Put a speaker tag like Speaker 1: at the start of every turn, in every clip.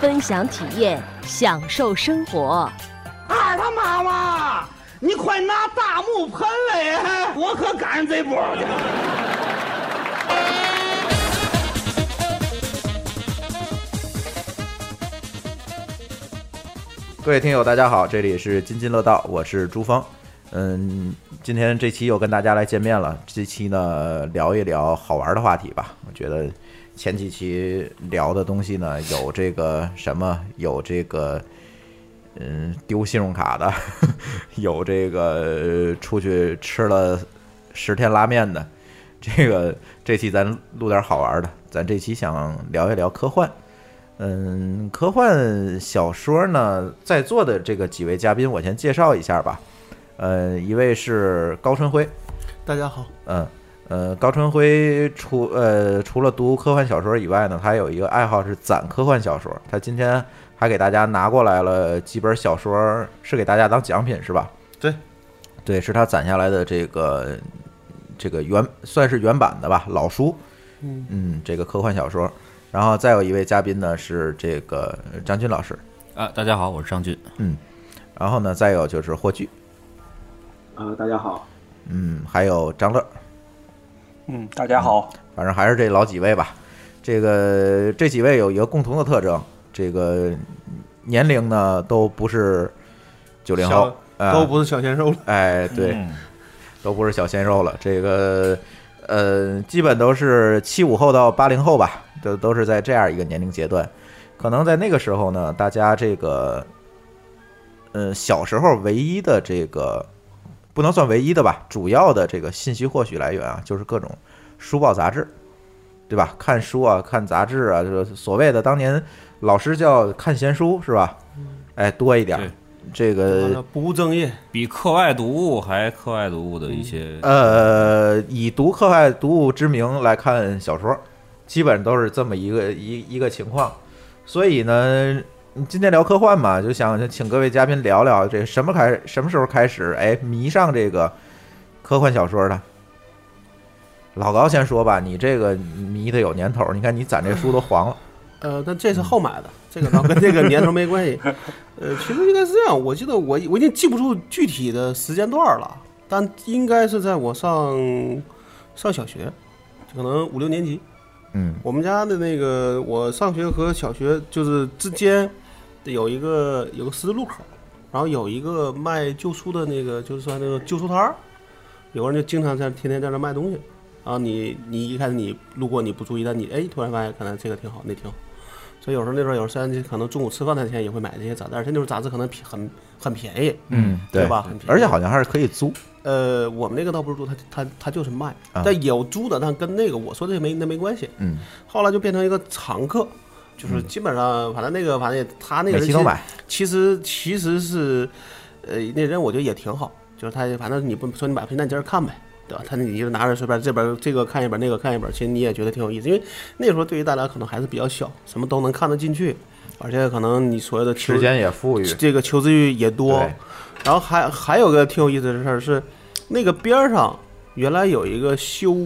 Speaker 1: 分享体验，享受生活。
Speaker 2: 二他妈妈，你快拿大木盆来，我可赶上这波去。
Speaker 3: 各位听友，大家好，这里是津津乐道，我是朱峰。嗯，今天这期又跟大家来见面了。这期呢，聊一聊好玩的话题吧。我觉得前几期聊的东西呢，有这个什么，有这个嗯丢信用卡的， 有这个呃出去吃了十天拉面的。这个这期咱录点好玩的，咱这期想聊一聊科幻。嗯，科幻小说呢，在座的这个几位嘉宾，我先介绍一下吧。呃，一位是高春辉，
Speaker 4: 大家好，
Speaker 3: 嗯，呃，高春辉除呃除了读科幻小说以外呢，他有一个爱好是攒科幻小说。他今天还给大家拿过来了几本小说，是给大家当奖品是吧？
Speaker 4: 对，
Speaker 3: 对，是他攒下来的这个这个原算是原版的吧，老书，
Speaker 4: 嗯
Speaker 3: 这个科幻小说。然后再有一位嘉宾呢是这个张军老师，
Speaker 5: 啊，大家好，我是张军。
Speaker 3: 然后呢再有就是霍炬，
Speaker 6: 呃，大家好，
Speaker 3: 嗯，还有张乐，
Speaker 6: 嗯，大家好，
Speaker 3: 反正还是这老几位吧。这个这几位有一个共同的特征，这个年龄呢都不是九零后
Speaker 4: 小，
Speaker 3: 啊
Speaker 4: 都不是小鲜肉了，
Speaker 3: 哎，对，都不是小鲜肉了。这个呃，基本都是七五后到八零后吧，都都是在这样一个年龄阶段。可能在那个时候呢，大家这个，呃，小时候唯一的这个不能算唯一的吧，主要的这个信息获取来源啊，就是各种书报杂志，对吧？看书啊，看杂志啊，就是所谓的当年老师叫看闲书是吧？哎，多一点儿
Speaker 5: 对。
Speaker 3: 这个
Speaker 4: 完了呃不务正业，
Speaker 5: 比课外读物还课外读物的一些，
Speaker 3: 呃，以读课外读物之名来看小说，基本都是这么一个一一个情况。所以呢，今天聊科幻嘛，就想请各位嘉宾聊聊这什么开什么时候开始哎迷上这个科幻小说的。老高先说吧，你这个迷的有年头，你看你攒这书都黄了。
Speaker 4: 呃，但这是后买的，这个倒跟这个年头没关系。呃，其实应该是这样，我记得我我已经记不住具体的时间段了，但应该是在我上上小学，可能五六年级。
Speaker 3: 嗯
Speaker 4: 我们家的那个，我上学和小学就是之间有一个有个十字路口，然后有一个卖旧书的那个，就是说那个旧书摊儿，有人就经常在天天在那卖东西。然后你你一开始你路过你不注意，但你哎突然发现可能这个挺好，那挺好。所以有时候那时候有时候甚至可能中午吃饭那天也会买这些杂志，而且那时候杂志可能便很很便宜，
Speaker 3: 嗯，
Speaker 4: 对
Speaker 3: 对
Speaker 4: 吧？？很便宜，
Speaker 3: 而且好像还是可以租。
Speaker 4: 呃，我们那个倒不是租，他他他就是卖，
Speaker 3: 啊
Speaker 4: 但有租的，但跟那个我说这没那没关系。
Speaker 3: 嗯，
Speaker 4: 后来就变成一个常客，就是基本上反正那个反正也他那个
Speaker 3: 每
Speaker 4: 人
Speaker 3: 期都买，
Speaker 4: 其实其实是，呃，那人我觉得也挺好，就是他反正你不说你买不起，那你接着看呗，对吧？他你就拿着随便这边这个看一本，那个看一本，其实你也觉得挺有意思，因为那时候对于大家可能还是比较小，什么都能看得进去，而且可能你所有的求
Speaker 3: 时间也富裕。
Speaker 4: 这个求知欲也多
Speaker 3: 对。
Speaker 4: 然后还还有个挺有意思的事儿是，那个边儿上原来有一个修，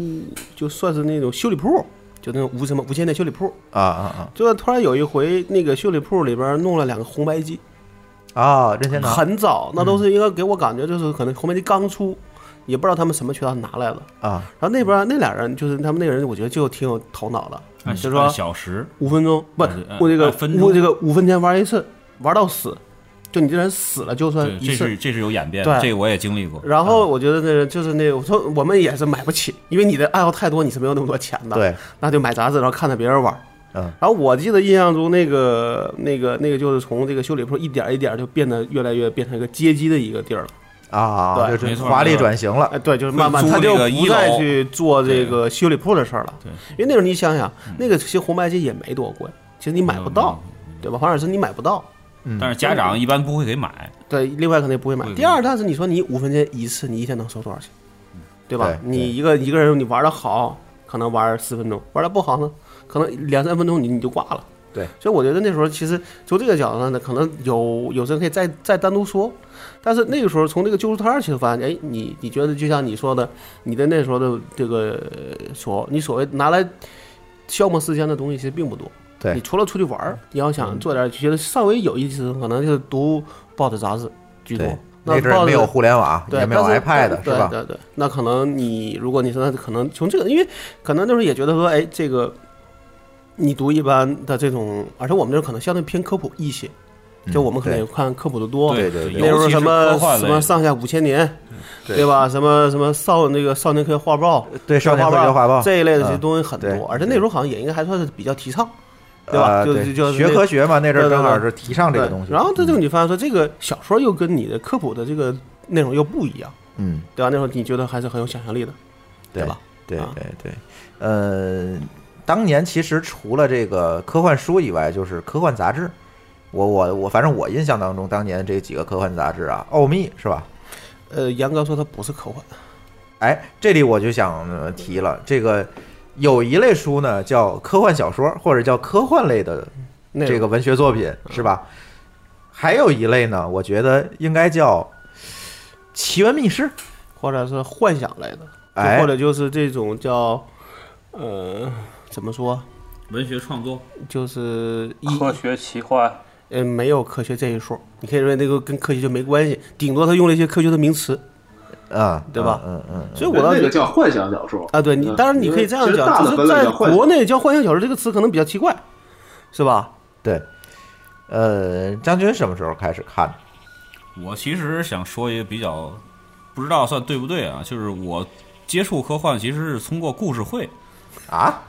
Speaker 4: 就算是那种修理铺，就那种无什么无线电修理铺。
Speaker 3: 啊啊
Speaker 4: 就突然有一回，那个修理铺里边弄了两个红白机，
Speaker 3: 啊！啊，任天
Speaker 5: 嗯
Speaker 3: 堂
Speaker 4: 很早，那都是应该给我感觉就是可能红白机刚出，也不知道他们什么渠道拿来的。
Speaker 3: 啊，
Speaker 4: 然后那边那俩人就是他们那个人，我觉得就挺有头脑的，
Speaker 5: 按
Speaker 4: 就说
Speaker 5: 按小时，
Speaker 4: 五分钟不
Speaker 5: 嗯，
Speaker 4: 我这个
Speaker 5: 按分钟
Speaker 4: 我这个五分钱玩一次，玩到死，就你这人死了就算
Speaker 5: 对，
Speaker 4: 一
Speaker 5: 这
Speaker 4: 次
Speaker 5: 是。这是有演变，
Speaker 4: 对
Speaker 5: 这个嗯我也经历过。
Speaker 4: 然后我觉得那就是那我说我们也是买不起，因为你的爱好太多，你是没有那么多钱的。，
Speaker 3: 对，
Speaker 4: 那就买杂志，然后看着别人玩儿。
Speaker 3: 嗯
Speaker 4: 然后我记得印象中那个那个那个就是从这个修理铺一点一点就变得越来越变成一个街机的一个地儿了。
Speaker 3: 啊，
Speaker 4: 对
Speaker 3: 就是
Speaker 5: 没错
Speaker 3: 华丽
Speaker 5: 没错
Speaker 3: 转型了。
Speaker 4: 哎，对，就是慢慢
Speaker 5: 会租
Speaker 4: 他就
Speaker 5: 那个
Speaker 4: 不
Speaker 5: 一
Speaker 4: 再
Speaker 5: 楼
Speaker 4: 去做这个修理铺的事儿了。
Speaker 5: 对，嗯
Speaker 4: 因为那时候你想想，那个些红白机也没多贵，其实你买不到。对吧？反而是你买不到，
Speaker 5: 但是家长一般不会给买，
Speaker 4: 对，另外肯定不会买。第二，但是你说你五分钱一次，你一天能收多少钱？对吧？
Speaker 3: 对对
Speaker 4: 你一个一个人，你玩的好，可能玩十分钟；玩的不好呢，可能两三分钟你你就挂了。
Speaker 3: 对，
Speaker 4: 所以我觉得那时候其实就这个角度上呢，可能有有人可以再再单独说，但是那个时候从这个救助摊儿其实发现，哎，你你觉得就像你说的，你的那时候的这个呃所你所谓拿来消磨时间的东西其实并不多。
Speaker 3: 对嗯
Speaker 4: 你除了出去玩儿，你要想做点儿觉得稍微有意思，可能就是读报纸杂志居多
Speaker 3: 对。
Speaker 4: 那
Speaker 3: 那阵儿
Speaker 4: 报
Speaker 3: 没
Speaker 4: 纸
Speaker 3: 有互联网，
Speaker 4: 对，
Speaker 3: 也没有
Speaker 4: 但是
Speaker 3: iPad，是
Speaker 4: 对
Speaker 3: 吧？
Speaker 4: 对对，那可能你如果你说可能从这个，因为可能那时候也觉得说，哎，这个你读一般的这种，而且我们那时候可能相对偏科普一些，就我们可能也看科普的多。
Speaker 3: 嗯对对
Speaker 4: 那时候
Speaker 5: 尤其
Speaker 4: 什
Speaker 5: 是
Speaker 4: 么
Speaker 5: 科幻
Speaker 4: 什么
Speaker 5: 类，
Speaker 4: 上下五千年，
Speaker 3: 嗯对
Speaker 4: 对吧？什么什么少那个少年科学画报，
Speaker 3: 对少年科学画报
Speaker 4: 这一类的这些
Speaker 3: 嗯
Speaker 4: 东西很
Speaker 3: 对
Speaker 4: 多，而且那时候好像也应该还算是比较提倡，对吧？
Speaker 3: 呃
Speaker 4: 就就就
Speaker 3: 学科学嘛，那阵儿
Speaker 4: 对对
Speaker 3: 正好
Speaker 4: 对
Speaker 3: 是提倡这个
Speaker 4: 对
Speaker 3: 东西。嗯
Speaker 4: 然后这就你发现说，这个小说又跟你的科普的这个内容又不一样，
Speaker 3: 嗯，
Speaker 4: 对吧？那时候你觉得还是很有想象力的，
Speaker 3: 对
Speaker 4: 对吧？
Speaker 3: 对
Speaker 4: 啊
Speaker 3: 对对，呃，当年其实除了这个科幻书以外，就是科幻杂志。我我我，反正我印象当中，当年这几个科幻杂志啊，《奥秘》是吧？
Speaker 4: 呃，严格说它不是科幻，
Speaker 3: 哎，这里我就想呃提了，这个有一类书呢叫科幻小说，或者叫科幻类的
Speaker 4: 那
Speaker 3: 这个文学作品，是吧？还有一类呢，我觉得应该叫奇闻密室，
Speaker 4: 或者是幻想类的，就
Speaker 3: 哎
Speaker 4: 或者就是这种叫呃怎么说，
Speaker 5: 文学创作，
Speaker 4: 就是一
Speaker 6: 科学奇幻，
Speaker 4: 呃没有科学这一说，你可以认为那个跟科学就没关系，顶多他用了一些科学的名词，
Speaker 3: 啊、
Speaker 4: 对吧
Speaker 3: 嗯嗯嗯，
Speaker 4: 所以我倒
Speaker 7: 那
Speaker 4: 觉
Speaker 7: 个
Speaker 4: 得。
Speaker 7: 叫幻想小说
Speaker 4: 啊，对你，
Speaker 7: 嗯
Speaker 4: 当然你可以这样
Speaker 7: 其实大
Speaker 4: 讲，
Speaker 7: 的
Speaker 4: 只是
Speaker 7: 分类
Speaker 4: 在
Speaker 7: 叫幻
Speaker 4: 国内叫幻想小说这个词可能比较奇怪，是吧？
Speaker 3: 对。呃，张军什么时候开始看的？
Speaker 5: 我其实想说一个比较，不知道算对不对啊，就是我接触科幻其实是通过故事会，
Speaker 3: 啊？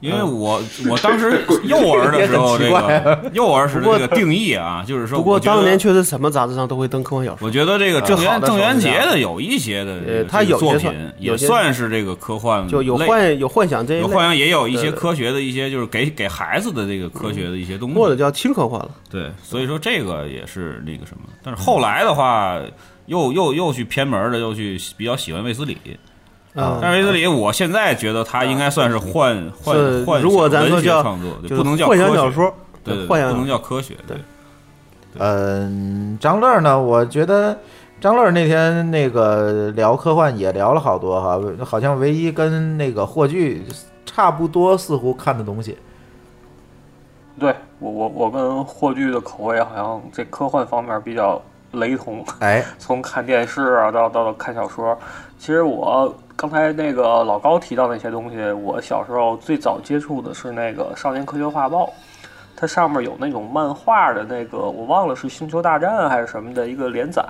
Speaker 5: 因为我我 当时幼儿的时候，
Speaker 3: 这
Speaker 5: 这
Speaker 3: 个 也很奇怪
Speaker 5: 个幼儿时的这个定义啊，就是说，
Speaker 4: 不过当年确实什么杂志上都会登科幻小说，
Speaker 5: 我觉得这个郑
Speaker 4: 好
Speaker 5: 渊
Speaker 4: 的
Speaker 5: 郑渊
Speaker 4: 手
Speaker 5: 洁
Speaker 4: 机啊
Speaker 5: 的有一些的这个，
Speaker 4: 呃他有些
Speaker 5: 作品
Speaker 4: 算有
Speaker 5: 也
Speaker 4: 些
Speaker 5: 算是这个科幻，
Speaker 4: 就有。幻有幻想这一
Speaker 5: 嗯有
Speaker 4: 类，
Speaker 5: 幻想，也有一些
Speaker 4: 对
Speaker 5: 科学的一些，就是给给孩子的这个科学的一些东西，
Speaker 4: 或者叫轻科幻了。
Speaker 5: 对，所以说这个也是那个什么，但是后来的话，又又又去偏门的，又去比较喜欢卫斯理。
Speaker 4: 啊
Speaker 5: 但是卫斯理，我现在觉得他应该算是幻幻
Speaker 4: 是
Speaker 5: 幻想
Speaker 4: 如果咱说
Speaker 5: 文学
Speaker 4: 叫
Speaker 5: 创作，对
Speaker 4: 就是
Speaker 5: 不能叫
Speaker 4: 幻想
Speaker 5: 科学
Speaker 4: 小，说，
Speaker 5: 对对，对
Speaker 4: 幻想
Speaker 5: 不能叫科学，对，
Speaker 3: 嗯，张乐呢？我觉得张乐那天那个聊科幻也聊了好多哈，好像唯一跟那个霍炬差不多，似乎看的东西。
Speaker 6: 对我我我跟霍炬的口味好像这科幻方面比较雷同，
Speaker 3: 哎，
Speaker 6: 从看电视啊到到看小说，其实我刚才那个老高提到那些东西，我小时候最早接触的是那个《少年科学画报》，它上面有那种漫画的那个，我忘了是《星球大战》还是什么的一个连载，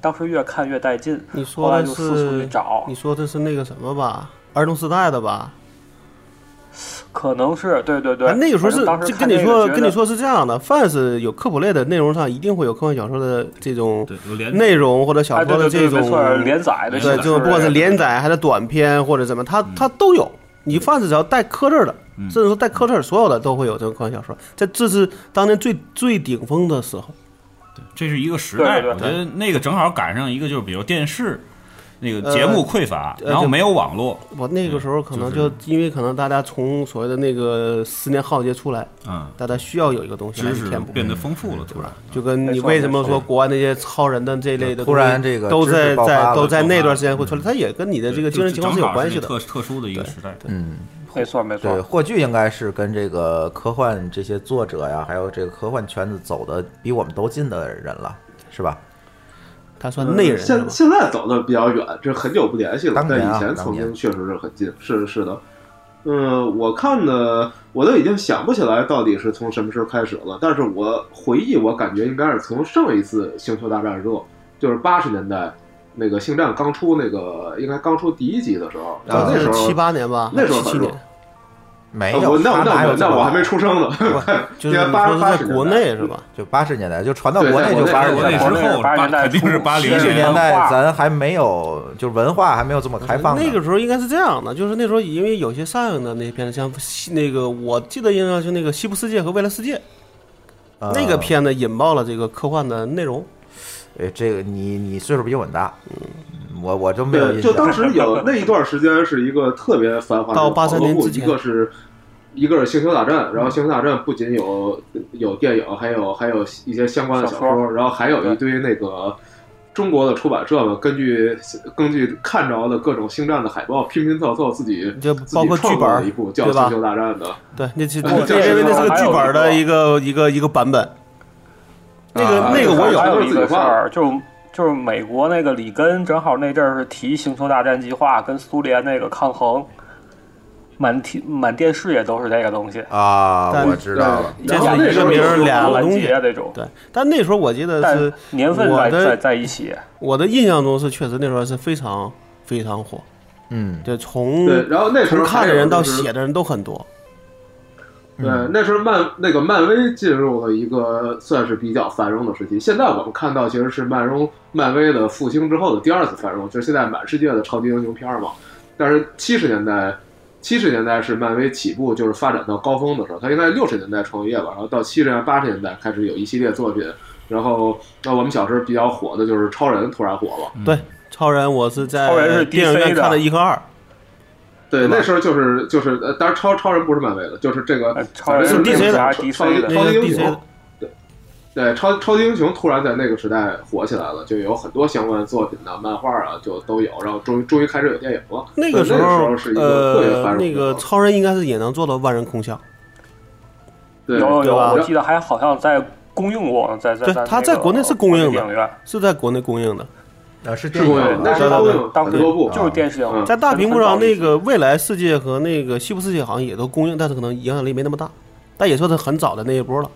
Speaker 6: 当时越看越带劲，
Speaker 4: 你
Speaker 6: 后
Speaker 4: 说
Speaker 6: 来
Speaker 4: 的
Speaker 6: 就四处去
Speaker 4: 是
Speaker 6: 找
Speaker 4: 你，说的是那个什么吧，儿童时代的吧？
Speaker 6: 可能是对对对、
Speaker 4: 啊那个时候是
Speaker 6: 反正当时
Speaker 4: 这跟
Speaker 6: 看
Speaker 4: 你
Speaker 6: 这个
Speaker 4: 说
Speaker 6: 觉
Speaker 4: 跟你
Speaker 6: 得
Speaker 4: 说是这样的，凡是有科普类的内容上，一定会有科幻小说的这种
Speaker 5: 对，有连
Speaker 4: 内容或者
Speaker 6: 哎
Speaker 4: 小
Speaker 6: 对
Speaker 4: 说的
Speaker 6: 对对
Speaker 4: 这
Speaker 6: 对，
Speaker 4: 种
Speaker 6: 没错，连载的
Speaker 4: 对，就
Speaker 6: 的
Speaker 4: 不管是连载还是短篇或者怎么，它
Speaker 5: 嗯
Speaker 4: 它都有。你凡是只要带科字儿的，甚至说带科字儿，所有的都会有这个科幻小说。这这是当年最最顶峰的时候。
Speaker 5: 这是一个时代，
Speaker 6: 对对对
Speaker 5: 我觉得那个正好赶上一个就是比如电视那个节目匮乏，
Speaker 4: 呃
Speaker 5: 然后
Speaker 4: 就
Speaker 5: 没有网络，
Speaker 4: 我那个时候可能
Speaker 5: 就
Speaker 4: 就因为可能大家从所谓的那个十年浩劫出来，
Speaker 5: 嗯，
Speaker 4: 大家需要有一个东西来
Speaker 5: 知识
Speaker 4: 填补。嗯
Speaker 5: 变得丰富了，突然。
Speaker 4: 就跟
Speaker 6: 没
Speaker 4: 你
Speaker 6: 错
Speaker 4: 为什么
Speaker 6: 没
Speaker 4: 说国外那些超人的这类的东西，
Speaker 3: 突然这个
Speaker 4: 都
Speaker 3: 知识
Speaker 4: 在
Speaker 3: 爆发
Speaker 4: 在
Speaker 3: 了
Speaker 4: 都在
Speaker 5: 爆
Speaker 4: 那
Speaker 5: 发
Speaker 4: 段
Speaker 5: 了
Speaker 4: 时间会出来，它也跟你的这个精神情况
Speaker 5: 是
Speaker 4: 有关系的。
Speaker 5: 特特殊的一个时代。
Speaker 3: 嗯，
Speaker 6: 没错没
Speaker 3: 对，
Speaker 6: 错，
Speaker 3: 霍炬应该是跟这个科幻这些作者呀，还有这个科幻圈子走的比我们都近的人了，是吧？
Speaker 4: 他算内人是吧
Speaker 7: 现？现在走的比较远，这很久不联系了
Speaker 3: 当。
Speaker 7: 但
Speaker 3: 年啊
Speaker 7: 以前
Speaker 3: 当
Speaker 7: 曾
Speaker 3: 年
Speaker 7: 经确实是很近，是是的。嗯，我看的我都已经想不起来到底是从什么时候开始了，但是我回忆，我感觉应该是从上一次《星球大战》热，就是八十年代那个《星战》刚出那个，应该刚出第一集的时候，
Speaker 3: 啊
Speaker 7: 那时候
Speaker 4: 七八年吧，
Speaker 7: 那时候
Speaker 4: 七
Speaker 7: 很
Speaker 4: 七
Speaker 7: 热
Speaker 4: 年，
Speaker 3: 没
Speaker 7: 啊
Speaker 3: 有，
Speaker 7: 我那
Speaker 3: 他哪
Speaker 7: 那
Speaker 3: 有
Speaker 7: 我
Speaker 3: 这
Speaker 7: 那
Speaker 3: 么
Speaker 7: 我
Speaker 3: 晚
Speaker 7: 还没出生呢，
Speaker 4: 就是
Speaker 7: 应
Speaker 4: 你
Speaker 7: 该八
Speaker 4: 说
Speaker 7: 十
Speaker 4: 是
Speaker 7: 八
Speaker 4: 在
Speaker 7: 十嗯
Speaker 4: 国内是吧？
Speaker 3: 就八十年代，就传到
Speaker 7: 对
Speaker 3: 国
Speaker 7: 在
Speaker 3: 内就
Speaker 7: 国内
Speaker 3: 八十
Speaker 5: 国内
Speaker 3: 年
Speaker 5: 之
Speaker 3: 代
Speaker 6: 国内是
Speaker 5: 后，
Speaker 6: 80年代
Speaker 5: 肯定是八零
Speaker 6: 初
Speaker 3: 七十
Speaker 6: 70
Speaker 3: 年代
Speaker 6: 文化
Speaker 3: 咱还没有，就是文化还没有这么开放呢。
Speaker 4: 那个时候应该是这样的，就是那时候因为有些上映的那些片子，像西那个我记得印象就那个《西部世界》和《未来世界》，
Speaker 3: 呃
Speaker 7: 啊
Speaker 4: 那个片子引爆了这个科幻的内容。
Speaker 3: 哎，这个你你岁数比我大，嗯我我都没有
Speaker 7: 对，
Speaker 3: 印
Speaker 7: 就当
Speaker 3: 象。
Speaker 7: 时有那一段时间是一个特别繁华的
Speaker 4: 到
Speaker 7: 讨
Speaker 4: 83
Speaker 7: 论
Speaker 4: 年
Speaker 7: 度
Speaker 4: 之前嗯
Speaker 7: 一个是一个是星球大战，然后星球大战不仅有有电影，还有还有一些相关的小
Speaker 6: 小说
Speaker 7: 然后还有一堆那个中国的出版社们根据根据看着的各种星战的海报拼拼凑凑自己
Speaker 4: 就
Speaker 7: 自己
Speaker 4: 嗯包括
Speaker 7: 创
Speaker 4: 剧
Speaker 7: 作
Speaker 4: 本
Speaker 7: 了一部叫
Speaker 4: 对吧
Speaker 7: 《星球大战》的，
Speaker 4: 对，那是
Speaker 7: 哎
Speaker 4: 我
Speaker 7: 这
Speaker 4: 认为
Speaker 7: 是
Speaker 4: 那是个
Speaker 6: 还有
Speaker 4: 剧本的
Speaker 6: 一
Speaker 4: 一个一个一个版本。那个
Speaker 7: 啊
Speaker 4: 那个
Speaker 7: 对
Speaker 4: 我
Speaker 7: 还
Speaker 4: 有
Speaker 6: 还有
Speaker 7: 有自己
Speaker 6: 一个事
Speaker 7: 画
Speaker 6: 儿，就是就是美国那个里根，正好那阵儿是提星球大战计划跟苏联那个抗衡，满天满电视也都是这个东西，
Speaker 3: 啊，
Speaker 4: 但
Speaker 3: 我知道了，
Speaker 4: 这
Speaker 7: 然后
Speaker 4: 是
Speaker 7: 那
Speaker 4: 一
Speaker 7: 时
Speaker 4: 个
Speaker 7: 候
Speaker 4: 名
Speaker 7: 有
Speaker 4: 儿俩
Speaker 6: 拦
Speaker 4: 东西
Speaker 6: 截这种，
Speaker 4: 对，但那时候我记得
Speaker 6: 但
Speaker 4: 是
Speaker 6: 年份
Speaker 4: 我
Speaker 6: 在
Speaker 4: 的
Speaker 6: 在在一起，
Speaker 4: 我的印象中是确实那时候是非常非常火，
Speaker 3: 嗯，
Speaker 4: 就从
Speaker 7: 对，然后那时
Speaker 4: 从
Speaker 7: 候
Speaker 4: 看
Speaker 7: 还
Speaker 4: 的
Speaker 7: 有
Speaker 4: 人到
Speaker 7: 就是
Speaker 4: 写的人都很多。嗯
Speaker 7: 对，那时候漫那个漫威进入了一个算是比较繁荣的时期。现在我们看到其实是漫荣漫威的复兴之后的第二次繁荣，就是现在满世界的超级英雄片嘛。但是七十年代，七十年代是漫威起步就是发展到高峰的时候，它应该六十年代创业吧，然后到七十年代八十年代开始有一系列作品。然后，那我们小时候比较火的就是超人突然火了，
Speaker 4: 对，超人我是在
Speaker 6: 超人是
Speaker 4: 电影院
Speaker 6: DC 的
Speaker 4: 看了一和二，
Speaker 7: 对，
Speaker 4: 嗯
Speaker 7: 那时候就是就是，呃，当然超超人不是漫威的，就是这个
Speaker 4: 哎
Speaker 6: 呃超人
Speaker 7: 反正就
Speaker 4: DC 的
Speaker 7: 是那种
Speaker 6: 还是
Speaker 7: 超
Speaker 6: DC
Speaker 7: 超级
Speaker 6: 的
Speaker 7: 超级英
Speaker 4: 那个 DC
Speaker 7: 雄
Speaker 4: 的，
Speaker 7: 对对，超超级英雄突然在那个时代火起来了，就有很多相关的作品呐、漫画啊，就都有，然后终于终于开始有电影了。
Speaker 4: 那
Speaker 7: 个
Speaker 4: 个
Speaker 7: 时
Speaker 4: 时
Speaker 7: 候
Speaker 4: 候
Speaker 7: 是一个特别繁
Speaker 4: 呃
Speaker 7: 荣的
Speaker 4: 那个超人应该是也能做到万人空巷。
Speaker 7: 对，
Speaker 6: 有
Speaker 4: 对
Speaker 6: 有，
Speaker 4: 吧
Speaker 6: 我记得还好像在公映过，在在
Speaker 4: 对
Speaker 6: 在
Speaker 4: 它
Speaker 6: 那
Speaker 4: 在
Speaker 6: 个
Speaker 4: 国内是公映的
Speaker 6: 电影院，
Speaker 4: 是在国内公映的，
Speaker 3: 啊是
Speaker 7: 是
Speaker 3: 电
Speaker 7: 公
Speaker 3: 影
Speaker 7: 有，
Speaker 3: 啊
Speaker 7: 那时候
Speaker 6: 对
Speaker 7: 有
Speaker 6: 当
Speaker 7: 很
Speaker 6: 时
Speaker 7: 多部，
Speaker 6: 就是电视
Speaker 7: 嗯
Speaker 6: 影，
Speaker 4: 在大屏幕上，
Speaker 6: 很早以
Speaker 4: 那
Speaker 6: 前
Speaker 4: 个未来世界和那个西部世界好像也都公映，但是可能影响力没那么大，但也算是很早的那一波了。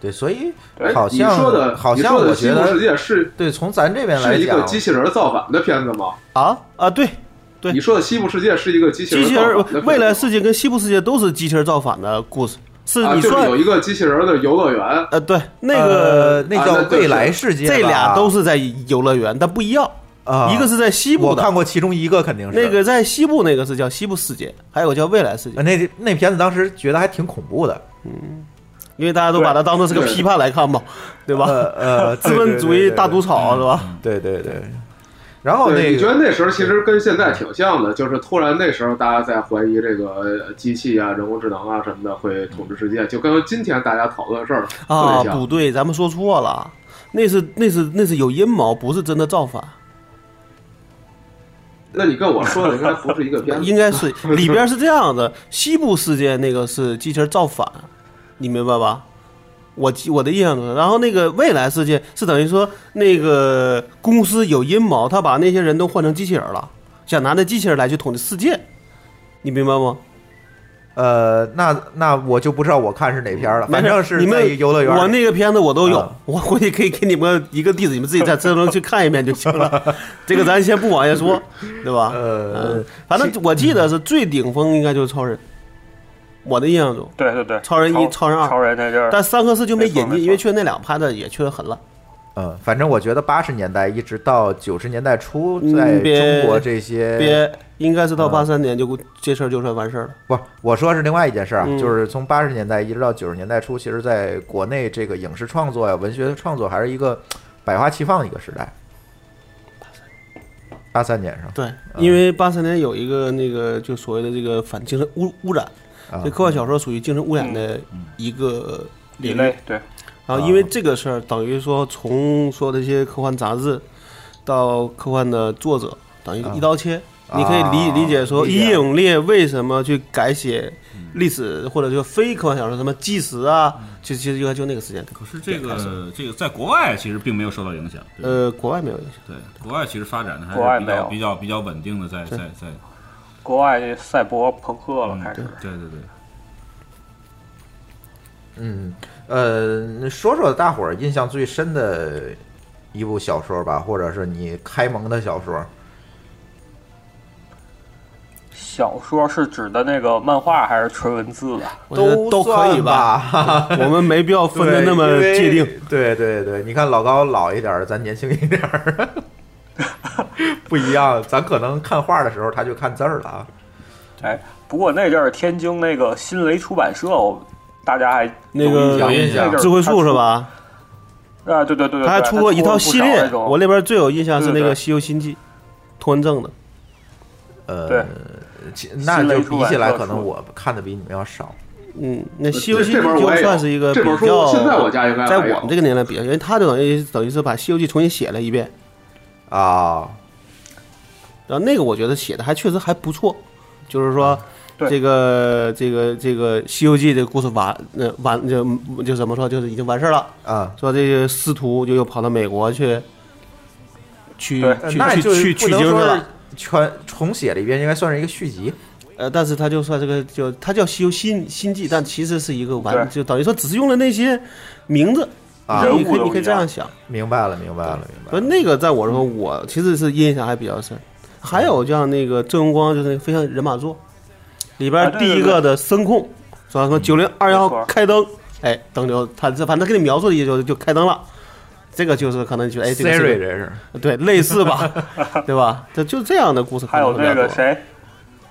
Speaker 3: 对，所以
Speaker 7: 哎
Speaker 3: 好像
Speaker 7: 你说的，
Speaker 3: 好像
Speaker 7: 你说的
Speaker 3: 我
Speaker 7: 西
Speaker 3: 觉
Speaker 7: 部世
Speaker 3: 得
Speaker 7: 界是
Speaker 3: 对，从咱这边来
Speaker 7: 是一个
Speaker 3: 讲，
Speaker 7: 机器人造反的片子吗？
Speaker 4: 啊啊，对，对
Speaker 7: 你说的西部世界是一个机器
Speaker 4: 机器
Speaker 7: 造
Speaker 4: 人
Speaker 7: 反的片子吗
Speaker 4: 未来世界跟西部世界都是机器人造反的故事，是
Speaker 7: 啊，
Speaker 4: 你
Speaker 7: 就是
Speaker 4: 算
Speaker 7: 有一个机器人的游乐园，
Speaker 4: 呃对那
Speaker 3: 呃
Speaker 4: 个
Speaker 3: 那
Speaker 7: 啊
Speaker 3: 叫
Speaker 7: 那就是
Speaker 3: 未来世界吧，
Speaker 4: 这俩都是在游乐园，但不一样，
Speaker 3: 啊，
Speaker 4: 一个是在西部
Speaker 3: 我
Speaker 4: 的
Speaker 3: 看，过其中一个，肯定是
Speaker 4: 那个在西部那个是叫西部世界，还有个叫未来世界
Speaker 3: 呃。那那片子当时觉得还挺恐怖的，
Speaker 4: 因为大家都把它当做是个批判来看嘛，对吧？
Speaker 3: 呃 呃，
Speaker 4: 资本主义大毒
Speaker 3: 草，
Speaker 4: 草是吧？
Speaker 3: 对对对。然后
Speaker 7: 对，
Speaker 3: 哦那
Speaker 7: 你觉
Speaker 3: 个
Speaker 7: 得那时候其实跟现在挺像的，就是突然那时候大家在怀疑这个呃机器啊、人工智能啊什么的会统治世界，就跟今天大家讨论的事儿
Speaker 3: 嗯
Speaker 7: 特
Speaker 4: 啊，
Speaker 7: 别像。
Speaker 4: 不对，咱们说错了，那是那是那是有阴谋，不是真的造反，
Speaker 7: 那你跟我说的应该不是一个片 子
Speaker 4: 应该是里边是这样的，西部世界那个是机器人造反，你明白吧？我记我的印象中，然后那个未来世界是等于说那个公司有阴谋，他把那些人都换成机器人了，想拿那机器人来去统治世界，你明白吗？
Speaker 3: 呃，那那我就不知道我看是哪片了，
Speaker 4: 没
Speaker 3: 反
Speaker 4: 事
Speaker 3: 正是
Speaker 4: 你
Speaker 3: 在
Speaker 4: 们
Speaker 3: 游乐园里。
Speaker 4: 我那个片子我都有，
Speaker 3: 啊
Speaker 4: 我回去可以给你们一个地址，你们自己在车中去看一遍就行 了。这个咱先不往下说，对吧？
Speaker 3: 呃
Speaker 6: 啊
Speaker 4: 嗯，反正我记得是最顶峰应该就是超人，我的印象中，
Speaker 6: 对对对，
Speaker 4: 超人一超人二
Speaker 6: 超人那阵儿，
Speaker 4: 但三和四就没
Speaker 6: 没
Speaker 4: 引
Speaker 6: 错没
Speaker 4: 进，
Speaker 6: 错
Speaker 4: 因为确实那俩拍的也确实很烂。
Speaker 3: 嗯，反正我觉得八十年代一直到九十年代初，
Speaker 4: 嗯
Speaker 3: 在
Speaker 4: 别
Speaker 3: 中国这
Speaker 6: 哎
Speaker 3: 些
Speaker 4: 别，应该是到
Speaker 6: 啊
Speaker 3: 嗯
Speaker 4: 八三年就这事儿就算完事儿了。
Speaker 3: 不，我说是另外一件事啊，
Speaker 4: 嗯
Speaker 3: 就是从八十年代一直到九十年代初，其实在国内这个影视创作呀、文学创作还是一个百花齐放的一个时代。八三年是吧？
Speaker 6: 啊
Speaker 4: 对，因为八三年有一个那个就所谓的这个反精神污污染，
Speaker 3: 啊
Speaker 4: 这科幻小说属于精神污染的
Speaker 6: 嗯
Speaker 4: 一个
Speaker 6: 李
Speaker 4: 领域
Speaker 6: 类对，
Speaker 4: 然后啊因为这个事儿，等于说从说这些科幻杂志到科幻的作者，等于一刀切。你可以理
Speaker 3: 啊
Speaker 4: 理解说，
Speaker 3: 理
Speaker 4: 伊
Speaker 3: 解
Speaker 4: 影烈为什么去改写历史或者说非科幻小说，什么纪实啊，其实其实应该就那个时间段。
Speaker 5: 可是这个这个在国外其实并没有受到影响，对吧
Speaker 4: 呃，国外没有影响。
Speaker 5: 对，国外其实发展的还
Speaker 6: 国外
Speaker 5: 是比
Speaker 6: 没
Speaker 5: 较
Speaker 6: 有
Speaker 5: 比较比较稳定的，在在在，
Speaker 6: 国外那赛博朋克了
Speaker 5: 嗯
Speaker 6: 开始，
Speaker 5: 对对对，
Speaker 3: 嗯，呃，说说大伙儿印象最深的一部小说吧，或者是你开蒙的小说。
Speaker 6: 小说是指的那个漫画还是纯文字的？
Speaker 4: 我觉得都可以
Speaker 3: 算
Speaker 4: 吧，
Speaker 3: 吧，
Speaker 4: 我们没必要分的那么
Speaker 3: 对
Speaker 4: 界。
Speaker 3: 因
Speaker 4: 定。
Speaker 3: 为对对对，你看老高老一点儿，咱年轻一点儿， 不一样。咱可能看画的时候，他就看字儿了啊。
Speaker 6: 哎，不过那阵儿天津那个新蕾出版社，我大家还
Speaker 4: 那个
Speaker 6: 有
Speaker 5: 有印
Speaker 6: 印
Speaker 5: 象
Speaker 6: 象，那阵儿
Speaker 4: 智慧树是
Speaker 6: 他出？
Speaker 4: 吧？
Speaker 6: 啊，对对对对，
Speaker 4: 他还
Speaker 6: 对
Speaker 4: 出过一套系
Speaker 6: 不少那
Speaker 4: 列，
Speaker 6: 种
Speaker 4: 我那边最有印象是那
Speaker 6: 对
Speaker 4: 个
Speaker 6: 对
Speaker 4: 《西游心记》，托恩正的。
Speaker 3: 呃
Speaker 6: 对，
Speaker 4: 呃
Speaker 3: 其那
Speaker 6: 新
Speaker 3: 就
Speaker 6: 蕾
Speaker 3: 比
Speaker 6: 出版
Speaker 3: 起来，
Speaker 6: 社
Speaker 3: 可能
Speaker 6: 出
Speaker 3: 我看的比你们要少。
Speaker 4: 嗯，那《西游
Speaker 7: 呃这
Speaker 4: 记
Speaker 7: 这》本
Speaker 4: 就
Speaker 7: 我也有
Speaker 4: 算是一个比
Speaker 7: 这本书
Speaker 4: 较，
Speaker 7: 现在我家应该
Speaker 4: 在
Speaker 7: 还
Speaker 4: 我
Speaker 7: 有
Speaker 4: 们这。个年代比较，因为他就等于等于是把《西游记》重新写了一遍，
Speaker 3: 啊，
Speaker 4: 然后那个我觉得写的还确实还不错，就是说。
Speaker 6: 对
Speaker 4: 这个这个这个《西游记》这个故事完，呃完就就怎么说，就是已经完事儿了。
Speaker 3: 啊，
Speaker 4: 说这个师徒就又跑到美国去，去
Speaker 6: 对
Speaker 4: 去
Speaker 3: 呃那
Speaker 4: 去
Speaker 3: 就
Speaker 4: 去
Speaker 3: 不
Speaker 4: 取
Speaker 3: 能
Speaker 4: 经去
Speaker 3: 说
Speaker 4: 了
Speaker 3: 是。全重写了一遍，应该算是一个续集。
Speaker 4: 呃，但是他就算这个就他叫《西游新新记》，但其实是一个完，
Speaker 6: 对
Speaker 4: 就等于说只是用了那些名字
Speaker 3: 啊
Speaker 4: 你可
Speaker 6: 人物
Speaker 4: 以
Speaker 6: 都
Speaker 4: 你可以
Speaker 6: 一样
Speaker 4: 这样想。
Speaker 3: 明白了，明白了，明白
Speaker 4: 所以
Speaker 3: 了。
Speaker 4: 那个在我这头，
Speaker 6: 嗯
Speaker 4: 我其实是印象还比较深。还有像那个郑容光，就是那个《飞向人马座》里边
Speaker 6: 啊
Speaker 4: 儿
Speaker 6: 对
Speaker 4: 第
Speaker 6: 对
Speaker 4: 一个的声控，说什么九零二幺
Speaker 6: 没错
Speaker 4: 开灯，哎，灯就他这反正给你描述的也就就开灯了。这个就是可能觉得哎，这个
Speaker 3: Siri
Speaker 4: 是个
Speaker 3: 这是
Speaker 4: 对，类 似吧，对吧？这就这样的故事可
Speaker 6: 还
Speaker 4: 能
Speaker 6: 有
Speaker 4: 会比较
Speaker 6: 那
Speaker 4: 多，
Speaker 6: 个谁，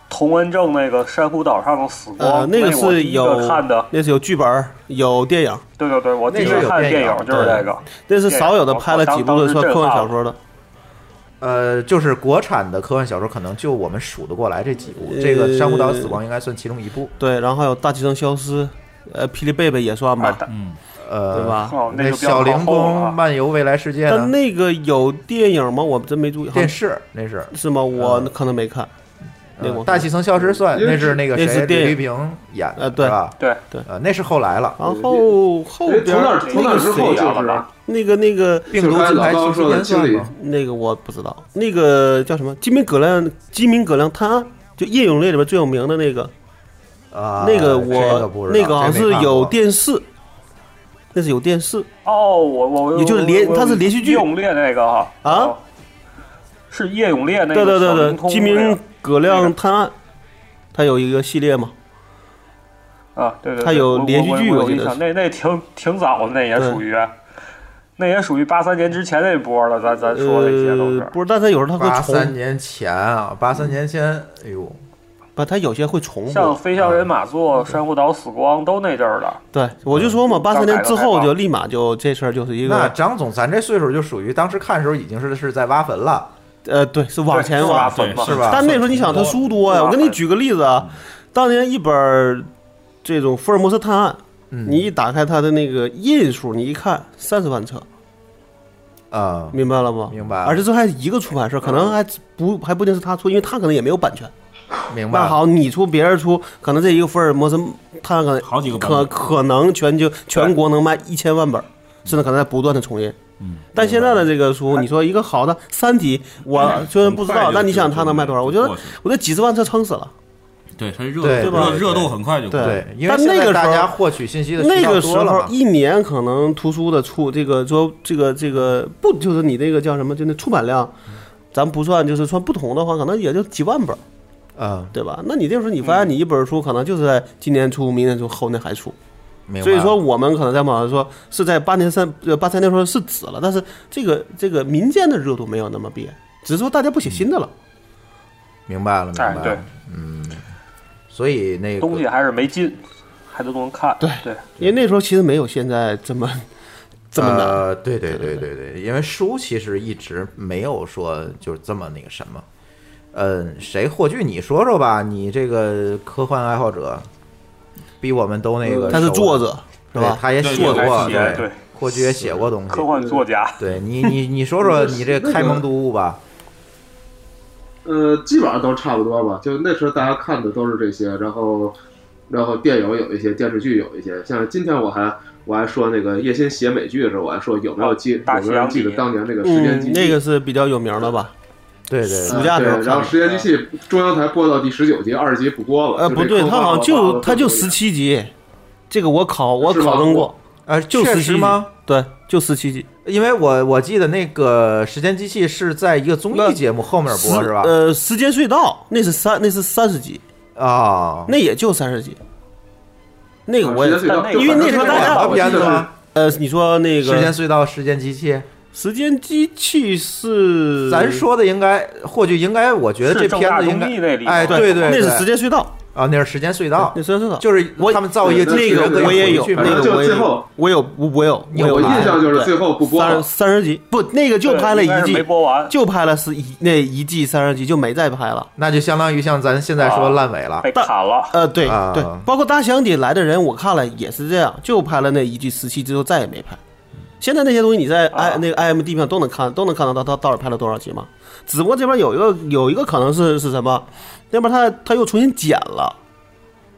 Speaker 6: 童文正那个珊瑚岛上的死光，
Speaker 4: 呃，那
Speaker 6: 个我
Speaker 4: 是
Speaker 6: 第一
Speaker 4: 有
Speaker 6: 个看的，
Speaker 4: 那是有剧本儿，有电影儿，
Speaker 6: 对对对，我第一
Speaker 3: 那是
Speaker 6: 个
Speaker 3: 有
Speaker 6: 看的
Speaker 3: 电
Speaker 6: 电
Speaker 3: 影
Speaker 6: 影就是
Speaker 3: 对
Speaker 6: 这个，
Speaker 4: 那是少有的
Speaker 6: 电影
Speaker 4: 拍了几部的说科幻小说的。
Speaker 3: 呃，就是国产的科幻小说，可能就我们数得过来这几部。这个《珊瑚岛死亡》应该算其中一部，
Speaker 4: 对，然后还有《大气层消失》，呃，《霹雳贝贝》也算吧，
Speaker 6: 啊
Speaker 5: 嗯，
Speaker 3: 呃，
Speaker 4: 对？吧？
Speaker 6: 哦，那
Speaker 3: 那
Speaker 6: 就比较
Speaker 3: 小
Speaker 6: 靠
Speaker 3: 灵
Speaker 6: 后了
Speaker 3: 通
Speaker 6: 啊
Speaker 3: 漫游未来世界
Speaker 4: 但
Speaker 3: 呢？
Speaker 4: 那个有电影吗？我真没注意。
Speaker 3: 电视那是，
Speaker 4: 是吗？我可能没看。那
Speaker 3: 呃
Speaker 4: 我
Speaker 3: 大气层消失算，
Speaker 7: 因为
Speaker 3: 那是那个
Speaker 4: 那是
Speaker 3: 谁
Speaker 4: 电
Speaker 3: 李
Speaker 4: 影
Speaker 3: 玉萍演的，
Speaker 4: 呃对
Speaker 3: 是吧？
Speaker 6: 对，
Speaker 3: 呃，那是后来了，
Speaker 4: 然后后
Speaker 7: 因
Speaker 6: 哎
Speaker 7: 为从
Speaker 4: 边
Speaker 7: 那儿
Speaker 4: 儿
Speaker 7: 从
Speaker 4: 那
Speaker 7: 那
Speaker 4: 个
Speaker 7: 儿之后
Speaker 4: 谁
Speaker 7: 就
Speaker 4: 呀、
Speaker 7: 是
Speaker 4: 那个那个
Speaker 3: 病毒
Speaker 7: 就是
Speaker 3: 金牌
Speaker 7: 刚刚
Speaker 3: 徐
Speaker 7: 说的
Speaker 3: 年算
Speaker 7: 心理
Speaker 3: 吗？
Speaker 4: 那个我不知道，那个叫什么？基米葛亮基米葛亮探案，就《夜永烈》里边最有名的那个。
Speaker 3: 啊，
Speaker 4: 那个
Speaker 3: 这
Speaker 4: 我
Speaker 3: 个不知道
Speaker 4: 那个好像
Speaker 3: 这没
Speaker 4: 是
Speaker 3: 看过啊
Speaker 4: 有电视，那是有电视
Speaker 6: 哦，我我我
Speaker 4: 也就是连
Speaker 6: 我我
Speaker 4: 它是连续剧
Speaker 6: 叶永烈那个哈
Speaker 4: 啊，
Speaker 6: 哦是叶永烈那
Speaker 4: 对
Speaker 6: 个
Speaker 4: 对对
Speaker 6: 小
Speaker 4: 对，
Speaker 6: 灵
Speaker 4: 《
Speaker 6: 通
Speaker 4: 鸡
Speaker 6: 那
Speaker 4: 鸣
Speaker 6: 个
Speaker 4: 葛亮探案》，它有一个系列嘛，
Speaker 6: 啊，对对，对
Speaker 4: 它有
Speaker 6: 我我
Speaker 4: 连续
Speaker 6: 我
Speaker 4: 剧
Speaker 6: 我
Speaker 4: 我
Speaker 6: 有
Speaker 4: 记
Speaker 6: 印
Speaker 4: 得
Speaker 6: 象，
Speaker 4: 是
Speaker 6: 那那挺挺早的，那也
Speaker 4: 对
Speaker 6: 属于，那也属于八三年之前那波了，咱咱说这些都
Speaker 4: 呃
Speaker 6: 是，，
Speaker 4: 不是，但它有时候它
Speaker 3: 八
Speaker 4: 会
Speaker 3: 三
Speaker 4: 重，嗯
Speaker 3: 年前啊，八三年前，哎呦，
Speaker 4: 不，啊它有些会重
Speaker 6: 像
Speaker 4: 播。
Speaker 6: 飞象人马座、珊瑚岛死光都那阵儿的，
Speaker 4: 对，我
Speaker 3: 嗯
Speaker 4: 就说嘛，八三年之后就立马就这事儿就是一
Speaker 3: 那
Speaker 4: 个，
Speaker 3: 张总，咱这岁数就属于当时看的时候已经是是在挖坟了，
Speaker 4: 呃，对，是往前
Speaker 6: 对
Speaker 4: 挖
Speaker 6: 是。
Speaker 5: 对，
Speaker 6: 吧
Speaker 3: 是吧
Speaker 4: 但那时候你想，它书多呀，
Speaker 6: 是吧
Speaker 4: 我给你举个例子
Speaker 3: 嗯
Speaker 4: 啊，当年一本儿这种福尔摩斯探案，
Speaker 3: 嗯，
Speaker 4: 你一打开它的那个印数，你一看三十万册。
Speaker 3: 啊，
Speaker 4: 明白了吗？
Speaker 3: 明白了嗯
Speaker 4: 而且这还一个出版社，可能还不还不一定是他出，因为他可能也没有版权。
Speaker 3: 明白
Speaker 4: 那
Speaker 3: 了，
Speaker 4: 好，你出别人出，可能这一个福尔摩斯，他可能
Speaker 5: 好几个版
Speaker 4: 可
Speaker 5: 本
Speaker 4: 可能全球全国能卖一千万本，甚至可能在不断的重印。
Speaker 5: 嗯，
Speaker 4: 但现在的这个书，你说一个好的《三体》，我虽然不知道
Speaker 5: 哎很快，就
Speaker 4: 但你想它能卖多少？我觉
Speaker 5: 就
Speaker 4: 得
Speaker 5: 过去了
Speaker 4: 我这几十万册撑死了。
Speaker 5: 对，它热
Speaker 3: 对
Speaker 5: 热
Speaker 3: 对对
Speaker 5: 热度很快就过去了
Speaker 3: 对，因为
Speaker 4: 但那
Speaker 3: 现在
Speaker 4: 个时候
Speaker 3: 大家获取信息的渠
Speaker 4: 那
Speaker 3: 道
Speaker 4: 个时
Speaker 3: 多了
Speaker 4: 候
Speaker 3: 嘛，
Speaker 4: 一年可能图书的出这个说这个这个不就是你那个叫什么，就那出版量，
Speaker 5: 嗯
Speaker 4: 咱不算就是算不同的话，可能也就几万本。
Speaker 3: 嗯，
Speaker 4: 对吧？那你这时候你
Speaker 5: 嗯
Speaker 4: 发现你一本书可能就是在今年出、明年出、后年还出，
Speaker 3: 明白。
Speaker 4: 所以说，我们可能在网上说是在八年三呃八三年说是止了，但是这个这个民间的热度没有那么变，只是说大家不写新的了。
Speaker 3: 嗯明白了，明白
Speaker 6: 哎
Speaker 3: 了，
Speaker 6: 对，
Speaker 3: 所以那个
Speaker 6: 东西还是没进，还都能看，对对，
Speaker 4: 因为那时候其实没有现在 这么这么难。
Speaker 3: 呃，对对对对对，因为书其实一直没有说就是这么那个什么。嗯，谁霍炬，你说说吧，你这个科幻爱好者，比我们都那个熟啊。
Speaker 4: 呃他是作者是
Speaker 3: 对，
Speaker 4: 吧？
Speaker 3: 他也
Speaker 5: 对
Speaker 3: 写
Speaker 5: 也
Speaker 3: 过，
Speaker 6: 还写对
Speaker 3: 霍炬也写过东西。
Speaker 6: 科幻作家，
Speaker 3: 对你，你你说说你这开蒙读物 吧。
Speaker 7: 呃，基本上都差不多吧。就那时候大家看的都是这些，然后，然后电影有一些，电视剧有一些。像今天我还我还说那个叶欣写美剧的时候，我还说有没有记
Speaker 6: 大
Speaker 7: 有没有人记得
Speaker 6: 西洋记
Speaker 7: 当年那个《时间机
Speaker 4: 嗯，
Speaker 7: 器》
Speaker 4: 那个是比较有名的吧？
Speaker 3: 对对
Speaker 4: 暑
Speaker 3: 对，
Speaker 7: 嗯
Speaker 4: 假的时候
Speaker 7: 对，然后
Speaker 4: 看
Speaker 7: 《时间机器》中央台播到第十九集，二十集不播了。
Speaker 4: 呃，
Speaker 7: 就
Speaker 4: 不
Speaker 7: 这
Speaker 4: 对，
Speaker 7: 坑
Speaker 4: 他好像
Speaker 7: 挖挖挖
Speaker 4: 就
Speaker 7: 了
Speaker 4: 他
Speaker 7: 这
Speaker 4: 就
Speaker 7: 么多
Speaker 4: 十
Speaker 7: 年
Speaker 4: 七集，这个我考我
Speaker 7: 是吗
Speaker 4: 考证过，
Speaker 3: 呃，
Speaker 4: 就
Speaker 3: 确
Speaker 4: 十
Speaker 3: 实
Speaker 4: 七
Speaker 3: 吗？？
Speaker 4: 对，就十七集。
Speaker 3: 因为我我记得那个《时间机器》是在一个综
Speaker 4: 那
Speaker 3: 艺节目后面播
Speaker 4: 时
Speaker 3: 是吧？
Speaker 4: 呃，时间隧道那是三那是三十集，
Speaker 3: 啊，
Speaker 4: 那也就三十集。那个我也
Speaker 7: 时间隧道
Speaker 6: 但那个
Speaker 7: 啊就
Speaker 6: 因为
Speaker 7: 反正
Speaker 6: 那时候
Speaker 7: 这
Speaker 6: 大家
Speaker 7: 两个
Speaker 3: 我记得是
Speaker 4: 呃，你说那
Speaker 3: 时间
Speaker 4: 个
Speaker 3: 隧道》《时间机器》，
Speaker 4: 时间机器是呃
Speaker 3: 咱说的应该，或许应该，我觉得
Speaker 6: 是
Speaker 3: 这
Speaker 6: 正
Speaker 3: 片
Speaker 6: 大
Speaker 3: 子应
Speaker 6: 综艺那里
Speaker 3: 该，哎，
Speaker 6: 头
Speaker 3: 对对，
Speaker 4: 那是
Speaker 3: 对
Speaker 4: 时间隧道，
Speaker 3: 啊，那是时间隧道
Speaker 4: 那，虽然说
Speaker 3: 就是
Speaker 4: 我
Speaker 3: 他们造一个
Speaker 7: 那个
Speaker 3: 可以
Speaker 7: 我也
Speaker 3: 回
Speaker 4: 有
Speaker 3: 去嘛
Speaker 7: 反正
Speaker 4: 那个
Speaker 7: 就
Speaker 4: 我也
Speaker 7: 最后
Speaker 4: 我有我我有
Speaker 3: 有
Speaker 7: 我
Speaker 4: 有
Speaker 7: 印象就是最后不播
Speaker 4: 三
Speaker 7: 了，
Speaker 4: 三十集不那个就
Speaker 6: 对
Speaker 4: 拍了
Speaker 6: 应该
Speaker 4: 一
Speaker 6: 是没
Speaker 4: 季，
Speaker 6: 播完，
Speaker 4: 就拍了是一那一季三十集就没再拍了。
Speaker 3: 那就相当于像咱现在说烂尾了。
Speaker 6: 被砍了。
Speaker 4: 呃，对
Speaker 3: 啊
Speaker 4: 对，包括大祥里来的人，我看了也是这样，就拍了那一季十七之后再也没拍。现在那些东西你在 i、
Speaker 6: 啊
Speaker 4: 那个 IMD 上都能看，都能看到他他到底拍了多少集嘛？只不过这边有一个有一个可能是是什么，那边他他又重新剪了，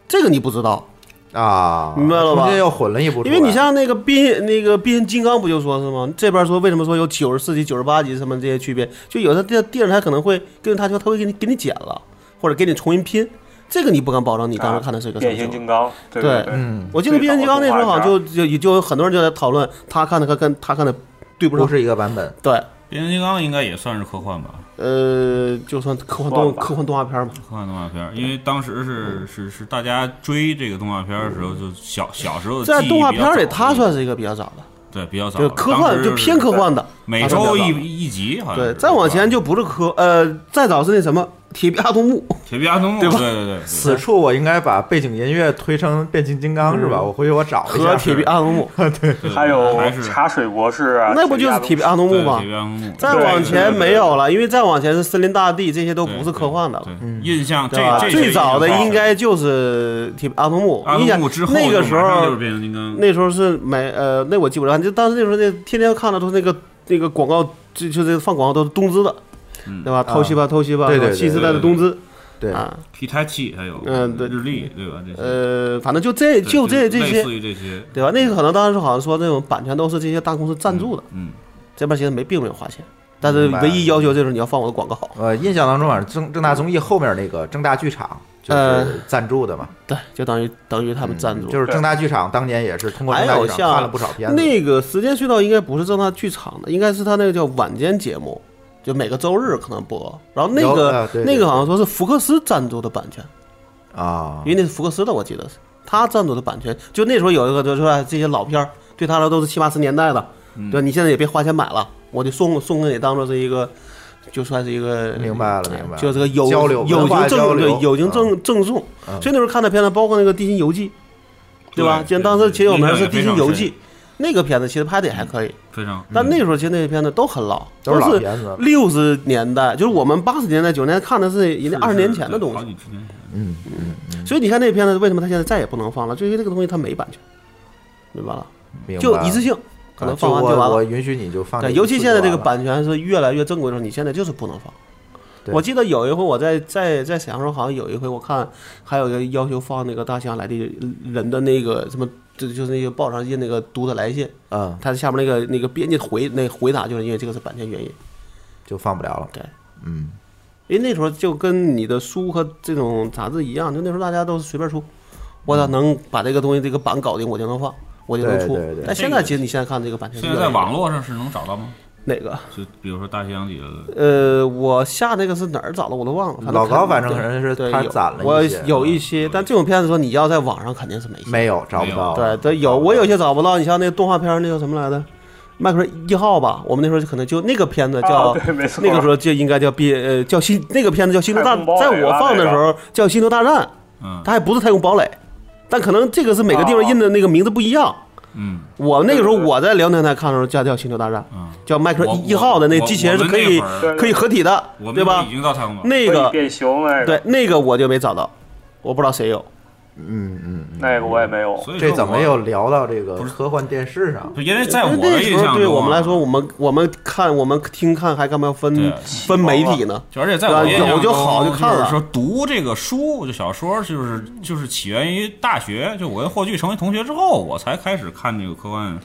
Speaker 4: 这个你不知道，
Speaker 3: 啊，
Speaker 4: 明白了吧
Speaker 3: 中间又混了一步出
Speaker 4: 因
Speaker 3: 来，
Speaker 4: 为你像那个变那个变形金刚不就说是吗？这边说为什么说有九十四集、九十八集什么这些区别，就有的电电视台可能会根据他说他会给你给你剪了，或者给你重新拼，这个你不敢保证你
Speaker 8: 啊
Speaker 4: 当时看的是一个什么
Speaker 6: 啊变
Speaker 4: 情
Speaker 6: 形金
Speaker 4: 况。
Speaker 6: 刚，对
Speaker 4: 对
Speaker 6: 对，
Speaker 3: 嗯，
Speaker 4: 我记得变形金刚那时候好像就就就有很多人就在讨论他看的和跟他看的对不
Speaker 3: 不
Speaker 4: 上。
Speaker 3: 是一个版本。
Speaker 4: 对，
Speaker 5: 变形金刚应该也算是科幻吧，
Speaker 4: 呃，就算科幻动
Speaker 6: 算吧
Speaker 4: 科幻动画片嘛，
Speaker 5: 科幻动画片儿，因为当时是
Speaker 4: 嗯
Speaker 5: 是是大家追这个动画片儿的时候，就小小时候的
Speaker 4: 在
Speaker 5: 记忆
Speaker 4: 动画
Speaker 5: 比较
Speaker 4: 片里
Speaker 5: 早
Speaker 4: 他算是一个比较早的，
Speaker 5: 对比较早，
Speaker 4: 就科
Speaker 5: 当
Speaker 4: 幻
Speaker 5: 时
Speaker 4: 就偏科幻的。
Speaker 5: 每
Speaker 4: 他算
Speaker 5: 周
Speaker 4: 比较早
Speaker 5: 一一集好像
Speaker 4: 对
Speaker 5: 是，
Speaker 4: 再往前就不是科，呃，再早是那什么铁臂阿童木，
Speaker 5: 铁臂阿童木，对对对，
Speaker 4: 嗯
Speaker 3: 此处我应该把背景音乐推成变形金刚是吧？我回去我找一
Speaker 4: 和
Speaker 3: 下。
Speaker 4: 铁臂阿童 木，
Speaker 5: 对
Speaker 6: 还有
Speaker 5: 嗯还是
Speaker 6: 茶水博士啊，
Speaker 4: 那不就是铁臂阿童木
Speaker 5: 对
Speaker 4: 吗
Speaker 5: 铁？臂阿童木，
Speaker 4: 再
Speaker 6: 对
Speaker 4: 往前
Speaker 6: 对
Speaker 4: 没有了，因为再往前是森林大地，这些都
Speaker 5: 都
Speaker 4: 不是科幻的了。
Speaker 5: 印象这
Speaker 4: 对吧？
Speaker 5: 这
Speaker 4: 最早的应该
Speaker 5: 是
Speaker 4: 就是铁臂阿童木，
Speaker 5: 阿
Speaker 4: 你
Speaker 5: 童
Speaker 4: 想
Speaker 5: 木之后
Speaker 4: 那个
Speaker 5: 就
Speaker 4: 时
Speaker 5: 马上
Speaker 4: 候
Speaker 5: 就是变形金刚，
Speaker 4: 那时候是买呃，那我记不着，就当时那时候那天天看的都是那个那个广告，就就是放广告都是东芝的，
Speaker 5: 嗯
Speaker 4: 对吧？偷袭吧，偷袭吧，
Speaker 3: 啊对对对
Speaker 4: 新时代的东芝
Speaker 3: 对，
Speaker 4: 啊，
Speaker 5: 皮太气还有
Speaker 4: 嗯对
Speaker 5: 日历对吧？这些
Speaker 4: 呃，反正就这
Speaker 5: 对
Speaker 4: 就这这
Speaker 5: 类
Speaker 4: 些，
Speaker 5: 似于这些，
Speaker 4: 对吧？那个可能当时好像说那种版权都是这些大公司赞助的，
Speaker 5: 嗯，
Speaker 4: 这边其实没并没有花钱，但是
Speaker 3: 明白
Speaker 4: 唯一要求就是你要放我的广告，
Speaker 3: 呃，印象当中好像正正大综艺后面那个正大剧场就
Speaker 4: 呃
Speaker 3: 是赞助的嘛，
Speaker 4: 对，就等于等于他们赞助，
Speaker 3: 嗯就是正大剧场当年也是通过正大剧
Speaker 4: 还有
Speaker 3: 场
Speaker 4: 像
Speaker 3: 看了不少片子。
Speaker 4: 那个时间隧道应该不是正大剧场的，应该是他那个叫晚间节目，就每个周日可能播。然后那
Speaker 3: 有
Speaker 4: 个、
Speaker 3: 啊对对
Speaker 4: 那个好像说是福克斯赞助的版权，
Speaker 3: 啊
Speaker 4: 因为那是福克斯的，我记得是他赞助的版权。就那时候有一个就是说哎这些老片儿，对他来说都是七八十年代的，
Speaker 5: 嗯
Speaker 4: 对吧你现在也别花钱买了，我就送送给你当做是一个。就算是一个
Speaker 3: 明白了
Speaker 4: 哎
Speaker 3: 明白了
Speaker 4: 就是个友
Speaker 3: 交流
Speaker 4: 友
Speaker 3: 文化
Speaker 4: 情
Speaker 3: 交
Speaker 4: 赠
Speaker 3: 流
Speaker 4: 对友情
Speaker 3: 嗯
Speaker 4: 赠赠送，
Speaker 3: 嗯
Speaker 4: 所以那时候看的片子包括那个《地心游记》，对吧？
Speaker 5: 对
Speaker 4: 就当时
Speaker 5: 对
Speaker 4: 其实我们
Speaker 5: 印象
Speaker 4: 是
Speaker 5: 也
Speaker 4: 《地
Speaker 5: 非
Speaker 4: 心
Speaker 5: 常
Speaker 4: 游
Speaker 5: 深
Speaker 4: 记》，那个片子其实拍的也还可以，
Speaker 5: 非常
Speaker 4: 但那时候其实那些片子都很老，
Speaker 3: 嗯都是
Speaker 4: 是
Speaker 3: 老片子
Speaker 4: 六十年代，就是我们八十年代、九十年代看的是人家二十年前的东
Speaker 5: 好
Speaker 4: 西，
Speaker 5: 几十年前。
Speaker 3: 嗯，
Speaker 4: 所以你看那片子为什么它现在再也不能放了，就因为这个东西它没版权，明白了？
Speaker 3: 明白
Speaker 4: 就
Speaker 3: 了
Speaker 4: 一次性，可能
Speaker 3: 啊
Speaker 4: 放完
Speaker 3: 我
Speaker 4: 就完
Speaker 3: 我
Speaker 4: 了。
Speaker 3: 允许你就放这
Speaker 4: 对，
Speaker 3: 一次就完了。
Speaker 4: 尤其现在这个版权是越来越正规的时候，你现在就是不能放。
Speaker 3: 对
Speaker 4: 我记得有一回我在在在沈阳时候，好像有一回我看还有一个要求放那个大西洋来的人的那个什么，就就是那个报上印那个读者来信，
Speaker 3: 嗯
Speaker 4: 他下面那个那个编辑回那回答就是因为这个是版权原因。
Speaker 3: 就放不了了。
Speaker 4: 对，
Speaker 3: 嗯，
Speaker 4: 因为那时候就跟你的书和这种杂志一样，就那时候大家都是随便出，我只要能把这个东西这个版搞定，我就能放，我就能出
Speaker 3: 嗯对对对。
Speaker 4: 但现在其实你现在看这个版权，
Speaker 5: 现在在网络上是能找到吗？
Speaker 4: 哪个？
Speaker 5: 就比如说大西洋里的，
Speaker 4: 呃，我下那个是哪儿找的我都忘了。反正
Speaker 3: 老高
Speaker 4: 肯
Speaker 3: 反正可能是他攒了一些嗯
Speaker 4: 我有一些，但这种片子说你要在网上肯定是没戏。
Speaker 3: 没有找不
Speaker 5: 没有
Speaker 3: 到。
Speaker 4: 对对，有我有些找不到，你像那个动画片儿那叫什么来着？麦克一号吧，我们那时候就可能就那个片子叫、
Speaker 6: 啊对没错
Speaker 4: 那个时候就应该叫 B 呃叫星那个片子叫星球大
Speaker 6: 太空堡，垒
Speaker 4: 在我
Speaker 6: 吧
Speaker 4: 放的时候叫星球大战，
Speaker 5: 嗯
Speaker 4: 它还不是太空堡垒，但可能这个是每个地方印的那个名字不一样。
Speaker 5: 嗯，
Speaker 4: 我那个时候我在辽宁台看的时候叫叫星球大战，
Speaker 5: 嗯
Speaker 4: 叫麦克
Speaker 5: 我
Speaker 4: 一号的那
Speaker 5: 我
Speaker 4: 机器人是可以
Speaker 5: 我们那会
Speaker 6: 儿
Speaker 4: 可以合体的
Speaker 5: 我，们
Speaker 4: 对吧
Speaker 5: 已？经到太空了。
Speaker 4: 那
Speaker 6: 可以
Speaker 4: 个
Speaker 6: 变形那个，
Speaker 4: 对那个我就没找到，我不知道谁有。
Speaker 3: 嗯嗯嗯，
Speaker 6: 那个我也没有。
Speaker 5: 所以
Speaker 3: 这
Speaker 5: 说
Speaker 3: 怎么
Speaker 5: 我
Speaker 3: 没有？聊到这个
Speaker 5: 不是
Speaker 3: 科幻电视上？
Speaker 5: 因为在我
Speaker 4: 那
Speaker 5: 的
Speaker 4: 时
Speaker 5: 印
Speaker 4: 候
Speaker 5: 象中啊，
Speaker 4: 对我们来说，我们我们看我们听看还干嘛要分
Speaker 5: 对
Speaker 4: 分媒体呢？
Speaker 5: 就而且在我印象
Speaker 4: 有
Speaker 5: 中
Speaker 4: 就好就看了
Speaker 5: 是说读这个书，就小说，就是就是起源于大学，就我跟霍炬成为同学之后，我才开始看这个科幻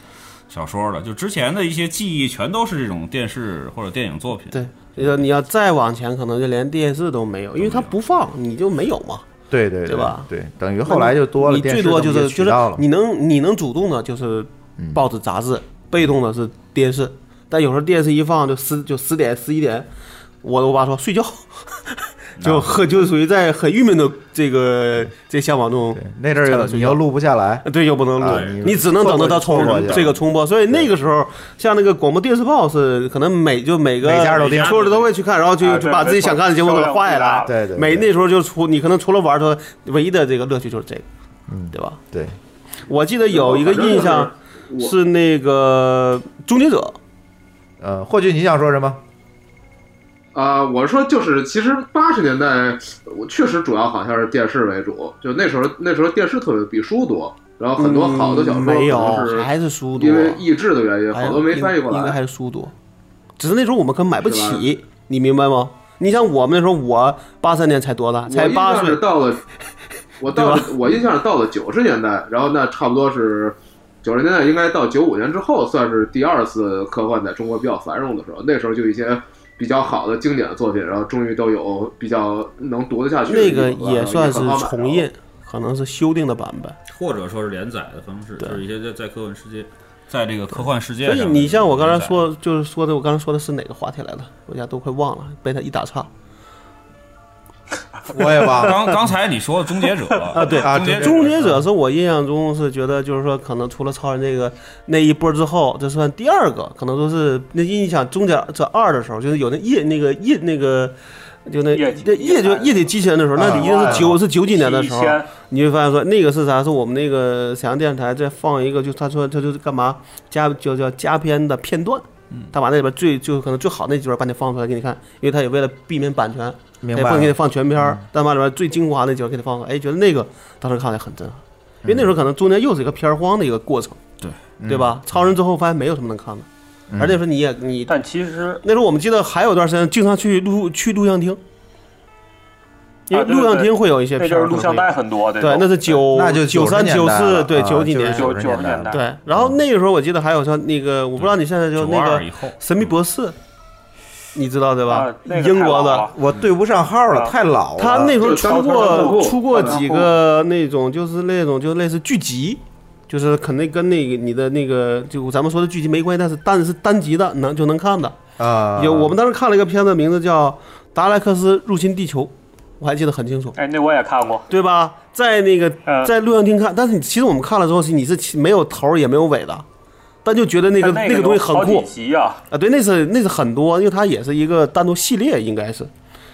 Speaker 5: 小说的。就之前的一些记忆，全都是这种电视或者电影作品。
Speaker 4: 对，呃，你要再往前，可能就连电视都没有，因为它不放，你就没有嘛。
Speaker 3: 对对
Speaker 4: 对吧
Speaker 3: 对，等于后来就多了
Speaker 4: 你
Speaker 3: 电
Speaker 4: 最
Speaker 3: 视
Speaker 4: 多
Speaker 3: 这
Speaker 4: 就
Speaker 3: 么一个
Speaker 4: 是就
Speaker 3: 渠
Speaker 4: 是
Speaker 3: 道了。
Speaker 4: 你能你能主动的，就是报纸杂志，被动的是电视。但有时候电视一放就十就十点十一点，我我爸说睡觉， 就很就属于在很郁闷的这个这向往中，
Speaker 3: 那阵儿你又录不下来，
Speaker 4: 对，又不能
Speaker 3: 啊
Speaker 4: 录，
Speaker 3: 你
Speaker 4: 你只能等到它
Speaker 3: 错
Speaker 4: 重
Speaker 3: 过一下
Speaker 4: 这个重播。所以那个时候，像那个广播电视报是可能每就每个
Speaker 3: 每家都盯
Speaker 4: 村儿的都会去看，然后就
Speaker 6: 啊
Speaker 4: 就
Speaker 6: 对
Speaker 4: 把
Speaker 6: 没
Speaker 4: 自己
Speaker 6: 错
Speaker 4: 想看的节目
Speaker 6: 销
Speaker 4: 给
Speaker 6: 量
Speaker 4: 画下
Speaker 6: 最大
Speaker 4: 来
Speaker 6: 的。
Speaker 3: 对对，
Speaker 4: 每
Speaker 3: 对
Speaker 4: 那时候就除你可能除了玩儿它，唯一的这个乐趣就是这个，嗯，对吧？
Speaker 3: 对
Speaker 4: 我记得有一个印象
Speaker 7: 我
Speaker 4: 是那个《终结者
Speaker 3: 呃，霍炬你想说什么？
Speaker 7: 啊、我说就是，其实八十年代我确实主要好像是电视为主，就那时候那时候电视特别比书多，然后》很多好的小说
Speaker 4: 嗯没有
Speaker 7: 可，能是
Speaker 4: 还是书多，
Speaker 7: 因为译制的原因，好多没翻译过
Speaker 4: 应该
Speaker 7: 来。
Speaker 4: 还是书多，只是那时候我们可能买不
Speaker 7: 是
Speaker 4: 起，你明白吗？你像我们那时候，我八三年才多大，
Speaker 7: 我
Speaker 4: 才
Speaker 7: 印
Speaker 4: 八
Speaker 7: 象是
Speaker 4: 岁，
Speaker 7: 到 了，我到了我印象是到了九十年代，然后那差不多是九十年代，应该到九五年之后算是第二次科幻在中国比较繁荣的时候。那时候就一些比较好的经典的作品，然后终于都有比较能读得下去的啊
Speaker 4: 那
Speaker 7: 地
Speaker 4: 个
Speaker 7: 方了。
Speaker 4: 也算是
Speaker 7: 然后很好买
Speaker 4: 重
Speaker 7: 了
Speaker 4: 印，可能是修订的版本。
Speaker 5: 或者说是连载的方式，
Speaker 4: 对
Speaker 5: 就是一些在在科幻世界，在这个科幻世界
Speaker 3: 啊
Speaker 4: 所
Speaker 5: 上。
Speaker 4: 以你像我刚才，说，就是说的，我刚才说的是哪个话题来了？我家都快忘了，被他一打岔。
Speaker 3: 我也忘 了。
Speaker 5: 刚刚才你说的《终结者》啊，
Speaker 4: 对
Speaker 3: 啊
Speaker 5: 终结
Speaker 3: 对
Speaker 5: 者
Speaker 4: 终结者是我印象中是觉得，就是说，可能除了超人这个那一波之后，这算第二个，可能说是那印象终结者二的时候，就是有那业那个业那个就那
Speaker 6: 液体
Speaker 4: 那业就液体机器人的时候，那
Speaker 3: 啊
Speaker 4: 已经是九
Speaker 3: 哇
Speaker 4: 是九几年的时候
Speaker 6: 一，千
Speaker 4: 你会发现说那个是啥？是我们那个沈阳电视台在放一个，就他说他就是干嘛加就叫加片的片段。
Speaker 3: 嗯
Speaker 4: 他把那里边最就可能最好那几段把你放出来给你看，因为他也为了避免版权，
Speaker 3: 明
Speaker 4: 哎
Speaker 3: 白
Speaker 4: 不能给你
Speaker 3: 了，嗯
Speaker 4: 放全片儿，但把里边最精华那几个给你放出来，哎，觉得那个当时看来很震撼，因为那
Speaker 3: 嗯
Speaker 4: 时候可能中间又是一个片儿荒的一个过程，
Speaker 5: 对
Speaker 4: 对吧？超人之后发现没有什么能看的，
Speaker 3: 嗯
Speaker 4: 而那时候你也你
Speaker 6: 但其实
Speaker 4: 那时候我们记得还有一段时间经常去录去录像厅，因为
Speaker 6: 啊啊对
Speaker 4: 录像
Speaker 6: 对
Speaker 4: 厅会有一些
Speaker 6: 那
Speaker 4: 片
Speaker 6: 阵
Speaker 4: 儿
Speaker 6: 儿
Speaker 4: 可能会有，
Speaker 6: 录像带很多，
Speaker 4: 对，那是九
Speaker 3: 那就
Speaker 4: 九三
Speaker 3: 90
Speaker 4: 九
Speaker 3: 年代了
Speaker 4: 四对
Speaker 3: 啊
Speaker 4: 九几
Speaker 3: 就是
Speaker 4: 年
Speaker 6: 九
Speaker 3: 90
Speaker 6: 90
Speaker 3: 年
Speaker 6: 年
Speaker 3: 代
Speaker 6: 代
Speaker 4: 对，然后那个时候我记得还有像那个我不知道你现在就
Speaker 5: 嗯九
Speaker 4: 那个
Speaker 5: 二以后，
Speaker 4: 神秘博士，你知道对吧
Speaker 6: 啊？那个
Speaker 4: 英
Speaker 6: 太
Speaker 4: 国
Speaker 6: 老
Speaker 4: 的。
Speaker 6: 了
Speaker 3: 我对不上号了，
Speaker 6: 啊
Speaker 3: 太老了。
Speaker 4: 他那时候出过
Speaker 7: 就是
Speaker 4: 出过几个那种，就是那种就类似剧集，就是可能跟那个你的那个就咱们说的剧集没关系，但是但是单集的能就能看的。
Speaker 3: 啊，
Speaker 4: 有我们当时看了一个片子，名字叫《达莱克斯入侵地球》，我还记得很清楚，
Speaker 6: 哎，那我也看过，
Speaker 4: 对吧？在那个
Speaker 6: 呃
Speaker 4: 在录像厅看，但是你其实我们看了之后，你是其没有头儿也没有尾的，但就觉得那个
Speaker 6: 但那
Speaker 4: 个东西很
Speaker 6: 好
Speaker 4: 酷
Speaker 6: 几，集啊，
Speaker 4: 啊，对，那是那是很多，因为它也是一个单独系列，应该是。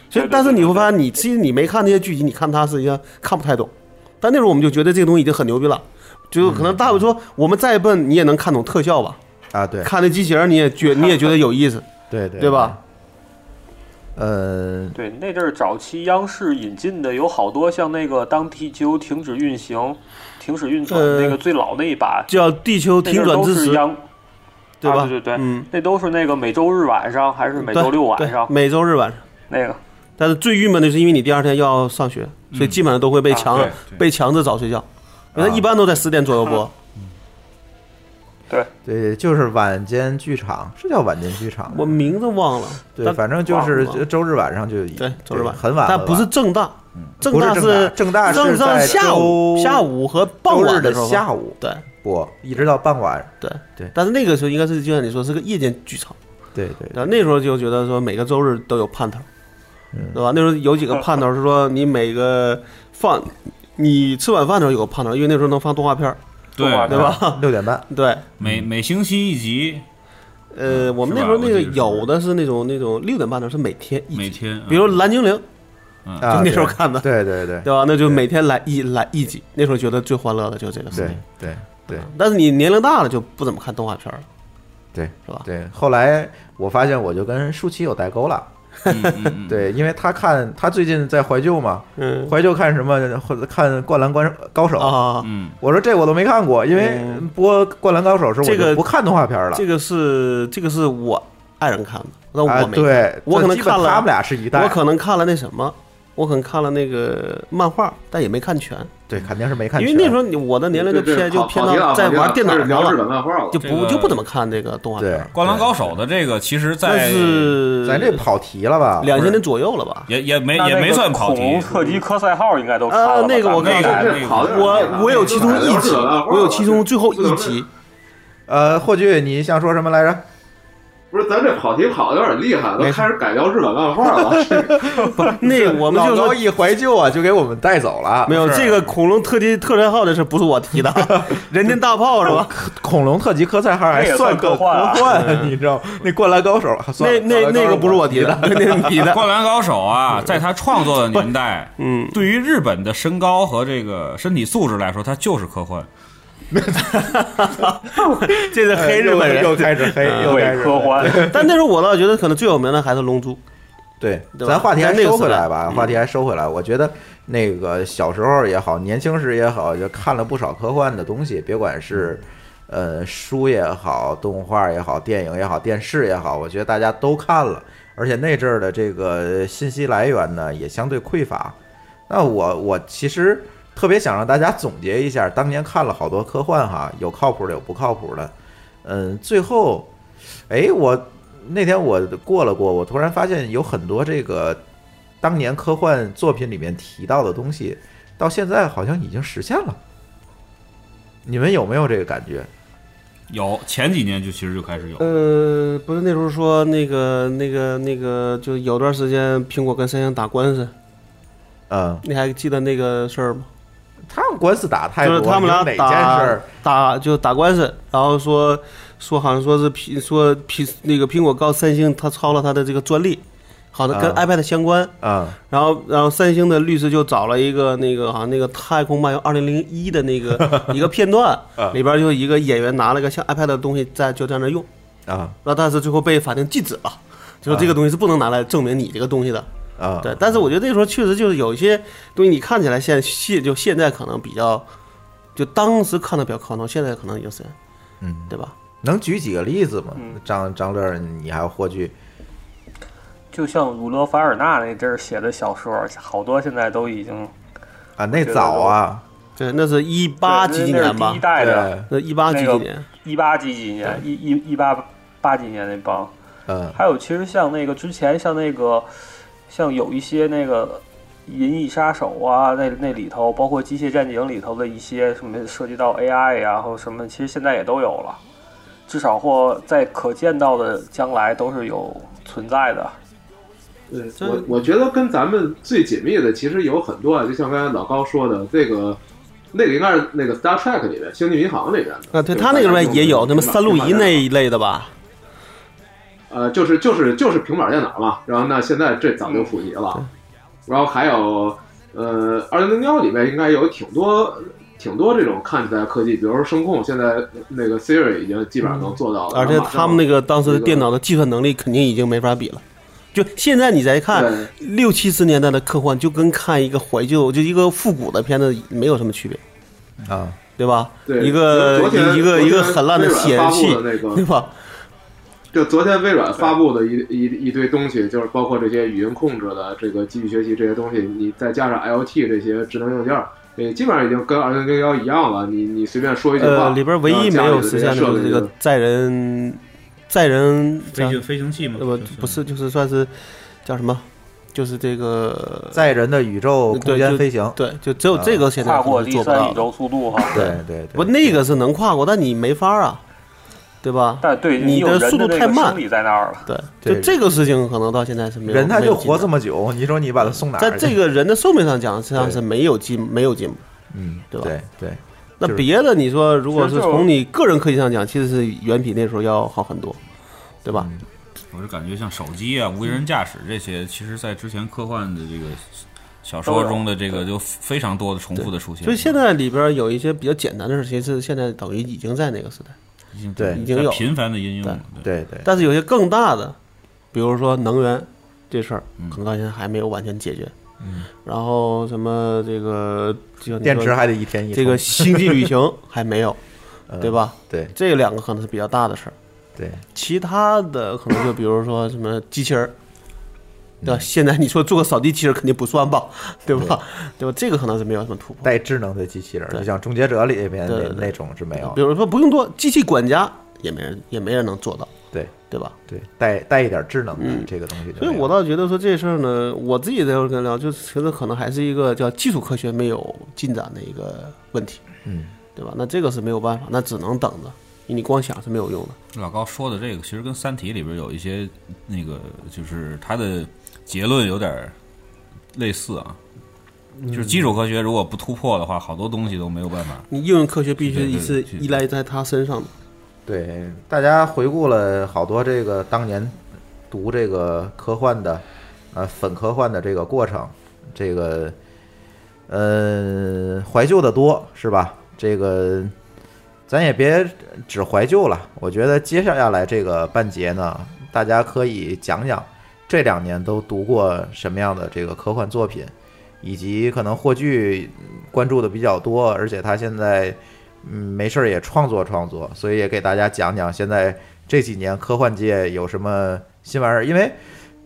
Speaker 4: 所以
Speaker 6: 对对，
Speaker 4: 但是
Speaker 6: 对
Speaker 4: 你
Speaker 6: 对
Speaker 4: 会
Speaker 6: 对
Speaker 4: 发现，你其实你没看那些剧集，你看它实际上看不太懂。但那时候我们就觉得这个东西已经很牛逼了，就可能大部
Speaker 6: 嗯
Speaker 4: 分说我们再笨你也能看懂特效吧，
Speaker 3: 啊，对
Speaker 4: 看那机器人你也觉你也觉得有 意思，
Speaker 3: 对对，
Speaker 4: 对吧？？
Speaker 3: 呃，
Speaker 4: 嗯
Speaker 6: 对，那阵儿早期央视引进的有好多，像那个当地球停止运行、停止运转
Speaker 4: 呃
Speaker 6: 那个最老那一版，
Speaker 4: 叫地球
Speaker 6: 那
Speaker 4: 停
Speaker 6: 阵儿
Speaker 4: 转
Speaker 6: 都
Speaker 4: 之
Speaker 6: 是
Speaker 4: 时，
Speaker 6: 央，
Speaker 4: 对吧？
Speaker 6: 啊对对对
Speaker 4: 嗯，
Speaker 6: 那都是那个每周日晚上还是每周
Speaker 4: 对
Speaker 6: 六晚
Speaker 4: 对
Speaker 6: 上
Speaker 4: 每周日晚上。
Speaker 6: 那个。
Speaker 4: 但是最郁闷的是，因为你第二天要上学，
Speaker 3: 嗯
Speaker 4: 所以基本上都会被
Speaker 6: 啊
Speaker 4: 强、
Speaker 5: 对对
Speaker 4: 被强制早睡觉，因为它
Speaker 3: 啊
Speaker 4: 一般都在十点左右播。
Speaker 6: 对，
Speaker 3: 对，就是晚间剧场，是叫晚间剧场吗。
Speaker 4: 我名字忘了，
Speaker 3: 对，
Speaker 4: 但
Speaker 3: 反正就是
Speaker 4: 忘了
Speaker 3: 周日晚上就
Speaker 4: 对，周日晚
Speaker 3: 很晚，
Speaker 4: 但不是
Speaker 3: 很晚
Speaker 4: 正大，正
Speaker 3: 不是
Speaker 4: 大是
Speaker 3: 正大
Speaker 4: 正
Speaker 3: 正大
Speaker 4: 大
Speaker 3: 是在
Speaker 4: 下午
Speaker 3: 周
Speaker 4: 下午和傍
Speaker 3: 周日
Speaker 4: 晚
Speaker 3: 的
Speaker 4: 时候，
Speaker 3: 下午
Speaker 4: 对
Speaker 3: 播，一直到傍晚。
Speaker 4: 对
Speaker 3: 对
Speaker 4: 但是那个时候应该是就像你说是个夜间剧场，
Speaker 3: 对 对
Speaker 4: 然后那时候就觉得说每个周日都有盼头，
Speaker 3: 嗯
Speaker 4: 对吧？那时候有几个盼头是说你每个放你吃晚饭的时候有个盼头，因为那时候能放动画片儿，
Speaker 5: 对
Speaker 6: 对
Speaker 4: 对吧？
Speaker 3: 六 点半，
Speaker 4: 对，
Speaker 5: 每每星期一集，
Speaker 4: 呃，我们那时候那个有的是那种那种六点半的是每天一集，
Speaker 5: 每天，
Speaker 4: 比如《蓝精灵》
Speaker 3: 啊
Speaker 4: 就那
Speaker 3: 对
Speaker 4: 时候看的
Speaker 3: 对对对
Speaker 4: 对吧？那就每天来一来一集，那时候觉得最欢乐的就是这个事
Speaker 3: 对
Speaker 4: 情。
Speaker 3: 对对
Speaker 4: 但是你年龄大了就不怎么看动画片了，
Speaker 3: 对，
Speaker 4: 是吧？
Speaker 3: 对。后来我发现我就跟舒淇有代沟了，
Speaker 5: 嗯嗯嗯，
Speaker 3: 对，因为他看他最近在怀旧嘛，
Speaker 4: 嗯
Speaker 3: 怀旧看什么？或者看《灌篮关高手》。
Speaker 4: 啊，
Speaker 5: 嗯，
Speaker 3: 我说这我都没看过，因为
Speaker 4: 嗯
Speaker 3: 播《灌篮高手》时候
Speaker 4: 这
Speaker 3: 我
Speaker 4: 个
Speaker 3: 就不看动画片了。
Speaker 4: 这个是这个是我爱人看的，那
Speaker 3: 啊
Speaker 4: 我，没看，
Speaker 3: 对，
Speaker 4: 我可能
Speaker 3: 基本
Speaker 4: 看了
Speaker 3: 他们俩是一代，
Speaker 4: 我可能看了那什么，我可能看了那个漫画，但也没看全，
Speaker 3: 对肯定是没看
Speaker 4: 因
Speaker 3: 全，
Speaker 4: 为那时候你我的年龄就
Speaker 7: 对对啊
Speaker 4: 偏就
Speaker 7: 好
Speaker 4: 偏
Speaker 7: 好提了
Speaker 4: 到
Speaker 7: 好
Speaker 4: 在
Speaker 7: 提了
Speaker 4: 玩电脑
Speaker 7: 开始聊
Speaker 4: 上
Speaker 7: 日
Speaker 4: 了，
Speaker 7: 本漫画了
Speaker 4: 就。
Speaker 5: 这
Speaker 4: 不
Speaker 5: 个
Speaker 4: 就不怎么看这个动画片
Speaker 3: 对
Speaker 4: 了。，
Speaker 5: 《灌篮高手》的这个其实，在
Speaker 4: 但是
Speaker 3: 咱这跑题了吧？
Speaker 4: 两千年左右了吧？
Speaker 5: 也也没
Speaker 6: 那
Speaker 5: 也
Speaker 6: 那
Speaker 5: 没
Speaker 6: 个
Speaker 5: 算跑
Speaker 6: 恐
Speaker 5: 题
Speaker 6: 龙，特级科赛号应该都看
Speaker 4: 啊
Speaker 6: 了吧。
Speaker 4: 那个我
Speaker 6: 咱
Speaker 5: 那
Speaker 6: 们
Speaker 5: 个
Speaker 7: 这好点儿
Speaker 4: 我我有其中一集，我有其中最后一集，
Speaker 3: 呃，霍炬，你想说什么来着？
Speaker 7: 不是，咱这跑题跑的有点厉害，都
Speaker 3: 没事
Speaker 7: 开始改聊日本漫画 了。
Speaker 4: 不是，那个我们
Speaker 3: 老
Speaker 4: 就
Speaker 3: 高
Speaker 4: 说
Speaker 3: 一怀旧啊，就给我们带走了。
Speaker 4: 没有
Speaker 5: 是
Speaker 4: 这个恐龙特地特战号的事不是我提的，人间大炮是吧？
Speaker 3: 恐龙特级科赛号还
Speaker 6: 这也
Speaker 3: 算
Speaker 6: 算
Speaker 3: 个
Speaker 6: 科幻啊
Speaker 3: 科幻，你知道那灌篮高手啊算
Speaker 4: 嗯那
Speaker 3: 了
Speaker 4: 那
Speaker 3: 灌篮高手
Speaker 4: 那个不是我提的，那你提
Speaker 5: 《
Speaker 4: 的。
Speaker 5: 灌篮高手》啊，在他创作的年代，
Speaker 4: 嗯，
Speaker 5: 对于日本的身高和这个身体素质来说，它就是科幻。
Speaker 4: 这是黑日本
Speaker 3: 哎 又
Speaker 4: 人。
Speaker 3: 又开始黑，又开
Speaker 6: 伪
Speaker 3: 始
Speaker 6: 科
Speaker 3: 黑。
Speaker 6: 幻。
Speaker 4: 但那时候我倒觉得可能最有名的还是《龙珠》，
Speaker 3: 对，
Speaker 4: 对吧
Speaker 3: 咱话题还
Speaker 4: 在那个
Speaker 3: 收
Speaker 4: 时
Speaker 3: 回来
Speaker 4: 代嗯
Speaker 3: 吧，话题还收回来。我觉得那个小时候也好，年轻时也好，就看了不少科幻的东西，别管是
Speaker 4: 嗯
Speaker 3: 呃书也好，动画也好，电影也好，电视也好，我觉得大家都看了。而且那阵儿的这个信息来源呢，也相对匮乏。那我我其实特别想让大家总结一下，当年看了好多科幻哈，有靠谱的，有不靠谱的。嗯，最后，哎，我那天我过了过，我突然发现有很多这个当年科幻作品里面提到的东西，到现在好像已经实现了。你们有没有这个感觉？
Speaker 5: 有前几年就其实就开始有，
Speaker 4: 呃，不是那时候说那个那个那个，就有段时间苹果跟三星打官司，
Speaker 3: 嗯，
Speaker 4: 你还记得那个事儿吗？
Speaker 3: 他们官司打太
Speaker 4: 就
Speaker 3: 多，
Speaker 4: 是他们俩
Speaker 3: 你哪件事
Speaker 4: 打
Speaker 3: 儿？
Speaker 4: 打就打官司，然后说说好像说是苹说苹那个苹果告三星，他抄了他的这个专利，好的跟
Speaker 3: 啊
Speaker 4: iPad 相关。
Speaker 3: 嗯，
Speaker 4: 然后然后三星的律师就找了一个那个好像那个《太空漫游二零零一》的 那个一个片段，
Speaker 3: 啊
Speaker 4: 里边就一个演员拿了个像 iPad 的东西在就在那用，
Speaker 3: 啊
Speaker 4: 然后但是最后被法庭禁止了，就是这个东西是不能拿来证明你这个东西的。
Speaker 3: 啊，
Speaker 4: 对，但是我觉得那时候确实就是有一些东西，你看起来现现就现在可能比较，就当时看的比较靠能，现在可能已经是，
Speaker 3: 嗯，
Speaker 4: 对吧？
Speaker 3: 能举几个例子吗
Speaker 6: 嗯？
Speaker 3: 张张乐，你还有霍炬，
Speaker 6: 就像儒勒·凡尔纳那阵儿写的小说，好多现在都已经
Speaker 3: 啊，那早啊，
Speaker 4: 对，那是一八
Speaker 6: 对
Speaker 4: 几几
Speaker 6: 那是
Speaker 4: 年吧
Speaker 6: 第一？代的，
Speaker 3: 对，
Speaker 4: 那一八几
Speaker 6: 那
Speaker 4: 几
Speaker 6: 个
Speaker 4: 年？
Speaker 6: 一八几几年，一一一八八几年那帮。
Speaker 3: 嗯
Speaker 6: 还有，其实像那个之前，像那个，像有一些那个《银翼杀手》啊，那那里头，包括《机械战警》里头的一些什么涉及到 AI 啊，或者什么，其实现在也都有了，至少或在可见到的将来都是有存在的。
Speaker 7: 对
Speaker 4: 真
Speaker 7: 我我觉得跟咱们最紧密的其实有很多啊，就像刚才老高说的，这个那个应该是那个 Star Trek 里面《星际迷航》里面的
Speaker 4: 啊，对他那个里面也有那么三路仪那一类的吧？
Speaker 7: 呃，就是就是就是平板电脑嘛。然后呢，现在这早就普及了。
Speaker 4: 嗯
Speaker 7: 然后还有呃，二零零幺里面应该有挺多挺多这种看起来科技，比如说声控，现在那个 Siri 已经基本上能做到了。
Speaker 4: 嗯而且他们那个当时的电脑的计算能力肯定已经没法比了。就现在你再看
Speaker 7: 对
Speaker 4: 六七十年代的科幻，就跟看一个怀旧，就一个复古的片子没有什么区别，
Speaker 3: 啊，
Speaker 4: 对吧？
Speaker 7: 对
Speaker 4: 一个
Speaker 7: 昨天
Speaker 4: 一个一
Speaker 7: 昨
Speaker 4: 个
Speaker 7: 天
Speaker 4: 很烂的
Speaker 7: 微软
Speaker 4: 显
Speaker 7: 发
Speaker 4: 示器
Speaker 7: 布的那，个
Speaker 4: 对吧？
Speaker 7: 就昨天微软发布的一一一堆东西，就是包括这些语音控制的、这个机器学习这些东西，你再加上 IoT 这些智能硬件儿，也基本上已经跟二零零幺一样了。你你随便说一句话，
Speaker 4: 呃，里边唯一没有实现的
Speaker 7: 然
Speaker 4: 就
Speaker 7: 后
Speaker 4: 是
Speaker 7: 家里
Speaker 4: 这
Speaker 7: 的
Speaker 4: 个载人载人
Speaker 5: 飞
Speaker 4: 叫
Speaker 5: 行飞行器嘛，
Speaker 4: 呃不
Speaker 5: 就
Speaker 4: 不是就是算是叫什么，就是这个
Speaker 3: 载人的宇宙空
Speaker 4: 对
Speaker 3: 间
Speaker 4: 就
Speaker 3: 飞行，
Speaker 4: 对，就只有这个现在
Speaker 6: 跨
Speaker 4: 可能
Speaker 6: 过
Speaker 4: 是
Speaker 6: 第
Speaker 4: 做不
Speaker 6: 三
Speaker 4: 到
Speaker 6: 宇
Speaker 4: 的。
Speaker 6: 宙速度哈，
Speaker 3: 对对对，
Speaker 4: 不，那个是能跨过，但你没法啊，对吧？
Speaker 6: 但对
Speaker 4: 你
Speaker 6: 有
Speaker 4: 的
Speaker 6: 人
Speaker 4: 速度
Speaker 6: 那
Speaker 4: 太
Speaker 6: 个
Speaker 4: 慢
Speaker 6: 生理在那儿了。
Speaker 4: 对，
Speaker 3: 对
Speaker 4: 就这个事情可能到现在是没有
Speaker 3: 人他就活这
Speaker 4: 么，
Speaker 3: 么久，你说你把他送哪儿
Speaker 4: 在
Speaker 3: 去？
Speaker 4: 这个人的寿命上讲，实际上是没有进没有进步。
Speaker 3: 嗯，
Speaker 4: 对吧
Speaker 3: 对对，
Speaker 4: 那
Speaker 3: 就是
Speaker 4: 别的，你说如果
Speaker 6: 其实
Speaker 4: 是
Speaker 6: 就是
Speaker 4: 从你个人科技上讲，其实是远比那时候要好很多，对
Speaker 3: 嗯
Speaker 4: 吧？
Speaker 5: 我是感觉像手机啊、无人驾驶这些，其实在之前科幻的这个小说中的这个就非常多的重复的出现。
Speaker 4: 所以现在里边有一些比较简单的事，其实现在等于已经在那个时代，
Speaker 5: 已经
Speaker 3: 对
Speaker 4: 已经有
Speaker 5: 频繁的应用了，
Speaker 3: 对
Speaker 5: 对
Speaker 3: 对，
Speaker 4: 但是有些更大的，比如说能源这事儿，
Speaker 3: 嗯
Speaker 4: 可能到现在还没有完全解决。嗯，然后什么这个这个你说
Speaker 3: 电池还得一天一嗯
Speaker 4: 这
Speaker 3: 充
Speaker 4: 个星际 旅行还没有，对吧？
Speaker 3: 对
Speaker 4: 这两个可能是比较大的事儿。
Speaker 3: 对，
Speaker 4: 其他的可能就比如说什么机器人
Speaker 3: 嗯
Speaker 4: 儿，对吧？现在你说做个扫地机器人儿肯定不算吧，对吧？对吧？这个可能是没有什么突破。
Speaker 3: 带智能的机器人儿，
Speaker 4: 对
Speaker 3: 就像《终结者》里边
Speaker 4: 对
Speaker 3: 那
Speaker 4: 对对
Speaker 3: 那种是没有
Speaker 4: 比
Speaker 3: 的，
Speaker 4: 如说不用多，机器管家也没人也没人能做到，
Speaker 3: 对
Speaker 4: 对吧？
Speaker 3: 对，带带一点智能的这个东西就没
Speaker 4: 嗯所以
Speaker 3: 有，
Speaker 4: 我倒觉得说这事儿呢，我自己在这儿跟聊，就是觉得可能还是一个叫技术科学没有进展的一个问题，
Speaker 3: 嗯，
Speaker 4: 对吧？那这个是没有办法，那只能等着，你光想是没有用的。
Speaker 5: 老高说的这个，其实跟《三体》里边有一些那个，就是他的结论有点类似啊。
Speaker 7: 嗯
Speaker 5: 就是基础科学如果不突破的话，好多东西都没有办法。
Speaker 4: 你应用科学必须
Speaker 5: 对对
Speaker 4: 一是
Speaker 5: 对
Speaker 4: 依赖在他身上的。
Speaker 3: 对，大家回顾了好多这个当年读这个科幻的，呃，粉科幻的这个过程，这个，呃，怀旧的多是吧？这个，呃咱也别只怀旧了。我觉得接下来这个半节呢，大家可以讲讲这两年都读过什么样的这个科幻作品，以及可能霍炬关注的比较多，而且他现在。嗯，没事儿也创作创作，所以也给大家讲讲现在这几年科幻界有什么新玩意儿。因为，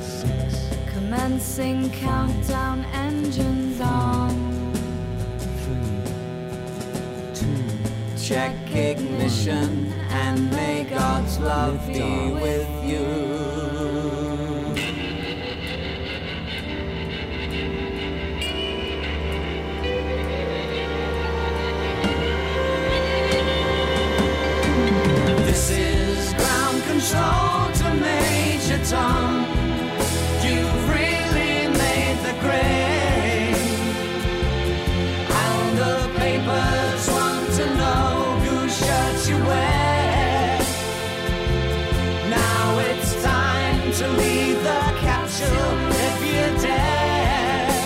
Speaker 9: six,
Speaker 10: Commencing countdown engines on.
Speaker 9: three, two. Check ignition and may God's love be with you. This is ground control to Major Tom. You've really made the grade. And the papers want to know whose shirt you wear. Now it's time to leave the capsule if you dare.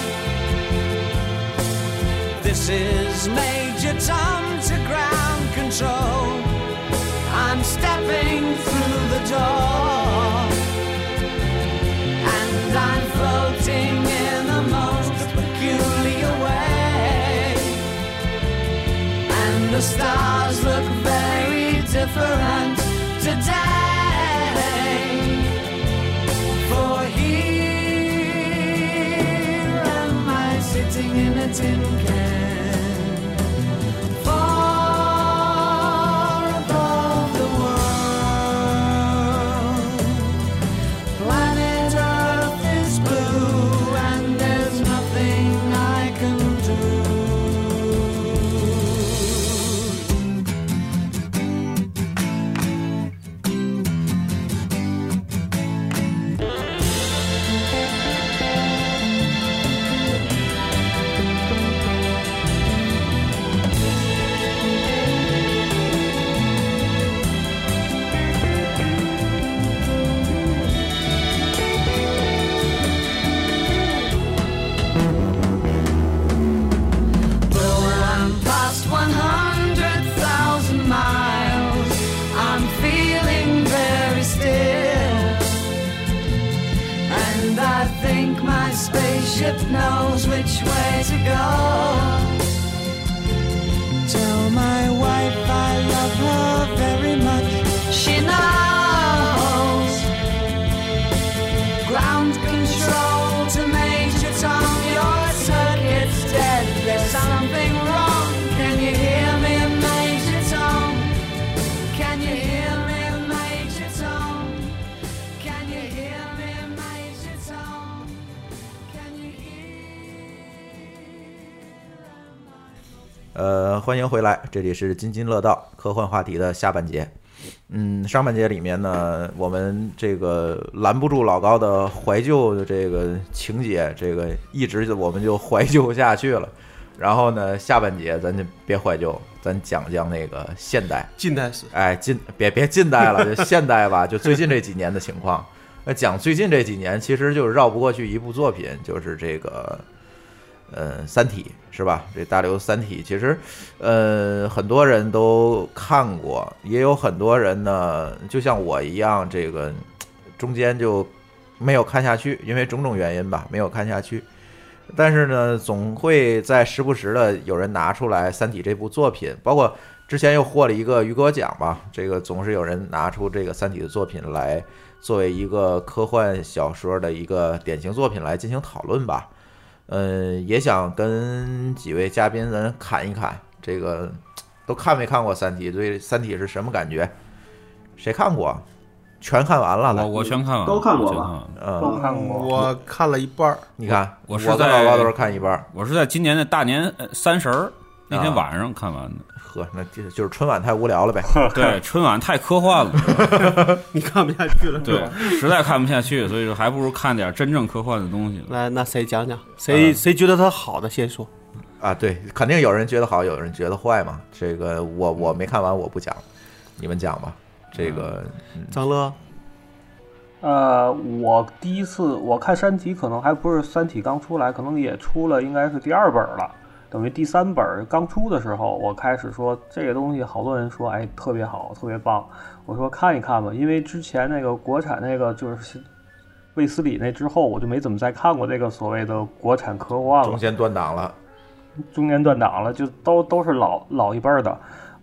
Speaker 9: This is Major Tom to ground control. I'm stepping through the door and I'm floating in the most peculiar way. And the stars look very different today. For here am I sitting in a tin can far above the world. Planet Earth is blue, and there's nothing I can do. Though I'm past 100,000 miles, I'm feeling very still. And I think my spaceship knows which way to go. Tell my wife I love her very much. She knows. Ground control to Major Tom, your circuit's dead. There's something wrong. Can you hear me, Major Tom? Can you hear me, Major Tom? Can you hear me, Major Tom? Can you hear?
Speaker 3: 呃，欢迎回来，这里是津津乐道科幻话题的下半节。嗯，上半节里面呢，我们这个拦不住老高的怀旧的这个情节，这个一直就我们就怀旧下去了。然后呢，下半节咱就别怀旧，咱讲讲那个现代。
Speaker 4: 近代史，
Speaker 3: 哎，近别别近代了，就现代吧，就最近这几年的情况。那讲最近这几年，其实就是绕不过去一部作品，就是这个，呃，《三体》是吧？这大刘《三体》其实，呃，很多人都看过，也有很多人呢，就像我一样，这个中间就没有看下去，因为种种原因吧，没有看下去。但是呢，总会在时不时的有人拿出来《三体》这部作品，包括之前又获了一个雨果奖吧。这个总是有人拿出这个《三体》的作品来作为一个科幻小说的一个典型作品来进行讨论吧。嗯，也想跟几位嘉宾咱侃一侃，这个都看没看过《三体》？对《三体》是什么感觉？谁看过？全看完了，来
Speaker 5: 我我全看完了，
Speaker 7: 嗯都看过
Speaker 5: 我
Speaker 7: 吧
Speaker 5: 全完了
Speaker 3: 嗯，
Speaker 8: 都看过。
Speaker 4: 我看了一半儿，
Speaker 3: 你看，
Speaker 5: 我是
Speaker 3: 跟
Speaker 5: 在
Speaker 3: 老高都是看一半儿。
Speaker 5: 我是在今年的大年呃三十儿那
Speaker 7: 啊
Speaker 5: 天晚上看完的。
Speaker 3: 呵，那这就是春晚太无聊 了呗。
Speaker 7: 啊
Speaker 5: 对，春晚太科幻了，
Speaker 4: 你看不下去了，是
Speaker 5: 对
Speaker 4: 吧？，
Speaker 5: 实在看不下去，所以说还不如看点真正科幻的东西了。
Speaker 4: 来，那谁讲讲？谁谁觉得它好的先说。
Speaker 3: 啊，对，肯定有人觉得好，有人觉得坏嘛。这个我我没看完，我不讲，你们讲吧。这个
Speaker 4: 张乐，
Speaker 8: 呃，我第一次我看《三体》，可能还不是《三体》刚出来，可能也出了，应该是第二本了。等于第三本刚出的时候，我开始说这个东西，好多人说，哎，特别好，特别棒。我说看一看吧，因为之前那个国产那个就是卫斯理那之后，我就没怎么再看过这个所谓的国产科
Speaker 5: 嗯
Speaker 8: 幻了
Speaker 3: 中。间断档了，
Speaker 8: 中间断档了，就都都是老老一辈儿的。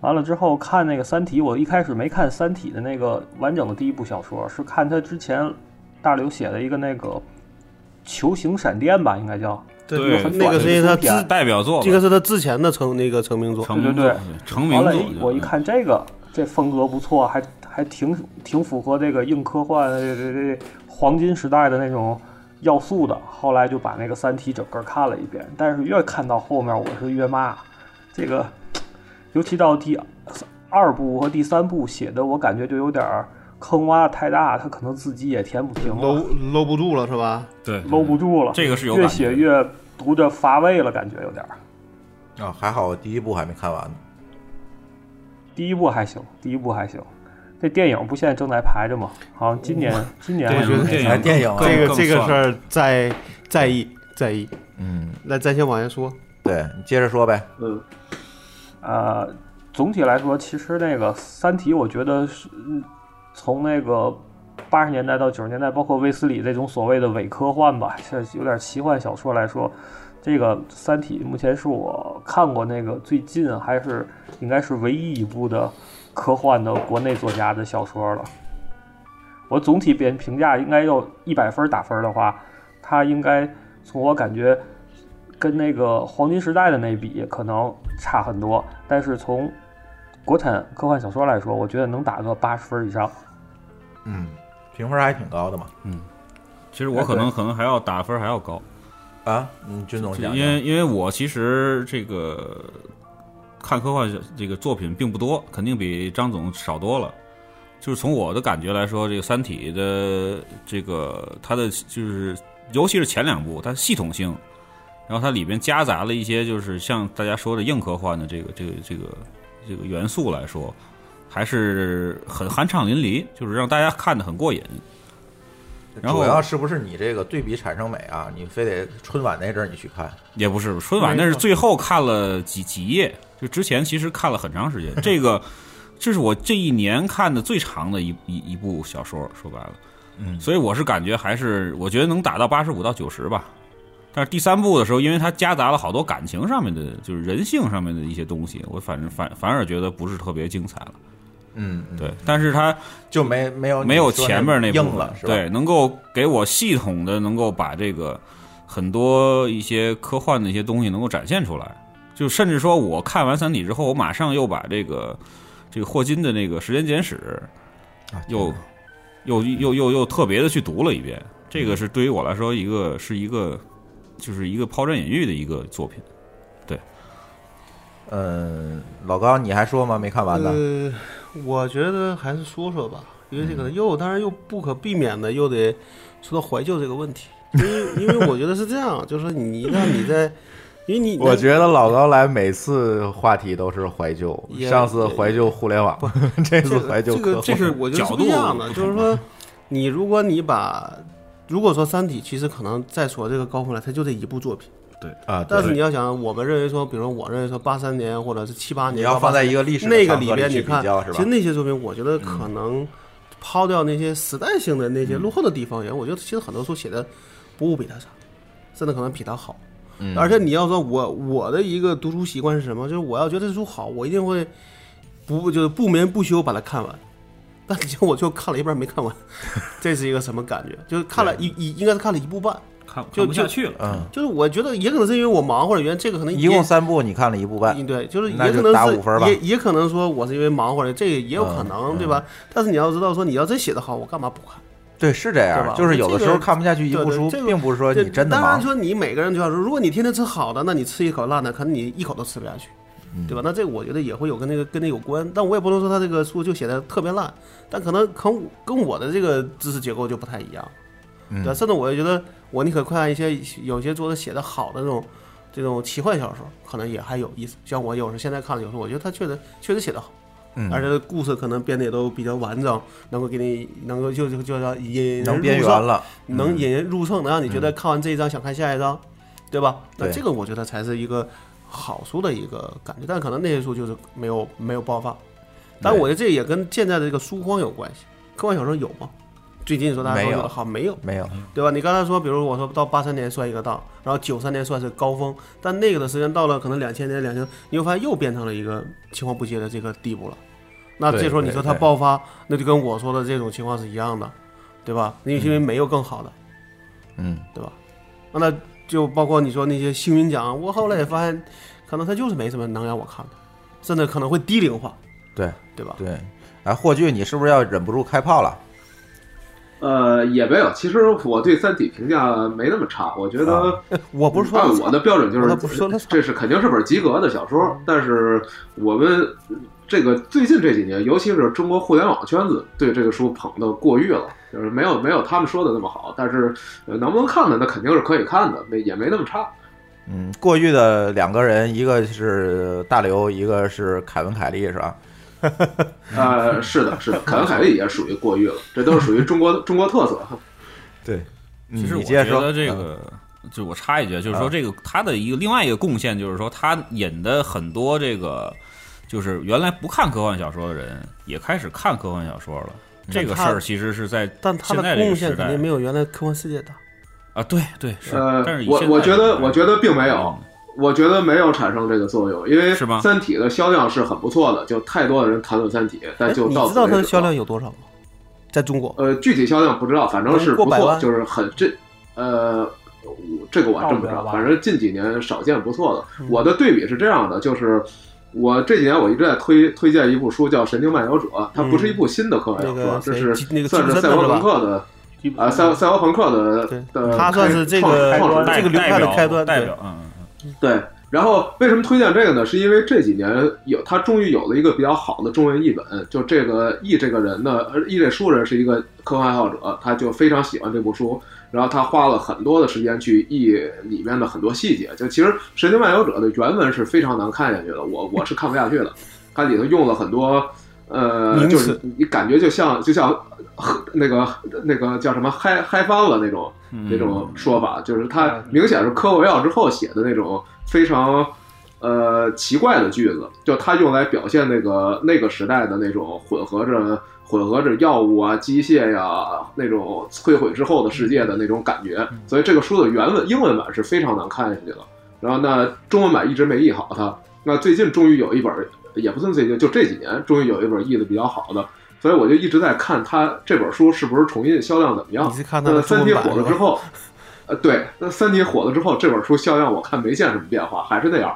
Speaker 8: 完了之后看那个《三体》，我一开始没看《三体》的那个完整的第一部小说，是看他之前大刘写的一个那个球形闪电吧，应该叫。
Speaker 5: 对
Speaker 4: 那个是他自，
Speaker 5: 代表作吧，
Speaker 4: 这个是他之前的成那个成名作。
Speaker 5: 成名
Speaker 8: 对
Speaker 5: 作
Speaker 8: 对，
Speaker 5: 成名
Speaker 8: 完了
Speaker 5: 作。，
Speaker 8: 我一看这个，这风格不错，还还挺挺符合这个硬科幻这这这黄金时代的那种要素的。后来就把那个《三体》整个看了一遍，但是越看到后面，我是越骂这个，尤其到第二部和第三部写的，我感觉就有点儿坑挖的太大，他可能自己也填不平了，
Speaker 4: 搂搂不住了是吧？
Speaker 5: 对
Speaker 8: 搂不住了。
Speaker 5: 这个是有
Speaker 8: 越
Speaker 5: 感觉
Speaker 8: 写
Speaker 5: 的
Speaker 8: 越读着乏味了，感觉有点儿。
Speaker 3: 啊、还好我第一部还没看完呢。
Speaker 8: 第一部还行，第一部还行。这电影不现在正在拍着吗？好像今年，今年
Speaker 4: 嗯
Speaker 8: 还
Speaker 4: 对我觉得
Speaker 5: 电
Speaker 3: 哎
Speaker 5: 影
Speaker 3: 电影啊
Speaker 5: 更
Speaker 4: 这个
Speaker 5: 更
Speaker 4: 这个
Speaker 5: 算
Speaker 4: 事儿在在意在意。
Speaker 3: 嗯，
Speaker 4: 那咱先往下说，
Speaker 3: 对，你接着说呗。
Speaker 7: 嗯，
Speaker 8: 呃，总体来说，其实那个《三体》，我觉得是嗯从那个八十年代到九十年代，包括卫斯理这种所谓的伪科幻吧，像有点奇幻小说来说，这个《三体》目前是我看过那个最近啊还是应该是唯一一部的科幻的国内作家的小说了。我总体评评价应该要一百分打分的话，它应该从我感觉跟那个黄金时代的那比可能差很多，但是从国产科幻小说来说，我觉得能打个八十分以上。
Speaker 3: 嗯，评分还挺高的嘛。
Speaker 5: 其实我可能可能还要打分还要高，
Speaker 3: 啊，嗯，军总讲
Speaker 5: 因
Speaker 3: 讲
Speaker 5: 为因为我其实这个看科幻这个作品并不多，肯定比张总少多了。就是从我的感觉来说，这个《三体》的这个它的就是，尤其是前两部，它系统性，然后它里边夹杂了一些就是像大家说的硬科幻的这个这个这个这个元素来说，还是很酣畅淋漓，就是让大家看得很过瘾。然后
Speaker 3: 主要是不是你这个对比产生美啊？你非得春晚那阵儿你去看，
Speaker 5: 也不是春晚，那是最后看了几几页，就之前其实看了很长时间。这个这是我这一年看的最长的一一一部小说，说白了，
Speaker 3: 嗯
Speaker 5: 所以我是感觉还是我觉得能打到八十五到九十吧。但是第三部的时候，因为它夹杂了好多感情上面的，就是人性上面的一些东西，我反正反反而觉得不是特别精彩了。
Speaker 3: 嗯，嗯
Speaker 5: 对，，但是它
Speaker 3: 就没没有
Speaker 5: 没有前面那
Speaker 3: 哦那
Speaker 5: 部分
Speaker 3: 硬了，是吧？
Speaker 5: 对，能够给我系统的能够把这个很多一些科幻的一些东西能够展现出来，就甚至说我看完《三体》之后，我马上又把这个这个霍金的那个《时间简史
Speaker 3: 啊》
Speaker 5: 又又又又又特别的去读了一遍，这个是对于我来说一个是一个就是一个抛砖引玉的一个作品。
Speaker 3: 嗯，老高，你还说吗？没看完呢。
Speaker 4: 呃，我觉得还是说说吧，因为这可能又，当然又不可避免的又得说到怀旧这个问题，因为因为我觉得是这样，就是说你一旦你在， 因为你
Speaker 3: 我觉得老高来每次话题都是怀旧，
Speaker 4: 也
Speaker 3: 上次怀旧互 联网， 这次怀旧
Speaker 4: 这
Speaker 3: 科
Speaker 4: 个
Speaker 3: 幻。
Speaker 4: 这是我觉得是不一样的，就是说，你如果你把，如果说《三体》，其实可能再说这个高峰来，它就这一部作品。
Speaker 3: 啊，
Speaker 4: 但是
Speaker 3: 对
Speaker 4: 你要想，我们认为说，比如说我认为说八三年或者是七八年，
Speaker 3: 你要放在一个历史的
Speaker 4: 那个
Speaker 3: 长河
Speaker 4: 里边，
Speaker 3: 去
Speaker 4: 你
Speaker 3: 比
Speaker 4: 看
Speaker 3: 较是，
Speaker 4: 其实
Speaker 3: 吧？嗯
Speaker 4: 那些作品，我觉得可能抛掉那些时代性的那些落后的地方也，我觉得其实很多书写的不比他差，甚至可能比他好。
Speaker 3: 嗯
Speaker 4: 而且你要说我我的一个读书习惯是什么？就是我要觉得这书好，我一定会不就是不眠不休把它看完。但你像我就看了一半没 看完，这是一个什么感觉？就是看了一一应该是看了一部半，
Speaker 5: 看看
Speaker 4: 就
Speaker 5: 不下去了。
Speaker 3: 嗯，
Speaker 4: 就是我觉得也可能是因为我忙或者原因这个可能
Speaker 3: 一
Speaker 4: 也
Speaker 3: 共三部，你看了一部半
Speaker 4: 嗯，对，就是也
Speaker 3: 那就
Speaker 4: 可能
Speaker 3: 打
Speaker 4: 是
Speaker 3: 五分吧
Speaker 4: 也也可能说我是因为忙或者这个也有可
Speaker 3: 嗯
Speaker 4: 能，
Speaker 3: 嗯
Speaker 4: 对吧？但是你要知道说，你要真写的好，我干嘛不看？
Speaker 3: 对，是这
Speaker 4: 对
Speaker 3: 样，
Speaker 4: 吧
Speaker 3: 就是有的时
Speaker 4: 这
Speaker 3: 候
Speaker 4: 个
Speaker 3: 看不下去一
Speaker 4: 对
Speaker 3: 部
Speaker 4: 对
Speaker 3: 书，
Speaker 4: 这个
Speaker 3: 并不是说你
Speaker 4: 对
Speaker 3: 真的
Speaker 4: 当然
Speaker 3: 忙。
Speaker 4: 说你每个人就要说，如果你天天吃好的，那你吃一口烂的，可能你一口都吃不下去，
Speaker 3: 嗯
Speaker 4: 对吧？那这个我觉得也会有跟那个跟那有关，但我也不能说他这个书就写的特别烂，但可能可能跟我的这个知识结构就不太一样，
Speaker 3: 嗯
Speaker 4: 对吧？甚至我也觉得我宁可看一些有些作者写的好的那种。这种奇幻小说可能也还有意思，像我有时候现在看了，有时候我觉得他确实确实写的好，
Speaker 3: 嗯
Speaker 4: 而且故事可能编的也都比较完整，能够给你能够就就就叫引人
Speaker 3: 能
Speaker 4: 入
Speaker 3: 边缘
Speaker 4: 胜
Speaker 3: 了，
Speaker 4: 能引人入胜，能让你觉得看完这一章想看下一章，对吧？那
Speaker 3: 嗯对
Speaker 4: 这个我觉得才是一个好书的一个感觉，但可能那些书就是没有没有爆发。但
Speaker 3: 对
Speaker 4: 我觉得这也跟现在的这个书荒有关系。科幻小说有吗？最近你说大家
Speaker 3: 没
Speaker 4: 说
Speaker 3: 有
Speaker 4: 的好没有，
Speaker 3: 没有，
Speaker 4: 对吧？你刚才说，比如我说到八三年算一个档，然后九三年算是高峰，但那个的时间到了可能两千年、两千，你又发现又变成了一个青黄不接的这个地步了。那
Speaker 3: 对
Speaker 4: 这时候你
Speaker 3: 对
Speaker 4: 说它
Speaker 3: 对
Speaker 4: 爆发，那就跟我说的这种情况是一样的，对吧？你因为没有更好的，
Speaker 3: 嗯，
Speaker 4: 对吧？那就包括你说那些星云奖，我后来也发现，可能它就是没什么能让我看的，甚至可能会低龄化，
Speaker 3: 对
Speaker 4: 对吧？
Speaker 3: 对。哎，霍炬，你是不是要忍不住开炮了？
Speaker 7: 呃，也没有。其实我对《三体》评价没那么差，我觉
Speaker 3: 啊
Speaker 7: 得
Speaker 4: 我哦不是说
Speaker 7: 按我的标准就
Speaker 4: 我倒不是说
Speaker 7: 是
Speaker 4: 他，哦
Speaker 7: 这是肯定是本及格的小说。但是我们这个最近这几年，尤其是中国互联网圈子对这个书捧的过誉了，就是没有没有他们说的那么好。但是呃能不能看呢？那肯定是可以看的，没也没那么差。
Speaker 3: 嗯，过誉的两个人，一个是大刘，一个是凯文·凯利，是吧？
Speaker 7: 呃，是的，是的，凯文凯利也属于过誉了，这都是属于中国中国特色。
Speaker 3: 对，
Speaker 4: 嗯
Speaker 5: 其实我
Speaker 3: 你
Speaker 5: 觉
Speaker 3: 接着
Speaker 5: 得
Speaker 3: 说
Speaker 5: 这个，就我插一句，就是说
Speaker 3: 啊
Speaker 5: 这个他的一个另外一个贡献，就是说他引的很多这个，就是原来不看科幻小说的人也开始看科幻小说了。
Speaker 4: 嗯
Speaker 5: 这个事儿其实是在
Speaker 4: 但它
Speaker 5: 现在
Speaker 4: 的
Speaker 5: 这个
Speaker 4: 贡
Speaker 5: 时
Speaker 4: 献肯
Speaker 5: 代
Speaker 4: 定没有原来科幻世界大。
Speaker 5: 啊，对对是
Speaker 7: 呃，
Speaker 5: 但是以
Speaker 7: 我
Speaker 5: 现在
Speaker 7: 我觉得
Speaker 5: 来看嗯
Speaker 7: 我觉得并没有，我觉得没有产生这个作用，因为
Speaker 5: 是吗
Speaker 7: 《三体》的销量是很不错的，就太多的人谈论《三体》，但
Speaker 4: 哎，
Speaker 7: 就
Speaker 4: 你
Speaker 7: 到
Speaker 4: 知
Speaker 7: 此
Speaker 4: 道
Speaker 7: 为止
Speaker 4: 它
Speaker 7: 了。
Speaker 4: 的销量有多少吗？在中国，
Speaker 7: 呃，具体销量不知道，反正是
Speaker 4: 嗯过
Speaker 7: 不
Speaker 4: 百
Speaker 7: 错，
Speaker 4: 万
Speaker 7: 就是很这呃，我这个我还真不知
Speaker 2: 到
Speaker 7: 道
Speaker 2: 不了，吧
Speaker 7: 反正近几年少见不错
Speaker 4: 嗯
Speaker 7: 的。我的对比是这样的，就是。我这几年我一直在推推荐一部书，叫《神经漫游者》，它不是一部新的科幻小
Speaker 4: 嗯那
Speaker 7: 说，
Speaker 4: 个
Speaker 7: 这
Speaker 4: 谁
Speaker 7: 是
Speaker 4: 那个
Speaker 7: 算
Speaker 4: 金
Speaker 7: 是
Speaker 4: 森
Speaker 7: 赛博
Speaker 4: 特是吧嗯
Speaker 7: 朋克的
Speaker 6: 基本
Speaker 7: 啊，赛赛博朋克的
Speaker 4: 对
Speaker 7: 的
Speaker 4: 他算是
Speaker 7: 呃开
Speaker 4: 这
Speaker 7: 创
Speaker 4: 个
Speaker 7: 创始人
Speaker 4: 这
Speaker 5: 代
Speaker 4: 个流派的
Speaker 5: 代表
Speaker 4: 开端
Speaker 5: 代
Speaker 4: 对
Speaker 5: 表嗯，嗯
Speaker 7: 对，然后为什么推荐这个呢？是因为这几年有他终于有了一个比较好的中文译本，就这个译这个人呢，呃译这书人是一个科幻爱好者，他就非常喜欢这部书，然后他花了很多的时间去译里面的很多细节。就其实《神经漫游者》的原文是非常难看下去的，我我是看不下去的，它里头用了很多。呃，
Speaker 4: 名
Speaker 7: 就
Speaker 4: 词
Speaker 7: 是你感觉就像就像呃那个那个叫什么嗨嗨翻了那种
Speaker 5: 嗯
Speaker 4: 嗯
Speaker 7: 那种说法，就是他明显是科维奥之后写的那种非常呃奇怪的句子，就他用来表现那个那个时代的那种混合着混合着药物啊、机械呀、那种摧毁之后的世界的那种感觉，
Speaker 4: 嗯
Speaker 7: 所以这个书的原文英文版是非常难看下去的。然后那中文版一直没译好它，那最近终于有一本，也不算最近，就这几年终于有一本译的比较好的，所以我就一直在看它这本书是不是重印，销量怎么样。
Speaker 4: 你是看它
Speaker 7: 那
Speaker 4: 的
Speaker 7: 《
Speaker 4: 中
Speaker 7: 啊呃三
Speaker 4: 文
Speaker 7: 体》
Speaker 4: 版
Speaker 7: 火了
Speaker 4: 是
Speaker 7: 之
Speaker 4: 吧？
Speaker 7: 后，呃，对，那《三体》火了之后，这本书销量我看没见什么变化，还是那样。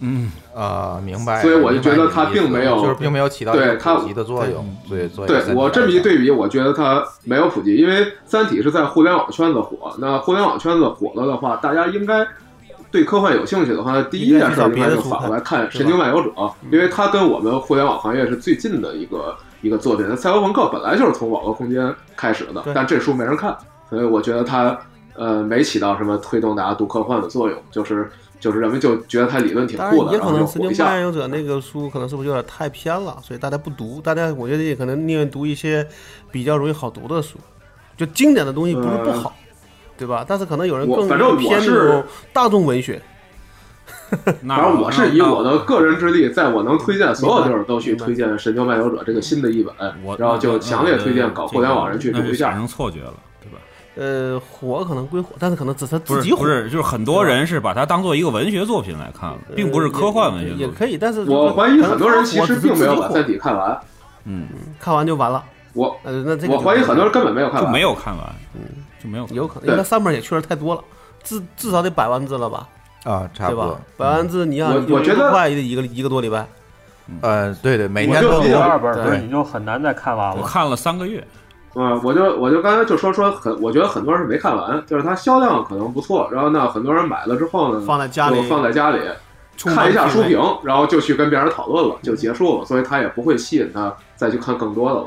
Speaker 5: 嗯
Speaker 3: 啊，明白。
Speaker 7: 所以我就觉得
Speaker 3: 明白
Speaker 7: 它
Speaker 3: 你的意思
Speaker 7: 并没有
Speaker 3: 就是并没有起到
Speaker 7: 对
Speaker 3: 一个
Speaker 7: 它
Speaker 3: 普及的作用，所以所以
Speaker 7: 对
Speaker 3: 在
Speaker 7: 我
Speaker 3: 这
Speaker 7: 这么
Speaker 3: 儿
Speaker 7: 一对比，我觉得它没有普及，因为《三体》是在互联网圈子火，那互联网圈子火了的话，大家应该对科幻有兴趣的话，第一件事儿应该就反过来看《神经漫游者》，
Speaker 4: 嗯
Speaker 7: 因为它跟我们互联网行业是最近的一个一个作品。赛博朋克本来就是从网络空间开始的
Speaker 4: 对，
Speaker 7: 但这书没人看，所以我觉得它呃没起到什么推动大家读科幻的作用，就是就是人们就觉得它理论挺
Speaker 4: 当
Speaker 7: 酷
Speaker 4: 然
Speaker 7: 的，
Speaker 4: 也可
Speaker 7: 然后就
Speaker 4: 能《神
Speaker 7: 火
Speaker 4: 经
Speaker 7: 一下
Speaker 4: 漫。游者》那个书可能是不是有点太偏了，所以大家不读。大家我觉得也可能宁愿读一些比较容易好读的书，就经典的东西不是不好，对吧？但是可能有人
Speaker 7: 呃我
Speaker 4: 更
Speaker 7: 反正我
Speaker 4: 偏
Speaker 7: 是
Speaker 4: 这种大众文学。
Speaker 5: 那
Speaker 7: 反正我是以
Speaker 5: 那
Speaker 7: 我的个人之力，在我能推荐所有地儿都去
Speaker 4: 明白
Speaker 7: 推荐《神经漫游者》这个新的译本
Speaker 5: 我，
Speaker 7: 然后就强烈推荐搞互联网人去
Speaker 5: 那
Speaker 7: 读
Speaker 5: 就
Speaker 7: 一下
Speaker 5: 产。生错觉了，对吧？
Speaker 4: 呃，火可能归火，但是可能只是他
Speaker 5: 不
Speaker 4: 自己
Speaker 5: 是
Speaker 4: 火，
Speaker 5: 不是，就是很多人是把它当做一个文学作品来看了，
Speaker 4: 呃
Speaker 5: 并不是科幻文学
Speaker 4: 也
Speaker 5: 作
Speaker 4: 也可
Speaker 5: 品。
Speaker 4: 以，但是
Speaker 7: 我怀疑
Speaker 4: 可能
Speaker 7: 很多人其
Speaker 4: 火
Speaker 7: 实
Speaker 4: 只是
Speaker 7: 并没有把
Speaker 4: 自己
Speaker 7: 《三
Speaker 4: 火
Speaker 7: 体》看完，
Speaker 5: 嗯，
Speaker 4: 看完就完了。
Speaker 7: 我
Speaker 4: 呃，那这个
Speaker 7: 我
Speaker 4: 就
Speaker 7: 怀疑很多人根本没有看
Speaker 5: 就
Speaker 7: 完。
Speaker 5: 没有看完，嗯，就没有看完。
Speaker 4: 有可能，
Speaker 7: 对
Speaker 4: 因为它上面也确实太多了，至至少得百万字了吧，
Speaker 3: 啊，差
Speaker 4: 对
Speaker 3: 不
Speaker 4: 吧
Speaker 3: 多。？
Speaker 4: 百万字你想，
Speaker 7: 我
Speaker 4: 你
Speaker 7: 我觉得
Speaker 4: 多快也得一个一个多礼拜。
Speaker 3: 呃，对对，每天
Speaker 7: 我就
Speaker 3: 都
Speaker 7: 记
Speaker 6: 第
Speaker 7: 得
Speaker 3: 有。
Speaker 6: 二本
Speaker 4: 对
Speaker 6: 不是你就很难再看完
Speaker 5: 我
Speaker 6: 了。
Speaker 5: 看了三个月，
Speaker 7: 嗯，我就我就刚才就说说很，我觉得很多人是没看完，就是它销量可能不错，然后呢，很多人买了之后呢，
Speaker 4: 放在家里
Speaker 7: 就放在家里
Speaker 4: 充满
Speaker 7: 看一下书
Speaker 4: 品
Speaker 7: 评，然后就去跟别人讨论了，就结束了，所以它也不会吸引他再去看更多的了。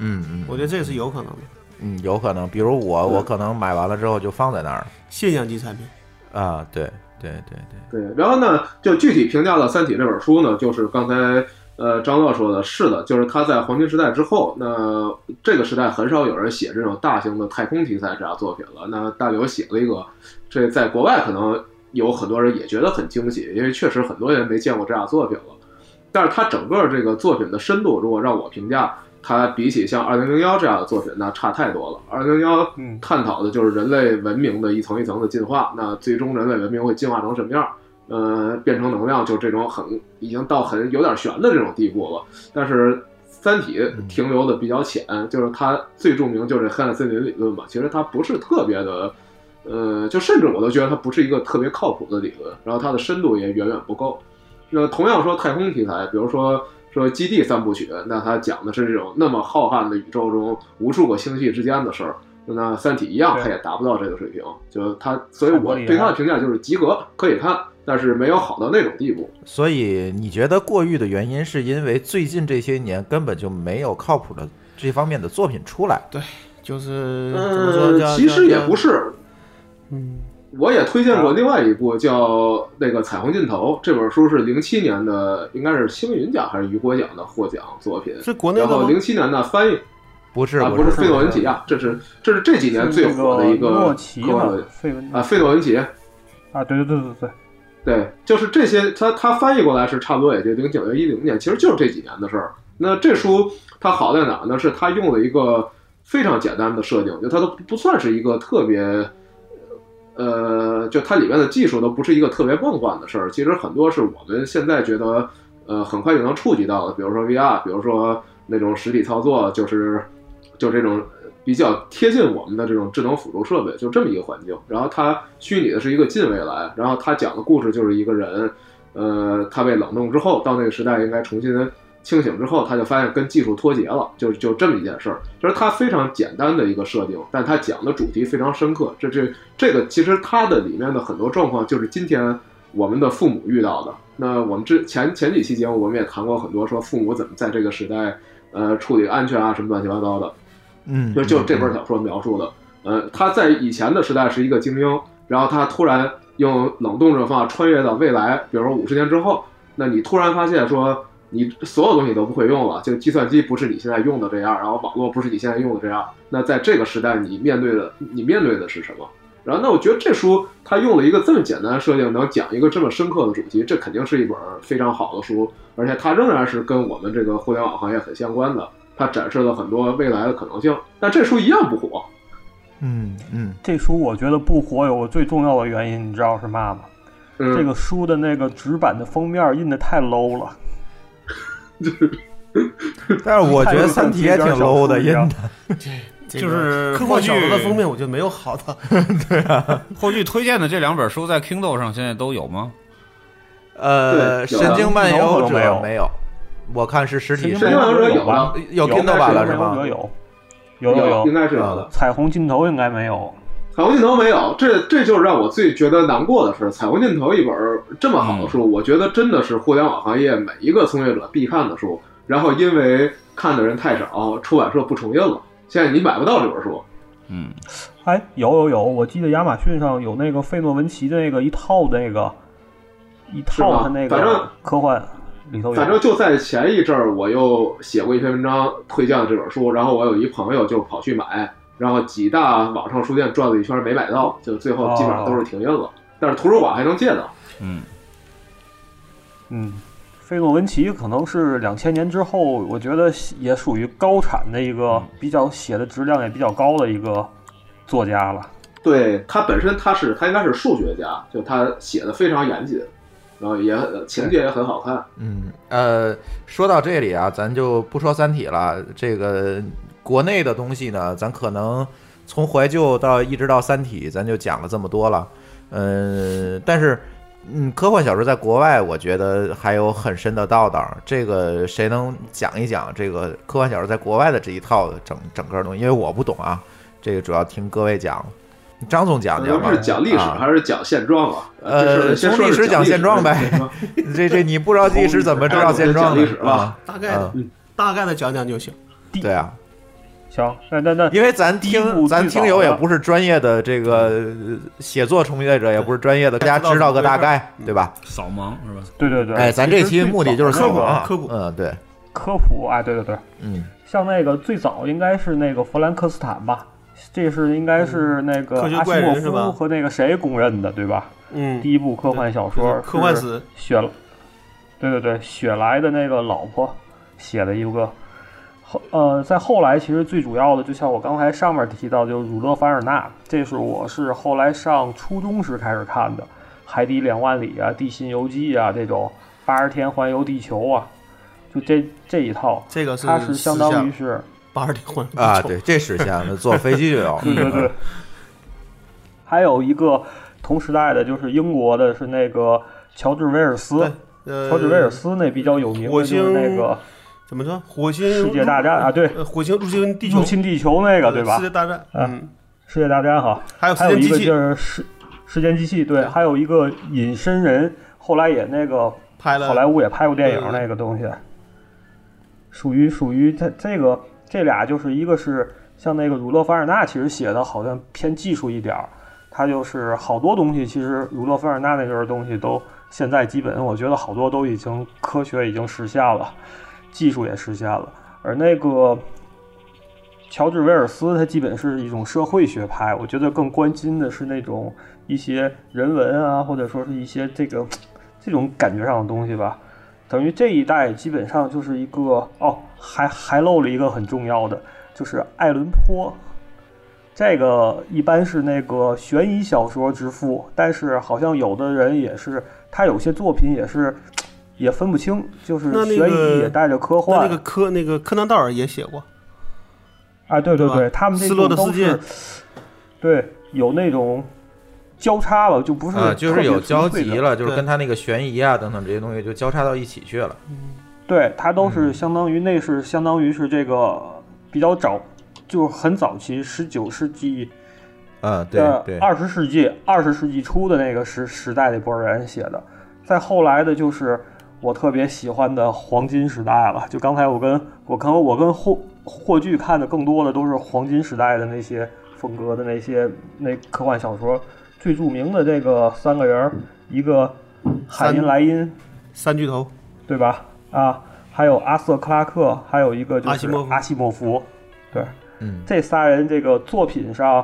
Speaker 3: 嗯嗯
Speaker 4: 我觉得这也是有可能的，
Speaker 3: 嗯，有可能，比如我，
Speaker 7: 对
Speaker 3: 我可能买完了之后就放在那儿了。
Speaker 4: 现象级产品。
Speaker 3: 啊，对对对对，
Speaker 7: 对，然后呢，就具体评价了《三体》这本书呢，就是刚才呃张乐说的，是的，就是他在黄金时代之后，那这个时代很少有人写这种大型的太空题材这样作品了。那大刘写了一个，这在国外可能有很多人也觉得很惊喜，因为确实很多人没见过这样作品了。但是他整个这个作品的深度，如果让我评价，它比起像《二零零幺》这样的作品，那差太多了。《二零零幺》
Speaker 6: 嗯
Speaker 7: 探讨的就是人类文明的一层一层的进化，那最终人类文明会进化成什么样？呃，变成能量，就这种很已经到很有点悬的这种地步了。但是《三体》停留的比较浅，就是它最著名就是黑暗森林理论嘛。其实它不是特别的，呃，就甚至我都觉得它不是一个特别靠谱的理论，然后它的深度也远远不够。那同样说太空题材，比如说说《基地》三部曲，那它讲的是这种那么浩瀚的宇宙中无数个星系之间的事儿。那《三体》一样，
Speaker 6: 对
Speaker 7: 它也达不到这个水平，就是它，所以
Speaker 6: 太玻
Speaker 7: 我
Speaker 4: 啊
Speaker 6: 璃了
Speaker 7: 对它的评价就是及格，可以看，但是没有好到那种地步。
Speaker 3: 所以你觉得过誉的原因是因为最近这些年根本就没有靠谱的这方面的作品出来。
Speaker 4: 就是怎么说
Speaker 7: 嗯，
Speaker 4: 叫？
Speaker 7: 其
Speaker 4: 叫
Speaker 7: 实也
Speaker 4: 叫啊
Speaker 7: 不是，
Speaker 4: 嗯，
Speaker 7: 我也推荐过另外一部叫那个《彩虹尽头》这本书是零七年的，应该是星云奖还是雨果奖的获奖作品。
Speaker 4: 是国内
Speaker 7: 然
Speaker 4: 的
Speaker 7: 后
Speaker 4: 吗
Speaker 7: 零七年呢翻译
Speaker 3: 不是
Speaker 7: 啊
Speaker 3: 不
Speaker 7: 不是费洛文奇亚，这是这是这几年最火的
Speaker 6: 是
Speaker 7: 一
Speaker 6: 那
Speaker 7: 个
Speaker 6: 诺奇
Speaker 7: 科幻
Speaker 6: 嘛
Speaker 7: 作品，
Speaker 6: 费文
Speaker 7: 啊，费洛文奇，
Speaker 6: 啊，对对对对对，
Speaker 7: 对，就是这些，它它翻译过来是差不多也就零九年、一零年，其实就是这几年的事儿。那这书它好在哪儿呢？是它用了一个非常简单的设定，就它都不算是一个特别，呃，就它里面的技术都不是一个特别梦幻的事儿。其实很多是我们现在觉得，呃，很快就能触及到的，比如说 VR，比如说那种实体操作，就是就这种比较贴近我们的这种智能辅助设备，就这么一个环境。然后它虚拟的是一个近未来，然后它讲的故事就是一个人，呃，他被冷冻之后，到那个时代应该重新清醒之后，他就发现跟技术脱节了，就就这么一件事儿。就是它非常简单的一个设定，但它讲的主题非常深刻。这这这个其实它的里面的很多状况就是今天我们的父母遇到的。那我们之前前几期节目我们也谈过很多，说父母怎么在这个时代，呃，处理安全啊什么乱七八糟的。
Speaker 3: 嗯，
Speaker 7: 就就这本
Speaker 3: 嗯
Speaker 7: 小说描述的，呃，他在以前的时代是一个精英，然后他突然用冷冻这方法穿越到未来，比如说五十年之后，那你突然发现说你所有东西都不会用了，就计算机不是你现在用的这样，然后网络不是你现在用的这样，那在这个时代你面对的你面对的是什么？然后，那我觉得这书它用了一个这么简单的设定，能讲一个这么深刻的主题，这肯定是一本非常好的书，而且它仍然是跟我们这个互联网行业很相关的。它展示了很多未来的可能性，但这书一样不火。
Speaker 3: 嗯嗯，
Speaker 6: 这书我觉得不火有个最重要的原因，你知道是嘛吗？
Speaker 7: 嗯，
Speaker 6: 这个书的那个纸板的封面印的太 low 了，
Speaker 3: 但是我 觉得《
Speaker 6: 看
Speaker 3: 三
Speaker 6: 上
Speaker 3: 体》
Speaker 6: 去
Speaker 3: 也挺
Speaker 6: 有点小啊
Speaker 3: low 的，
Speaker 6: 说一
Speaker 3: 因
Speaker 6: 样
Speaker 4: 这
Speaker 5: 就
Speaker 4: 个
Speaker 5: 是
Speaker 4: 科
Speaker 5: 过
Speaker 4: 幻
Speaker 5: 去
Speaker 4: 小说的封面，我觉得没有好的。
Speaker 5: 后续推荐的这两本书在 Kindle 上现在都有吗？
Speaker 3: 呃，《
Speaker 7: 对有
Speaker 3: 神经漫游者
Speaker 6: 有》有
Speaker 3: 没有，我看是实体
Speaker 6: 神
Speaker 7: 神
Speaker 6: 经
Speaker 7: 经
Speaker 3: 上
Speaker 7: 漫游者有
Speaker 6: 吧
Speaker 7: 吧？
Speaker 3: 有
Speaker 6: 有
Speaker 3: Kindle 版了是
Speaker 6: 有
Speaker 3: 吗？
Speaker 6: 有有有有
Speaker 7: 应该是有的。
Speaker 6: 彩虹尽头应该没有，
Speaker 7: 彩虹尽头没有，这这就是让我最觉得难过的事。彩虹尽头一本儿这么好的书，我觉得真的是互联网行业每一个从业者必看的书。然后因为看的人太少，出版社不重印了，现在你买不到这本书。
Speaker 5: 嗯，
Speaker 8: 哎，有有有，我记得亚马逊上有那个费诺文奇的那个一套那个一套他
Speaker 7: 是吗
Speaker 8: 那
Speaker 7: 反正
Speaker 8: 个科幻里头有，
Speaker 7: 反正就在前一阵儿，我又写过一篇文章推荐了这本书，然后我有一朋友就跑去买，然后几大网上书店转了一圈没买到，就最后基本上都
Speaker 3: 哦
Speaker 7: 是停印了。但是图书馆还能借到。
Speaker 5: 嗯
Speaker 8: 嗯，费诺文奇可能是两千年之后，我觉得也属于高产的一个比较写的质量也比较高的一个作家了。
Speaker 7: 对他本身他是他应该是数学家，就他写的非常严谨，然后也很情节也很好看。
Speaker 3: 嗯，呃，说到这里啊，咱就不说《三体》了。这个国内的东西呢，咱可能从怀旧到一直到《三体》，咱就讲了这么多了。嗯，但是，嗯，科幻小说在国外，我觉得还有很深的道道。这个谁能讲一讲这个科幻小说在国外的这一套整整个东西？因为我不懂啊，这个主要听各位讲了。张总讲
Speaker 7: 咱
Speaker 3: 讲吧，
Speaker 7: 们是讲历史
Speaker 3: 啊
Speaker 7: 还是讲现状啊？
Speaker 3: 呃，
Speaker 7: 先
Speaker 3: 从
Speaker 7: 说
Speaker 3: 历史讲现状呗。这这你不知道历史怎么知道现状
Speaker 7: 从
Speaker 3: 呢
Speaker 7: 历史哎讲历史吧？
Speaker 4: 大概的
Speaker 7: 嗯，
Speaker 4: 大概的讲讲就行。
Speaker 3: 啊对啊，
Speaker 8: 行，那那那
Speaker 3: 因为咱
Speaker 8: 第一部
Speaker 3: 听咱
Speaker 8: 最早
Speaker 3: 听友也
Speaker 8: 的
Speaker 3: 不是专业的这个呃写作从业者，也不是专业的，大家知道个大概，对吧？
Speaker 5: 扫盲是吧？
Speaker 8: 对对对，
Speaker 3: 哎，咱这期目的就是
Speaker 4: 科普
Speaker 3: 扫盲啊
Speaker 4: 科普
Speaker 3: 嗯，对，
Speaker 8: 科普哎，对对对，
Speaker 3: 嗯，
Speaker 8: 像那个最早应该是那个弗兰克斯坦吧，这是应该是那个
Speaker 4: 科学
Speaker 8: 阿西
Speaker 4: 怪人
Speaker 8: 莫
Speaker 4: 是吧
Speaker 8: 夫和那个谁公认的对吧？
Speaker 4: 嗯，
Speaker 8: 第一部科幻小说
Speaker 4: 就是，科幻
Speaker 8: 是
Speaker 4: 史
Speaker 8: 雪，对对对，雪莱的那个老婆写的一个。后呃，在后来其实最主要的，就像我刚才上面提到，就是儒勒·凡尔纳，这是我是后来上初中时开始看的，《海底两万里》啊，《地心游记》啊，这种八十天环游地球啊，就这这一套，
Speaker 4: 这个是
Speaker 8: 它是相当于是
Speaker 4: 八十里环游地球
Speaker 3: 啊，对，，这实现了，坐飞机就有，
Speaker 8: 对对对
Speaker 3: 嗯，。
Speaker 8: 还有一个同时代的，就是英国的，是那个乔治·威尔斯。
Speaker 4: 呃，
Speaker 8: 乔治·威尔斯那比较有名
Speaker 4: 火
Speaker 8: 的就是
Speaker 4: 星
Speaker 8: 那个
Speaker 4: 怎么说？火星
Speaker 8: 世界大战啊对
Speaker 4: 呃火星入侵地球
Speaker 8: 入，侵地球那个，
Speaker 4: 呃
Speaker 8: 对吧
Speaker 4: 世？界大战，嗯，
Speaker 8: 世界大战哈，
Speaker 4: 还有时
Speaker 8: 还有
Speaker 4: 间
Speaker 8: 一
Speaker 4: 机
Speaker 8: 个
Speaker 4: 器
Speaker 8: 就是时时间机器，对，还有一个隐身人，后来也那个
Speaker 4: 拍了，
Speaker 8: 好莱坞也拍过电影
Speaker 4: 对
Speaker 8: 那个东西，属于属于它这个这俩就是一个是像那个儒勒·凡尔纳，其实写的好像偏技术一点儿，他就是好多东西，其实儒勒·凡尔纳那阵儿东西都现在基本我觉得好多都已经科学已经实现了，技术也实现了，而那个。乔治·威尔斯他基本是一种社会学派，我觉得更关心的是那种一些人文啊，或者说是一些这个这种感觉上的东西吧。等于这一代基本上就是一个哦，还还漏了一个很重要的，就是爱伦坡。这个一般是那个悬疑小说之父，但是好像有的人也是，他有些作品也是也分不清，就是
Speaker 4: 那那
Speaker 8: 悬
Speaker 4: 个
Speaker 8: 疑也带着科幻。
Speaker 4: 那那个柯那个柯南道尔也写过，
Speaker 8: 啊，对对
Speaker 4: 对吧
Speaker 8: 对，他们这
Speaker 4: 失落
Speaker 8: 种
Speaker 4: 的
Speaker 8: 都
Speaker 4: 世界
Speaker 8: 是，对，有那种交叉了，就不是
Speaker 3: 啊，就
Speaker 8: 特
Speaker 3: 是
Speaker 8: 别
Speaker 3: 有
Speaker 8: 纯
Speaker 3: 交
Speaker 8: 粹的
Speaker 3: 集，了，就是
Speaker 4: 对
Speaker 3: 跟他那个悬疑啊等等这些东西就交叉到一起去了。
Speaker 8: 对，它都
Speaker 3: 嗯
Speaker 8: 是相当于那是相当于是这个比较早，就是很早期十九世纪
Speaker 3: 嗯，对
Speaker 8: 呃
Speaker 3: 对，
Speaker 8: 二十世纪二十世纪初的那个时时代那波人写的，再后来的就是我特别喜欢的黄金时代了。就刚才我跟我跟我跟霍霍炬看的更多的都是黄金时代的那些风格的那些那科幻小说，最著名的这个三个人儿，一个海因
Speaker 4: 三
Speaker 8: 莱因，
Speaker 4: 三巨头，
Speaker 8: 对吧？啊，还有阿瑟·克拉克，还有一个就是
Speaker 4: 阿西莫夫
Speaker 8: 阿西莫夫，对，
Speaker 3: 嗯，
Speaker 8: 这仨人这个作品上，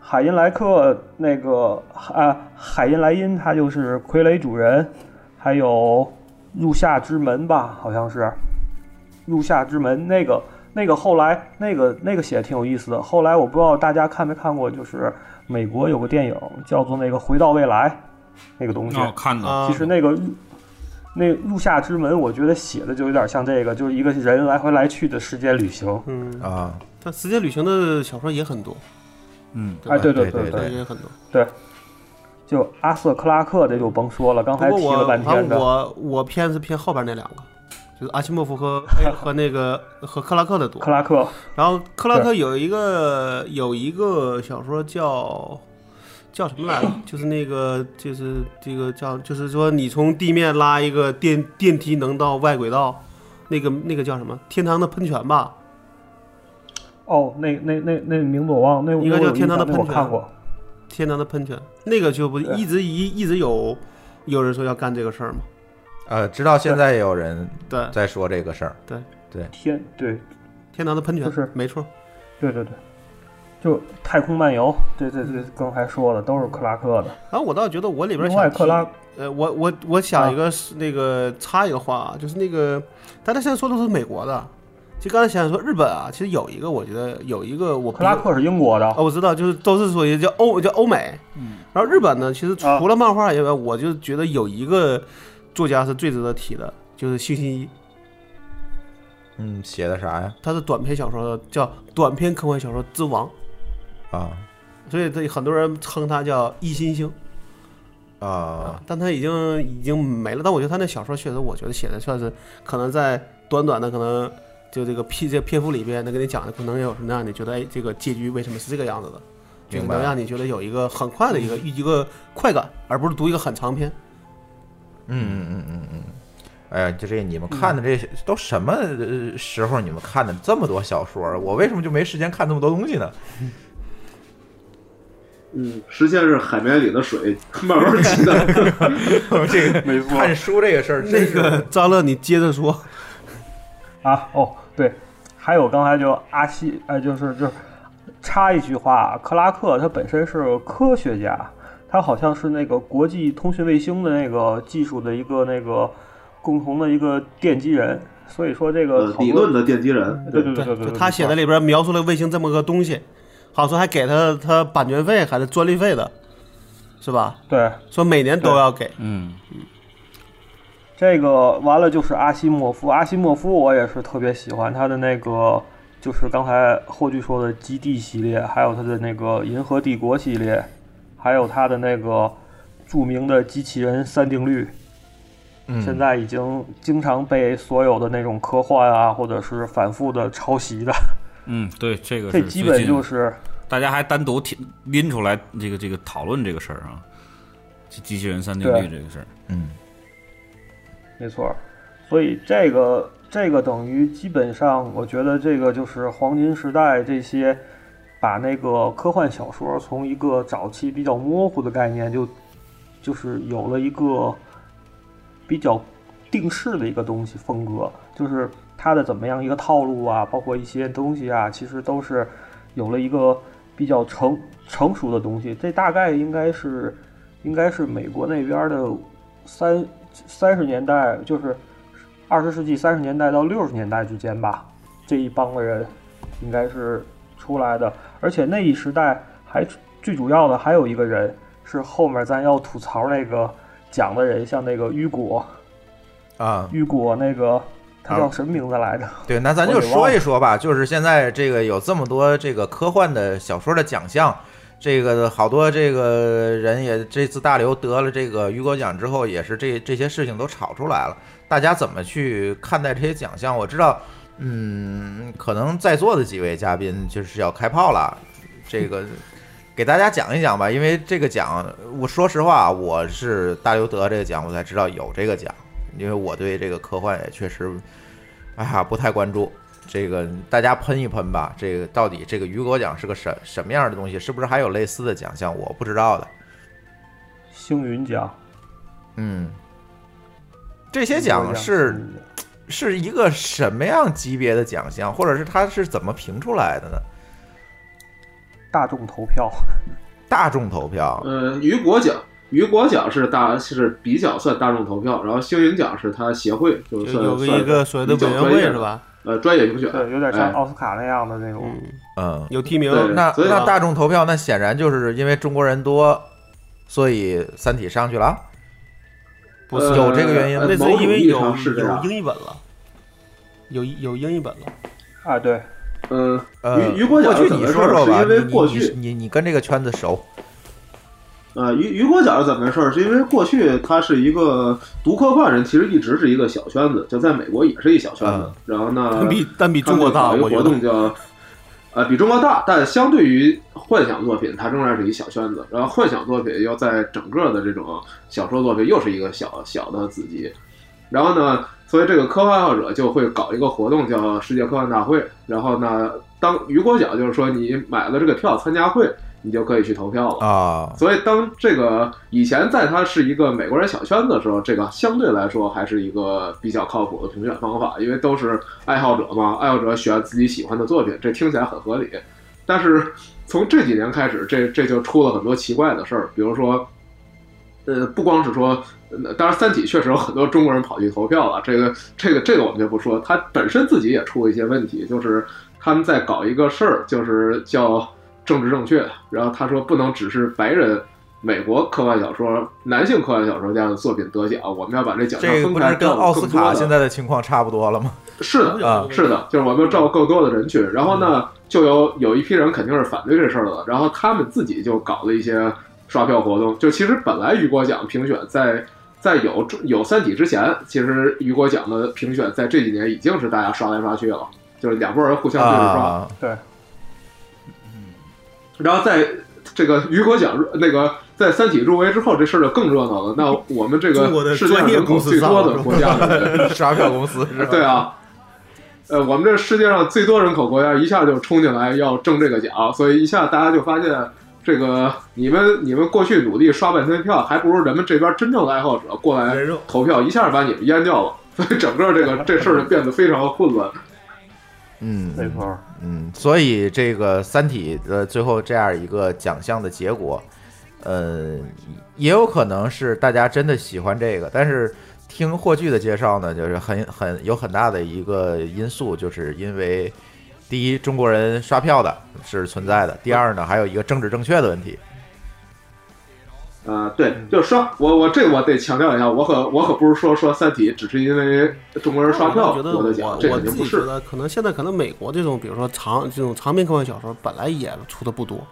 Speaker 8: 海因莱克那个啊，海因莱因他就是傀儡主人，还有入夏之门吧，好像是入夏之门那个那个后来那个那个写的挺有意思的，后来我不知道大家看没看过，就是美国有个电影叫做那个《回到未来》那个东西，
Speaker 5: 那我哦看到
Speaker 4: 啊
Speaker 8: 其实那个入那入夏之门，我觉得写的就有点像这个，就是一个人来回来去的时间旅行。
Speaker 4: 嗯，
Speaker 3: 啊，
Speaker 4: 他时间旅行的小说也很多，
Speaker 5: 嗯，
Speaker 8: 哎，对
Speaker 3: 对
Speaker 8: 对
Speaker 3: 对
Speaker 4: 也很多。
Speaker 8: 对，就阿瑟克拉克这就甭说了，刚才
Speaker 4: 不
Speaker 8: 提
Speaker 4: 过
Speaker 8: 了
Speaker 4: 我
Speaker 8: 半
Speaker 4: 反
Speaker 8: 天的，
Speaker 4: 正我我偏是偏后边那两个，就是阿西莫夫和哎和那个和克拉克的多。克
Speaker 8: 拉克，
Speaker 4: 然后克拉克有一个有一个小说叫叫什么来着？就是那个就是这个叫就是说你从地面拉一个电电梯能到外轨道，那个那个叫什么？天堂的喷泉吧？
Speaker 8: 哦，那那那那名字我忘了，那
Speaker 4: 应该
Speaker 8: 那我
Speaker 4: 叫
Speaker 8: 有
Speaker 4: 天堂的
Speaker 8: 印象那我
Speaker 4: 喷泉。啊
Speaker 8: 看过。
Speaker 4: 天堂的喷泉，那个就不
Speaker 8: 对
Speaker 4: 一直一一直有有人说要干这个事儿吗？
Speaker 3: 呃，直到现在也有人
Speaker 4: 对
Speaker 3: 在说这个事儿。
Speaker 4: 对
Speaker 3: 对，
Speaker 8: 天对，
Speaker 4: 天堂的喷泉
Speaker 8: 就是
Speaker 4: 没错。
Speaker 8: 对对对，就太空漫游，对对
Speaker 4: 嗯
Speaker 8: 对，刚才说了，都是克拉克的。
Speaker 4: 然后我倒觉得我里边
Speaker 8: 另外
Speaker 4: 想提
Speaker 8: 克拉，啊
Speaker 4: 呃，我我我想一个是那个插一个话啊，就是那个大家现在说的都是美国的，就刚才想说日本啊，其实有一个我觉得有一个我
Speaker 8: 克拉克是英国的
Speaker 4: 啊，我知道，就是都是属于叫欧叫欧美，
Speaker 8: 嗯，啊
Speaker 4: 然后日本呢，其实除了漫画以外，我就觉得有一个作家是最值得提的，就是星期一，
Speaker 3: 嗯，写的啥呀？
Speaker 4: 他是短篇小说的，叫短篇科幻小说之王，
Speaker 3: 啊
Speaker 4: 所以这很多人称他叫一星星。
Speaker 3: 啊，
Speaker 4: 但他已经已经没了。但我觉得他那小说确实，我觉得写的算是可能在短短的可能就这个篇这篇幅里边，能给你讲的可能有什么让你觉得哎，这个结局为什么是这个样子的，就是
Speaker 3: 明白
Speaker 4: 能让你觉得有一个很快的一个一个快感，而不是读一个很长篇。
Speaker 3: 嗯嗯嗯嗯嗯。哎呀，就这你们看的这些都什么呃时候？你们看的这么多小说，我为什么就没时间看那么多东西呢？
Speaker 7: 嗯，实现是海绵里的水，慢慢挤的。
Speaker 3: 这个
Speaker 6: 没错
Speaker 3: 看书这个事儿，
Speaker 4: 那个张乐，你接着说。
Speaker 8: 啊，哦，对，还有刚才就阿西，呃，就是就是插一句话，啊克拉克他本身是科学家，他好像是那个国际通讯卫星的那个技术的一个那个共同的一个奠基人，所以说这个
Speaker 7: 呃，
Speaker 8: 好多
Speaker 7: 理论的奠基人，
Speaker 8: 对对对对
Speaker 4: 就
Speaker 8: 对，
Speaker 4: 他写的里边描述了卫星这么个东西，好像说还给他他版权费还是专利费的，是吧？
Speaker 8: 对，
Speaker 4: 说每年都要给。
Speaker 5: 嗯，
Speaker 8: 这个完了就是阿西莫夫，阿西莫夫我也是特别喜欢他的那个，就是刚才霍炬说的《基地》系列，还有他的那个《银河帝国》系列，还有他的那个著名的机器人三定律。
Speaker 3: 嗯
Speaker 8: 现在已经经常被所有的那种科幻啊，或者是反复的抄袭的，
Speaker 5: 嗯，对，这个
Speaker 8: 这
Speaker 5: 是
Speaker 8: 基
Speaker 5: 最
Speaker 8: 本
Speaker 5: 近
Speaker 8: 就是
Speaker 5: 大家还单独提拎出来这个这个讨论这个事儿啊，这机器人三定律
Speaker 8: 对
Speaker 5: 这个事儿，
Speaker 3: 嗯，
Speaker 8: 没错，所以这个这个等于基本上，我觉得这个就是黄金时代这些，把那个科幻小说从一个早期比较模糊的概念就，就是有了一个比较定式的一个东西风格，就是它的怎么样一个套路啊，包括一些东西啊，其实都是有了一个比较成成熟的东西。这大概应该是应该是美国那边的三三十年代，就是二十世纪三十年代到六十年代之间吧，这一帮的人应该是出来的。而且那一时代还最主要的还有一个人是后面咱要吐槽那个讲的人，像那个雨果，
Speaker 3: 啊，
Speaker 8: 雨果那个他
Speaker 3: 啊
Speaker 8: 叫什么名字来着？
Speaker 3: 对，那咱就说一说吧，就是现在这个有这么多这个科幻的小说的奖项，这个好多这个人也这次大刘得了这个雨果奖之后，也是这这些事情都炒出来了，大家怎么去看待这些奖项？我知道，嗯，可能在座的几位嘉宾就是要开炮了，这个。给大家讲一讲吧，因为这个奖，我说实话，我是大刘得这个奖，我才知道有这个奖，因为我对这个科幻也确实哎呀，不太关注。这个大家喷一喷吧，这个到底这个雨果奖是个什什么样的东西？是不是还有类似的奖项？我不知道的。
Speaker 8: 星云奖，
Speaker 3: 嗯，这些奖
Speaker 7: 嗯
Speaker 3: 是是一个什么样级别的奖项，或者是它是怎么评出来的呢？
Speaker 8: 大众投票，
Speaker 3: 大众投票，
Speaker 7: 呃，雨果奖，雨果奖是大是比较算大众投票，然后星云奖是他协会，就
Speaker 4: 就
Speaker 7: 是算
Speaker 4: 有个
Speaker 7: 算
Speaker 4: 一个所谓的
Speaker 7: 比较
Speaker 4: 委员
Speaker 7: 专
Speaker 4: 会
Speaker 7: 业的
Speaker 4: 是吧？
Speaker 7: 呃，专业评选，
Speaker 8: 对，有点
Speaker 7: 哎
Speaker 8: 像奥斯卡那样的那种。
Speaker 3: 嗯，
Speaker 4: 有提名
Speaker 7: 对，
Speaker 3: 那
Speaker 7: 所以啊
Speaker 3: 那大众投票，那显然就是因为中国人多，所以《三体》上去了。
Speaker 4: 不是
Speaker 7: 呃
Speaker 3: 有这个原因吗
Speaker 4: 那是
Speaker 7: 某种
Speaker 4: 因为
Speaker 7: 意义
Speaker 4: 有
Speaker 7: 上是这
Speaker 4: 有
Speaker 7: 样
Speaker 4: 英译本了，有有英译本了。
Speaker 8: 啊，对，
Speaker 7: 呃，
Speaker 3: 呃，
Speaker 7: 雨雨果奖
Speaker 3: 过去
Speaker 7: 是怎
Speaker 3: 你
Speaker 7: 么回事
Speaker 3: 说
Speaker 7: 儿？
Speaker 3: 说吧，
Speaker 7: 是因为
Speaker 3: 你
Speaker 7: 过
Speaker 3: 你
Speaker 7: 去
Speaker 3: 你你你跟这个圈子熟，
Speaker 7: 呃，雨雨果角是怎么回事儿？是因为过去它是一个读科幻人，其实一直是一个小圈子，就在美国也是一小圈子。然后呢，
Speaker 4: 比但比中国大
Speaker 7: 有一
Speaker 4: 我
Speaker 7: 个
Speaker 4: 觉
Speaker 7: 活
Speaker 4: 得
Speaker 7: 动叫，呃，比中国大，但相对于幻想作品，它仍然是一小圈子。然后幻想作品又在整个的这种小说作品又是一个小小的子集。然后呢，所以这个科幻爱好者就会搞一个活动叫世界科幻大会。然后呢，当雨果角就是说你买了这个票参加会，你就可以去投票了。
Speaker 3: 啊，
Speaker 7: 所以当这个以前在它是一个美国人小圈子的时候，这个相对来说还是一个比较靠谱的评选方法，因为都是爱好者嘛，爱好者选自己喜欢的作品，这听起来很合理。但是从这几年开始，这这就出了很多奇怪的事儿，比如说，呃，不光是说，呃当然《三体》确实有很多中国人跑去投票了，这个这个这个我们就不说，它本身自己也出了一些问题，就是他们在搞一个事儿，就是叫政治正确，然后他说不能只是白人。美国科幻小说，男性科幻小说家的作品得奖，我们要把这奖项
Speaker 3: 这个
Speaker 7: 分
Speaker 3: 不
Speaker 7: 开，
Speaker 3: 是跟
Speaker 7: 让
Speaker 3: 奥斯
Speaker 7: 更多
Speaker 3: 卡
Speaker 7: 的
Speaker 3: 现在的情况差不多了吗？
Speaker 7: 是的，啊，是的，就是我们照顾更多的人群。然后呢，就有有一批人肯定是反对这事儿的，然后他们自己就搞了一些刷票活动。就其实本来雨果奖评选在在有有《三体》之前，其实雨果奖的评选在这几年已经是大家刷来刷去了，就是两拨人互相对着刷。
Speaker 3: 啊，
Speaker 8: 对，
Speaker 7: 然后在这个雨果奖入那个在《三体》入围之后，这事儿就更热闹了。那我们这
Speaker 4: 嗯中国
Speaker 7: 个
Speaker 4: 的
Speaker 7: 世界上
Speaker 4: 专业
Speaker 7: 人口
Speaker 4: 公司
Speaker 7: 最
Speaker 4: 上
Speaker 7: 多
Speaker 4: 了
Speaker 7: 的
Speaker 4: 是吧
Speaker 7: 国家里面，
Speaker 3: 刷票公司是吧？
Speaker 7: 对，啊，呃，我们这世界上最多人口国家一下就冲进来要争这个奖，所以一下大家就发现，这个你们你们过去努力刷半天票，还不如人们这边真正的爱好者过来
Speaker 4: 人肉
Speaker 7: 投票，一下把你们淹掉了。所以整个这个这事儿就变得非常混乱。
Speaker 3: 嗯，
Speaker 6: 没错儿，
Speaker 3: 嗯，所以这个《三体》的最后这样一个奖项的结果，呃，也有可能是大家真的喜欢这个，但是听霍炬的介绍呢，就是很很有很大的一个因素，就是因为第一，中国人刷票的是存在的；第二呢，还有一个政治正确的问题。
Speaker 7: 啊、对，就是说，我我这我得强调一下，我可我可不是说说《三体》只是因为中国人刷票
Speaker 4: 我觉得
Speaker 7: 得奖，这
Speaker 4: 我
Speaker 7: 肯
Speaker 4: 自
Speaker 7: 定不
Speaker 4: 己觉
Speaker 7: 是。
Speaker 4: 得，可能现在可能美国这种，比如说长这种长篇科幻小说，本来也出的不多，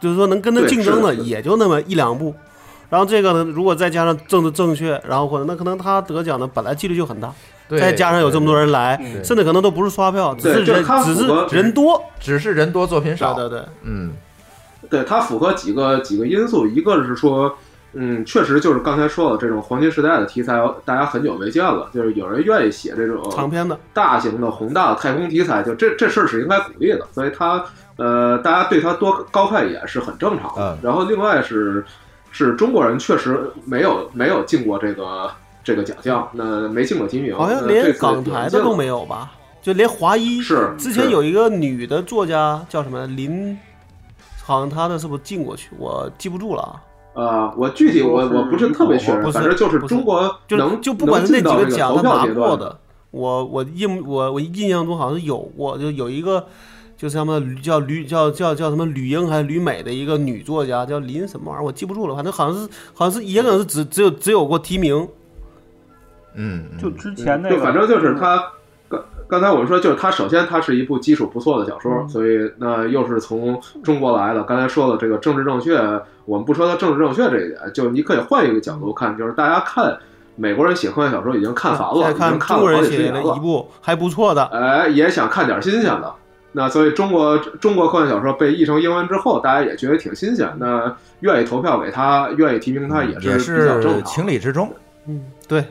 Speaker 4: 就是说能跟它
Speaker 7: 对
Speaker 4: 竞争
Speaker 7: 是的
Speaker 4: 的
Speaker 7: 是的
Speaker 4: 也就那么一两部。然后这个呢，如果再加上政治正确，然后或者那可能他得奖的本来几率就很大，
Speaker 3: 对
Speaker 4: 再加上有这么多人来，
Speaker 3: 对
Speaker 4: 甚至可能都不是刷票，只
Speaker 7: 对
Speaker 4: 是
Speaker 7: 就是
Speaker 4: 人
Speaker 7: 它
Speaker 4: 只
Speaker 7: 符
Speaker 4: 是
Speaker 7: 合
Speaker 4: 人多。
Speaker 3: 只是人多作品
Speaker 4: 对
Speaker 3: 少。
Speaker 4: 对对，
Speaker 3: 嗯，
Speaker 7: 对，它符合几个几个因素，一个是说，嗯，确实就是刚才说了，这种黄金时代的题材，大家很久没见了，就是有人愿意写这
Speaker 4: 长
Speaker 7: 种
Speaker 4: 篇的
Speaker 7: 大型的宏大的太空题材，就这这事儿是应该鼓励的，所以它呃，大家对它多高看一眼是很正常的
Speaker 3: 嗯。
Speaker 7: 然后另外是是中国人确实没有没有进过这个这个奖项，那没进过提名，
Speaker 4: 好像
Speaker 7: 那
Speaker 4: 连
Speaker 7: 这次
Speaker 4: 港台的都没
Speaker 7: 有
Speaker 4: 有吧？就连华一
Speaker 7: 进了。是
Speaker 4: 之前
Speaker 7: 是
Speaker 4: 有一个女的作家叫什么林，好像她的是不是进过去？我记不住了啊。
Speaker 7: 呃，我具体我我不是特别确认，
Speaker 4: 不是
Speaker 7: 反正就是
Speaker 4: 不是
Speaker 7: 中国
Speaker 4: 就
Speaker 7: 能
Speaker 4: 就不管是
Speaker 7: 能
Speaker 4: 那几
Speaker 7: 进到这
Speaker 4: 个奖
Speaker 7: 投
Speaker 4: 他
Speaker 7: 票
Speaker 4: 拿
Speaker 7: 阶
Speaker 4: 过
Speaker 7: 段，
Speaker 4: 的，我我印我我印象中好像是有过，就有一个就是什么吕叫吕叫叫叫什么吕英还是吕美的一个女作家叫林什么玩意儿，我记不住了，反正好像是好像是也可能是只只有只有过提名，
Speaker 3: 嗯，嗯
Speaker 8: 就之前那
Speaker 7: 就
Speaker 8: 个，嗯
Speaker 7: 反正就是它，刚刚才我们说，就是它首先它是一部基础不错的小说，
Speaker 8: 嗯
Speaker 7: 所以那又是从中国来的。刚才说了这个政治正确，我们不说它政治正确这一点，就你可以换一个角度看，就是大家看美国人写科幻小说已经看烦了，
Speaker 4: 再
Speaker 7: 已经
Speaker 4: 看
Speaker 7: 看
Speaker 4: 中
Speaker 7: 了
Speaker 4: 国
Speaker 7: 好
Speaker 4: 人
Speaker 7: 几十
Speaker 4: 写
Speaker 7: 年
Speaker 4: 的
Speaker 7: 了
Speaker 4: 一，部还不错的，
Speaker 7: 哎，也想看点新鲜的。那所以中国中国科幻小说被译成英文之后，大家也觉得挺新鲜，那愿意投票给他，愿意提名他也是
Speaker 3: 也
Speaker 7: 比较正
Speaker 3: 是
Speaker 7: 常。
Speaker 3: 情理之中。
Speaker 4: 嗯，对，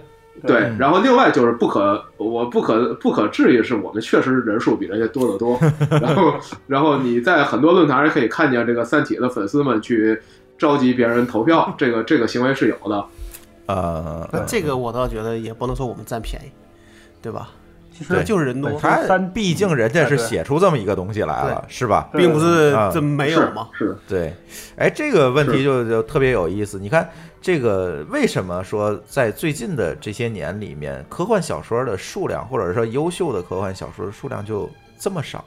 Speaker 7: 对
Speaker 3: 嗯，
Speaker 7: 然后另外就是不可，我不可不可置疑是我们确实人数比人家多 得多。然后，然后你在很多论坛上可以看见这个《三体》的粉丝们去召集别人 投票，这个这个行为是有的。
Speaker 3: 呃，
Speaker 4: 那这个我倒觉得也不能说我们占便宜，对吧？其
Speaker 3: 对
Speaker 4: 实就是人多，
Speaker 8: 它
Speaker 3: 他
Speaker 8: 三
Speaker 3: 毕竟人家是
Speaker 8: 对
Speaker 3: 写出这么一个东西来了，是吧？
Speaker 8: 对
Speaker 4: 并不是
Speaker 3: 嗯
Speaker 4: 真没有嘛，
Speaker 7: 是是
Speaker 3: 对，哎，这个问题
Speaker 7: 是
Speaker 3: 就就特别有意思。你看，这个为什么说在最近的这些年里面，科幻小说的数量，或者说优秀的科幻小说的数量就这么少？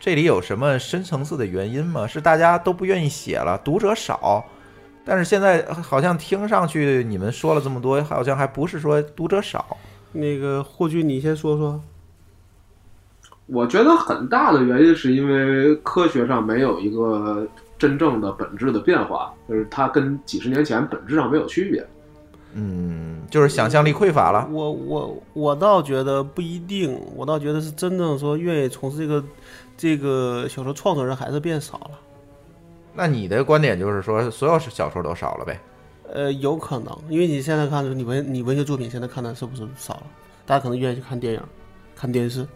Speaker 3: 这里有什么深层次的原因吗？是大家都不愿意写了，读者少？但是现在好像听上去你们说了这么多，好像还不是说读者少，
Speaker 4: 那个霍炬，你先说说。
Speaker 7: 我觉得很大的原因是因为科学上没有一个真正的本质的变化，就是它跟几十年前本质上没有区别。
Speaker 3: 嗯，就是想象力匮乏了。
Speaker 4: 我我我倒觉得不一定，我倒觉得是真正说愿意从事这个这个小说创作人还是变少了。
Speaker 3: 那你的观点就是说，所有小说都少了呗？
Speaker 4: 呃，有可能，因为你现在看的时候，你文你文学作品现在看的是不是少了？大家可能愿意去看电影、看电视，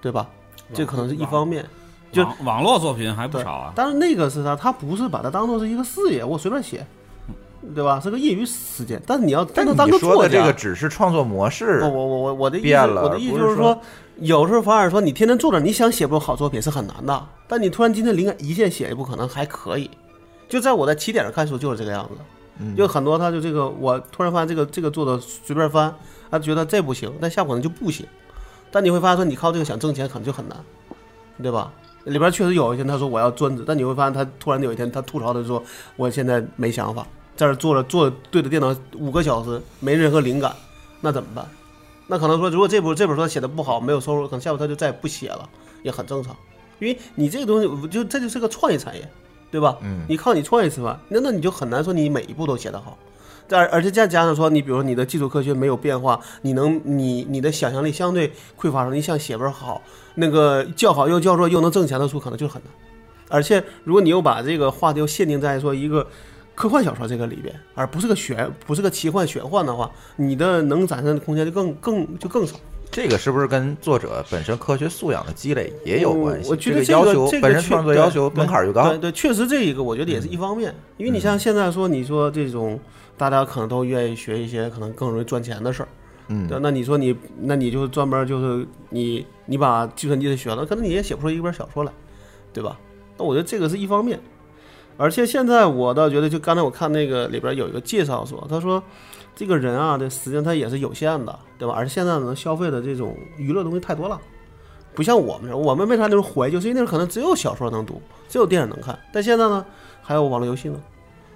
Speaker 4: 对吧？这可能是一方面。就
Speaker 5: 网网络作品还不少啊。
Speaker 4: 但是那个是啥？他不是把它当做是一个事业，我随便写，对吧？是个业余时间。但是你要真的
Speaker 3: 但
Speaker 4: 当
Speaker 3: 你
Speaker 4: 个
Speaker 3: 说
Speaker 4: 作
Speaker 3: 的
Speaker 4: 家，
Speaker 3: 这个只是创作模式，
Speaker 4: 不我我我我的意思
Speaker 3: 变了
Speaker 4: 我的意思
Speaker 3: 不
Speaker 4: 就是是说，有时候反而说你天天坐着，你想写部好作品是很难的。但你突然今天灵感一现写一部，可能还可以。就在我在起点上看书就是这个样子。
Speaker 3: 嗯
Speaker 4: 就很多他就这个，我突然发现这个这个作者随便翻，他觉得这不行，但下可能就不行。但你会发现说，你靠这个想挣钱可能就很难，对吧？里边确实有一天他说我要专职，但你会发现他突然有一天他吐槽的说我现在没想法，在这儿坐着坐着对着电脑五个小时没任何灵感，那怎么办？那可能说如果这部这本书写的不好没有收入，可能下部他就再也不写了，也很正常，因为你这个东西就这就是个创意产业，对吧？
Speaker 3: 嗯
Speaker 4: 你靠你创意吃饭，那那你就很难说你每一步都写得好。但而且再加上说，你比如说你的基础科学没有变化，你能你你的想象力相对匮乏的时候，你想写本好那个叫好又叫座又能挣钱的书，可能就很难。而且如果你又把这个话题又限定在说一个科幻小说这个里边，而不是个玄不是个奇幻玄幻的话，你的能展现的空间就更更就更少。
Speaker 3: 这个是不是跟作者本身科学素养的积累也有关系？
Speaker 4: 我觉得
Speaker 3: 这
Speaker 4: 这
Speaker 3: 要
Speaker 4: 个
Speaker 3: 求
Speaker 4: 这个
Speaker 3: 本身
Speaker 4: 确
Speaker 3: 创作
Speaker 4: 对
Speaker 3: 要求门槛儿就高嗯
Speaker 4: 对。对，确实这一个我觉得也是一方面，因为你像现在说，你说这种大家可能都愿意学一些可能更容易赚钱的事儿。
Speaker 3: 嗯
Speaker 4: 对，那你说你，那你就专门就是你，你把计算机的学了，可能你也写不出一本小说来，对吧？那我觉得这个是一方面，而且现在我倒觉得，就刚才我看那个里边有一个介绍说，他说这个人啊，这时间他也是有限的，对吧？而现在能消费的这种娱乐东西太多了，不像我们这儿，我们为啥那时候怀旧？就是因为那时候可能只有小说能读，只有电影能看，但现在呢，还有网络游戏呢，
Speaker 7: 嗯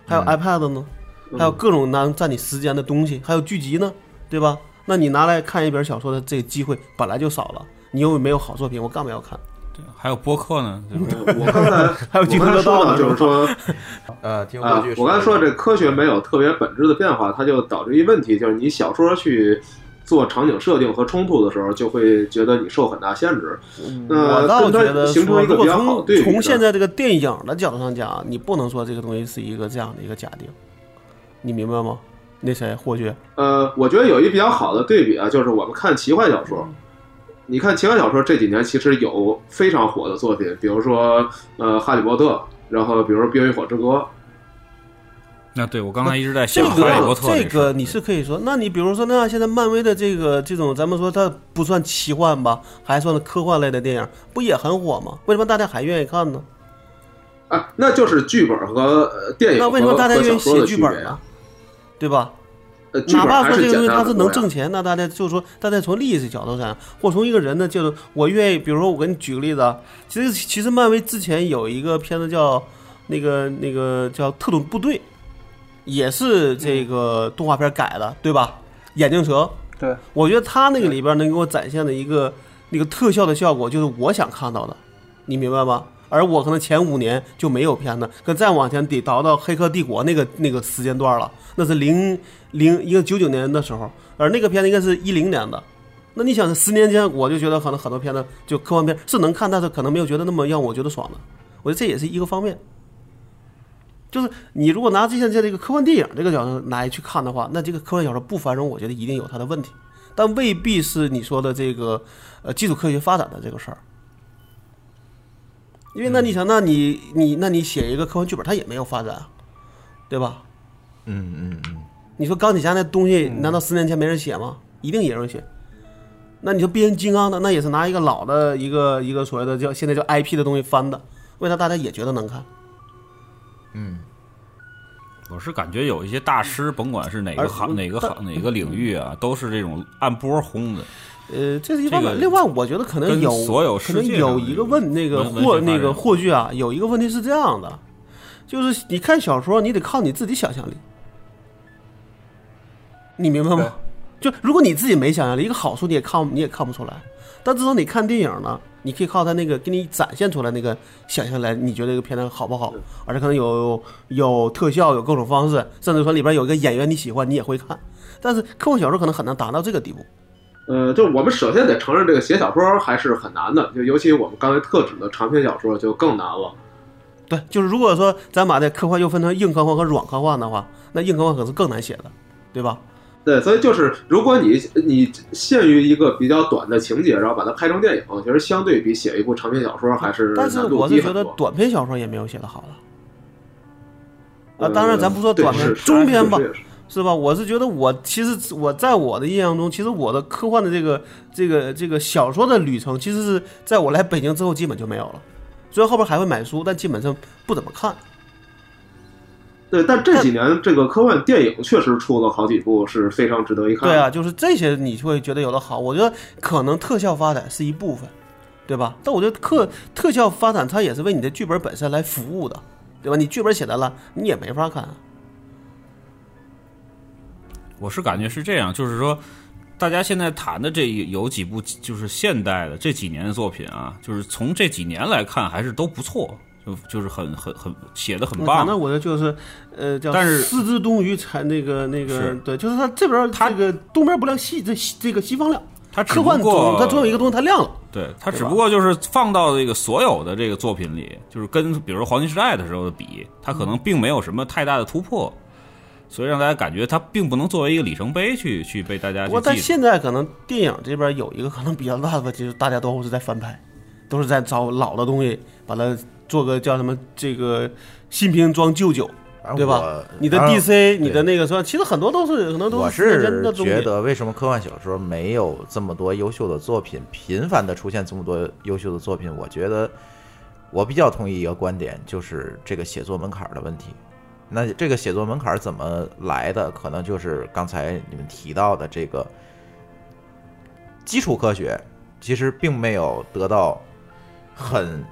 Speaker 4: 还有 iPad 呢，还有各种能占你时间的东西，还有剧集呢，对吧？那你拿来看一本小说的这个机会本来就少了，你又没有好作品，我干嘛要看？
Speaker 5: 还有播客呢，对
Speaker 4: 嗯
Speaker 5: 吧
Speaker 7: 我刚才
Speaker 4: 还有
Speaker 7: 我
Speaker 4: 金
Speaker 7: 刚才
Speaker 4: 德
Speaker 7: 说
Speaker 4: 道
Speaker 7: 呢，就是说，
Speaker 3: 呃，听
Speaker 7: 啊
Speaker 3: 过去，
Speaker 7: 我刚才说这科学没有特别本质的变化，它就导致一问题，就是你小说去做场景设定和冲突的时候，就会觉得你受很大限制。
Speaker 4: 嗯我
Speaker 7: 那
Speaker 4: 倒
Speaker 7: 跟
Speaker 4: 觉
Speaker 7: 呃它
Speaker 4: 得
Speaker 7: 形
Speaker 4: 说，
Speaker 7: 成一
Speaker 4: 如
Speaker 7: 个
Speaker 4: 果
Speaker 7: 比较好的对
Speaker 4: 从
Speaker 7: 比
Speaker 4: 从
Speaker 7: 呢
Speaker 4: 现在这个电影的角度上讲，你不能说这个东西是一个这样的一个假定，你明白吗？那谁霍炬，
Speaker 7: 呃，我觉得有一比较好的对比啊，就是我们看奇幻小说。
Speaker 4: 嗯
Speaker 7: 你看奇幻小说这几年其实有非常火的作品，比如说呃《哈利波特》，然后比如说《冰与火之歌》，
Speaker 5: 那对我刚才一直在
Speaker 4: 这
Speaker 5: 想哈利
Speaker 4: 个
Speaker 5: 波特
Speaker 4: 这
Speaker 5: 事
Speaker 4: 个你是可以说，那你比如说，那现在漫威的这个这种，咱们说它不算奇幻吧，还算科幻类的电影，不也很火吗？为什么大家还愿意看呢？
Speaker 7: 啊，那就是剧本和呃电影
Speaker 4: 那
Speaker 7: 和
Speaker 4: 为什么大家
Speaker 7: 和
Speaker 4: 愿意
Speaker 7: 小说
Speaker 4: 写
Speaker 7: 的
Speaker 4: 剧
Speaker 7: 区别
Speaker 4: 本呢
Speaker 7: 啊？？
Speaker 4: 对吧？
Speaker 7: 呃，剧
Speaker 4: 哪
Speaker 7: 本
Speaker 4: 怕
Speaker 7: 还
Speaker 4: 说这
Speaker 7: 是
Speaker 4: 个东西
Speaker 7: 简单
Speaker 4: 它
Speaker 7: 很
Speaker 4: 是
Speaker 7: 多
Speaker 4: 能
Speaker 7: 呀
Speaker 4: 挣钱，那大家就是说，大家从利益的角度上，或从一个人的角度，我愿意，比如说我给你举个例子啊，其实其实漫威之前有一个片子叫那个那个叫《特种部队》，也是这
Speaker 7: 嗯
Speaker 4: 个动画片改的，对吧？眼镜蛇，
Speaker 8: 对，
Speaker 4: 我觉得他那个里边能给我展现的一个那个特效的效果，就是我想看到的，你明白吗？而我可能前五年就没有片子，可再往前得倒到《黑客帝国》那个那个时间段了，那是零零一个九九年的时候，而那个片子应该是一零年的。那你想，十年间我就觉得可能很多片子就科幻片是能看，但是可能没有觉得那么让我觉得爽的。我觉得这也是一个方面。就是你如果拿这现在这个科幻电影这个角度来去看的话，那这个科幻小说不繁荣，我觉得一定有它的问题，但未必是你说的这个呃基础科学发展的这个事儿。因为那你想，那你你那你写一个科幻剧本，它也没有发展啊，对吧？
Speaker 3: 嗯嗯嗯，
Speaker 4: 你说钢铁侠那东西，难道十年前没人写吗？一定有人写。那你说变形金刚呢？那也是拿一个老的一个一个所谓的叫现在叫 IP 的东西翻的，为啥大家也觉得能看？
Speaker 5: 我是感觉有一些大师，甭管是哪
Speaker 4: 而
Speaker 5: 个行、哪个行、哪个领域啊，都是这种按波轰的。
Speaker 4: 呃，这是一方面。
Speaker 5: 这个
Speaker 4: 另外，我觉得可能
Speaker 5: 跟
Speaker 4: 有
Speaker 5: 所有
Speaker 4: 可
Speaker 5: 世
Speaker 4: 能
Speaker 5: 界上
Speaker 4: 有
Speaker 5: 的
Speaker 4: 一个问那个霍
Speaker 5: 文文学发
Speaker 4: 那个
Speaker 5: 展
Speaker 4: 霍炬啊，有一个问题是这样的，就是你看小说，你得靠你自己想象力，你明白吗？就如果你自己没想象力，一个好书你也看不你也看不出来，但至少你看电影呢，你可以靠他那个给你展现出来那个想象来，你觉得这个片子好不好？而且可能有有特效，有各种方式，甚至说里边有一个演员你喜欢，你也会看。但是科幻小说可能很难达到这个地步。
Speaker 7: 呃，就我们首先得承认，这个写小说还是很难的，就尤其我们刚才特指的长篇小说就更难了。
Speaker 4: 对，就是如果说咱把这科幻又分成硬科幻和软科幻的话，那硬科幻可是更难写的，对吧？
Speaker 7: 对，所以就是如果你你限于一个比较短的情节，然后把它拍成电影，其实相对比写一部长篇小说还是
Speaker 4: 但是
Speaker 7: 难度
Speaker 4: 我
Speaker 7: 低
Speaker 4: 是觉
Speaker 7: 很
Speaker 4: 得
Speaker 7: 多。
Speaker 4: 短篇小说也没有写的好的。啊，
Speaker 7: 呃
Speaker 4: 当然咱不说
Speaker 7: 对
Speaker 4: 短篇，
Speaker 7: 是是
Speaker 4: 中篇吧
Speaker 7: 是，是
Speaker 4: 是吧？我是觉得我其实我在我的印象中，其实我的科幻的这个这个这个小说的旅程，其实是在我来北京之后基本就没有了。虽然后边还会买书，但基本上不怎么看。
Speaker 7: 对，但这几年这个科幻电影确实出了好几部，是非常值得一看。
Speaker 4: 对啊，，就是这些你会觉得有的好。我觉得可能特效发展是一部分，对吧？但我觉得特特效发展它也是为你的剧本本身来服务的，对吧？你剧本写的烂，你也没法看啊。
Speaker 5: 我是感觉是这样，就是说，大家现在谈的这有几部就是现代的这几年的作品啊，就是从这几年来看还是都不错，就就是很很很写的很
Speaker 4: 反
Speaker 5: 棒。
Speaker 4: 正我觉得就是，呃，叫
Speaker 5: 但是
Speaker 4: 四肢东隅才那个那个
Speaker 5: 是，
Speaker 4: 对，就是它这边它这个东边不亮西，这西这个西方亮，
Speaker 5: 它只
Speaker 4: 科
Speaker 5: 不
Speaker 4: 幻总
Speaker 5: 过
Speaker 4: 它总有一个东西它亮了。
Speaker 5: 对，它
Speaker 4: 对
Speaker 5: 只
Speaker 4: 吧
Speaker 5: 不过就是放到这个所有的这个作品里，就是跟比如说黄金时代的时候的比，它可能并没有什么太大的突破，所以让大家感觉它并不能作为一个里程碑去去被大家
Speaker 4: 不
Speaker 5: 去
Speaker 4: 过但
Speaker 5: 记住。
Speaker 4: 现在可能电影这边有一个可能比较大的问题，就是大家都是在翻拍，都是在找老的东西，把它做个叫什么这个新瓶装旧酒，
Speaker 3: 反正
Speaker 4: 对
Speaker 3: 我
Speaker 4: 吧？你的
Speaker 3: 当然
Speaker 4: DC，你的那个什么，其实很多都是可能都
Speaker 3: 我
Speaker 4: 是人的
Speaker 3: 是
Speaker 4: 东西
Speaker 3: 觉。得，为什么科幻小说没有这么多优秀的作品，频繁的出现这么多优秀的作品？我觉得我比较同意一个观点，就是这个写作门槛儿的问题。那这个写作门槛儿怎么来的？可能就是刚才你们提到的这个基础科学，其实并没有得到很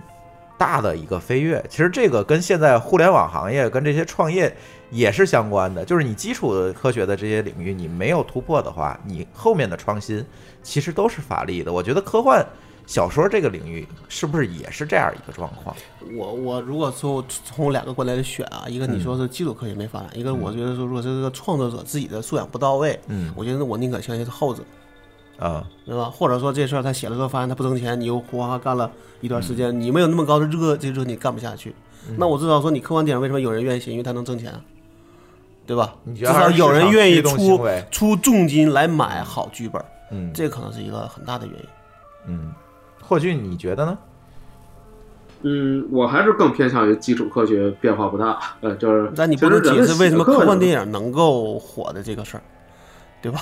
Speaker 3: 大的一个飞跃。其实这个跟现在互联网行业跟这些创业也是相关的，就是你基础的科学的这些领域你没有突破的话，你后面的创新其实都是乏力的。我觉得科幻小说这个领域是不是也是这样一个状况？
Speaker 4: 我我如果说从两个观点来选啊，一个你说是基础科学没发展，一个我觉得说如果是这个创作者自己的素养不到位，
Speaker 3: 嗯
Speaker 4: 我觉得我宁可相信是后者。
Speaker 3: 啊、
Speaker 4: 对吧？或者说这事儿他写了之后发现他不挣钱，你又哗哗干了一段时
Speaker 3: 嗯
Speaker 4: 间，你没有那么高的热，这热你干不下去。那我知道说你科幻电影为什么有人愿意写，因为它能挣钱啊，对吧？
Speaker 3: 你
Speaker 4: 至
Speaker 3: 觉得
Speaker 4: 少
Speaker 3: 还是
Speaker 4: 有人愿意
Speaker 3: 市场驱动行
Speaker 4: 出
Speaker 3: 为
Speaker 4: 出重金来买好剧本，
Speaker 3: 嗯
Speaker 4: 这可能是一个很大的原因。
Speaker 3: 嗯，霍俊，你觉得呢？
Speaker 7: 嗯，我还是更偏向于基础科学变化不大。呃，就是
Speaker 4: 但你
Speaker 7: 其
Speaker 4: 不
Speaker 7: 实
Speaker 4: 能解
Speaker 7: 人
Speaker 4: 释为什么
Speaker 7: 写
Speaker 4: 科幻
Speaker 7: 影。
Speaker 4: 电影能够火的这个事儿，对吧？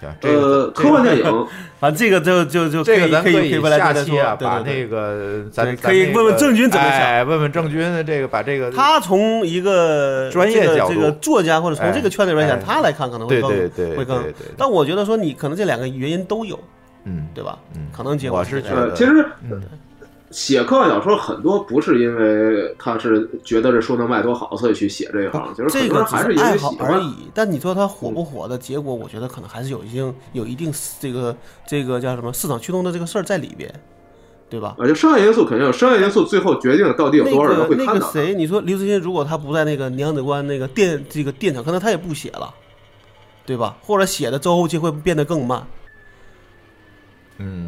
Speaker 3: 对这个
Speaker 7: 呃，科幻电影，
Speaker 4: 反正这呃个就就就
Speaker 3: 这个咱
Speaker 4: 可以
Speaker 3: 以
Speaker 4: 可以回来
Speaker 3: 下
Speaker 4: 再再
Speaker 3: 期
Speaker 4: 说
Speaker 3: 啊，。
Speaker 4: 对
Speaker 3: 把
Speaker 4: 对对
Speaker 3: 那个咱
Speaker 4: 对可以
Speaker 3: 咱那个
Speaker 4: 问问郑钧怎么想
Speaker 3: 哎，问问郑钧的这个把这个
Speaker 4: 他从一个
Speaker 3: 嗯专业
Speaker 4: 这个
Speaker 3: 角度
Speaker 4: 这个作家或者从这个圈子里面
Speaker 3: 哎
Speaker 4: 讲，
Speaker 3: 哎
Speaker 4: 他来看可能会更
Speaker 3: 对对对
Speaker 4: 会更
Speaker 3: 对对对。
Speaker 4: 但我觉得说你可能这两个原因都有，
Speaker 3: 嗯
Speaker 4: 对吧？
Speaker 3: 嗯
Speaker 4: 可能结果
Speaker 3: 我是
Speaker 4: 这
Speaker 3: 觉
Speaker 4: 样
Speaker 7: 呃，
Speaker 3: 得
Speaker 7: 其实
Speaker 3: 嗯
Speaker 7: 写科幻小说很多不是因为他是觉得这书能卖多好，所以去写这一行，其实
Speaker 4: 这
Speaker 7: 很多
Speaker 4: 个
Speaker 7: 人
Speaker 4: 只
Speaker 7: 还啊是因
Speaker 4: 爱
Speaker 7: 为
Speaker 4: 好
Speaker 7: 喜
Speaker 4: 而
Speaker 7: 欢。
Speaker 4: 已。但你说他火不火的结果，我觉得可能还是有一定有一定这个这个叫什么市场驱动的这个事儿在里边，对吧？
Speaker 7: 而且啊商业因素肯定有，商业因素最后决定到底有
Speaker 4: 那
Speaker 7: 多少人
Speaker 4: 个
Speaker 7: 会
Speaker 4: 那
Speaker 7: 看
Speaker 4: 个
Speaker 7: 到它。
Speaker 4: 谁，你说刘慈欣如果他不在那个娘子关那个电这个电厂，可能他也不写了，对吧？或者写的周期会变得更慢。
Speaker 3: 嗯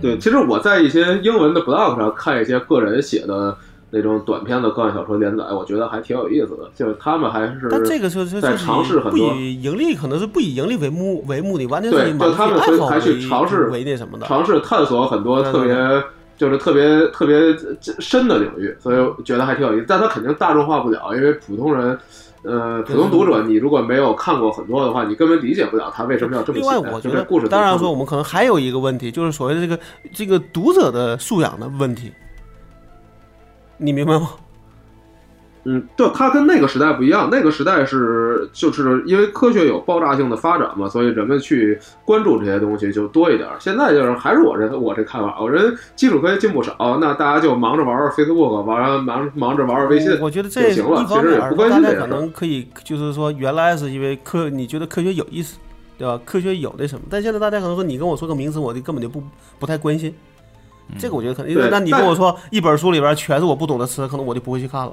Speaker 7: 对，其实我在一些英文的 blog 上看一些个人写的那种短篇的科幻小说连载，我觉得还挺有意思的，就是他们还是
Speaker 4: 但这个就是
Speaker 7: 在
Speaker 4: 就是
Speaker 7: 尝试很
Speaker 4: 不
Speaker 7: 多。
Speaker 4: 以盈利，可能是不以盈利为目为目的，完全是以
Speaker 7: 对，
Speaker 4: 满
Speaker 7: 就
Speaker 4: 足
Speaker 7: 他
Speaker 4: 自己
Speaker 7: 们会
Speaker 4: 爱好
Speaker 7: 还
Speaker 4: 为
Speaker 7: 去尝试
Speaker 4: 为那什么的。
Speaker 7: 尝试探索很多
Speaker 4: 对
Speaker 7: 特
Speaker 4: 对
Speaker 7: 别就是特别特别深的领域，所以我觉得还挺有意思。但它肯定大众化不了，因为普通人，呃，普通读者你如果没有看过很多的话，你根本理解不了他为什么要这么
Speaker 4: 另
Speaker 7: 写。
Speaker 4: 外，我觉
Speaker 7: 就这
Speaker 4: 得
Speaker 7: 故事，
Speaker 4: 当然说，我
Speaker 7: 们
Speaker 4: 们可能还有一个问题，就是所谓的这个这个读者的素养的问题，你明白吗？
Speaker 7: 嗯，对，它跟那个时代不一样。那个时代是就是因为科学有爆炸性的发展嘛，所以人们去关注这些东西就多一点儿。现在就是还是我这我这看法，我人基础科学进步少，那大家就忙着玩玩 Facebook，玩玩忙忙着玩玩微信。
Speaker 4: 我觉得这
Speaker 7: 就行了
Speaker 4: 一方
Speaker 7: 其实
Speaker 4: 面
Speaker 7: 也
Speaker 4: 儿
Speaker 7: 不关
Speaker 4: 大
Speaker 7: 心
Speaker 4: 家
Speaker 7: 这个
Speaker 4: 可
Speaker 7: 事儿
Speaker 4: 能可以，就是说原来是因为科，你觉得科学有意思，对吧？科学有那什么，但现在大家可能说你跟我说个名词，我就根本就不不太关心。这个我觉得可能
Speaker 7: 对，
Speaker 4: 那你
Speaker 7: 但
Speaker 4: 跟我说一本书里边全是我不懂的词，可能我就不会去看了，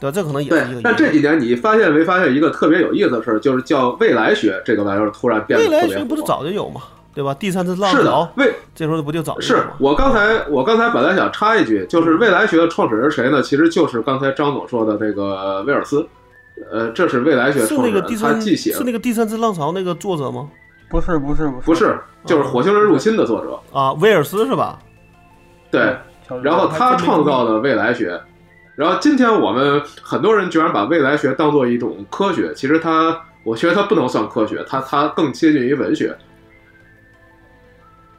Speaker 4: 对吧？这可能也
Speaker 7: 对
Speaker 4: 是一个。
Speaker 7: 但这几年你发现没发现一个特别有意思的事儿，就是叫未来学这个玩意儿突然变得
Speaker 4: 未
Speaker 7: 特别
Speaker 4: 来
Speaker 7: 火。
Speaker 4: 学不是早就有嘛，对吧？第三次浪
Speaker 7: 是
Speaker 4: 潮
Speaker 7: 的，未
Speaker 4: 这时候不就早就有
Speaker 7: 是
Speaker 4: 吗？
Speaker 7: 我刚才我刚才本来想插一句，就是未来学的创始人谁呢？其实就是刚才张总说的那个威尔斯，呃，这是未来学
Speaker 4: 是
Speaker 7: 创
Speaker 4: 那
Speaker 7: 始
Speaker 4: 个
Speaker 7: 人，
Speaker 4: 第
Speaker 7: 他
Speaker 4: 三
Speaker 7: 既写
Speaker 4: 是那个第三次浪潮那个作者吗？
Speaker 8: 不是不是不是
Speaker 7: 不
Speaker 4: 嗯
Speaker 7: 是就是火星人入侵的作者，
Speaker 4: 啊，威尔斯是吧？嗯
Speaker 7: 对，然后他创造的未来学。然后今天我们很多人居然把未来学当做一种科学，其实它，我觉得它不能算科学，它它更接近于文学。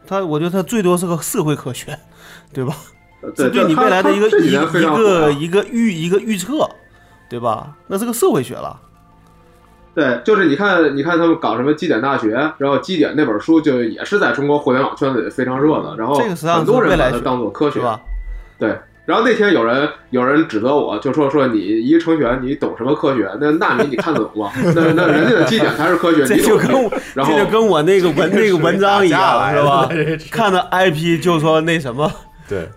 Speaker 4: 他我觉得他最多是个社会科学，对吧？
Speaker 7: 呃对
Speaker 4: 是对你
Speaker 7: 这他
Speaker 4: 未来的一个
Speaker 7: 他这几
Speaker 4: 一
Speaker 7: 年非常
Speaker 4: 一
Speaker 7: 火
Speaker 4: 个
Speaker 7: 啊
Speaker 4: 一个预一个预测，对吧？那是个社会学了。
Speaker 7: 对，就是你看，你看他们搞什么基点大学，然后基点那本书就也是在中国互联网圈子里非常热的，然后
Speaker 4: 这个实际上
Speaker 7: 很
Speaker 4: 是
Speaker 7: 多
Speaker 4: 未
Speaker 7: 人把
Speaker 4: 来
Speaker 7: 它
Speaker 4: 学
Speaker 7: 当做科学
Speaker 4: 是吧？
Speaker 7: 对，然后那天有人有人指责我，就说说你一程序员你懂什么科学？那纳米你看得懂吗？那那人家的基点才是科 学，
Speaker 4: 这
Speaker 7: 你
Speaker 4: 就
Speaker 7: 懂
Speaker 4: 跟
Speaker 7: 什么
Speaker 4: 我
Speaker 7: 然后
Speaker 4: 这就跟我那个文那个文章一
Speaker 3: 打架
Speaker 4: 样，
Speaker 3: 来
Speaker 4: 是吧
Speaker 3: 了这是？
Speaker 4: 看到 IP 就说那什么，
Speaker 3: 对，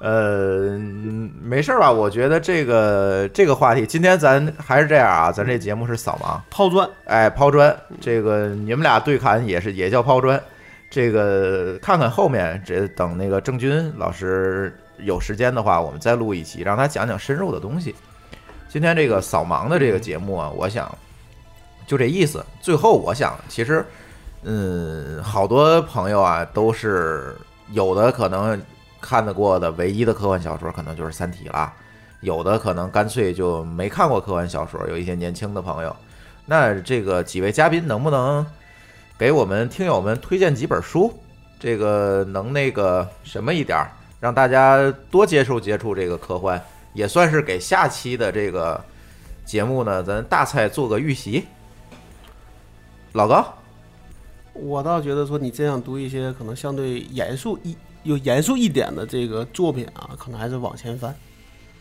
Speaker 3: 呃，嗯没事儿吧？我觉得这个这个话题，今天咱还是这样啊，咱这节目是扫盲
Speaker 4: 抛砖，
Speaker 3: 哎，抛砖，这个你们俩对砍也是也叫抛砖，这个看看后面这等那个郑钧老师有时间的话，我们再录一期，让他讲讲深入的东西。今天这个扫盲的这个节目啊，我想就这意思。最后我想，其实，嗯，好多朋友啊，都是有的可能看得过的唯一的科幻小说，可能就是《三体》啦。有的可能干脆就没看过科幻小说，有一些年轻的朋友，那这个几位嘉宾能不能给我们听友们推荐几本书？这个能那个什么一点儿，让大家多接触接触这个科幻，也算是给下期的这个节目呢，咱大菜做个预习。老高，
Speaker 4: 我倒觉得说你真想读一些可能相对严肃一有严肃一点的这个作品啊，可能还是往前翻。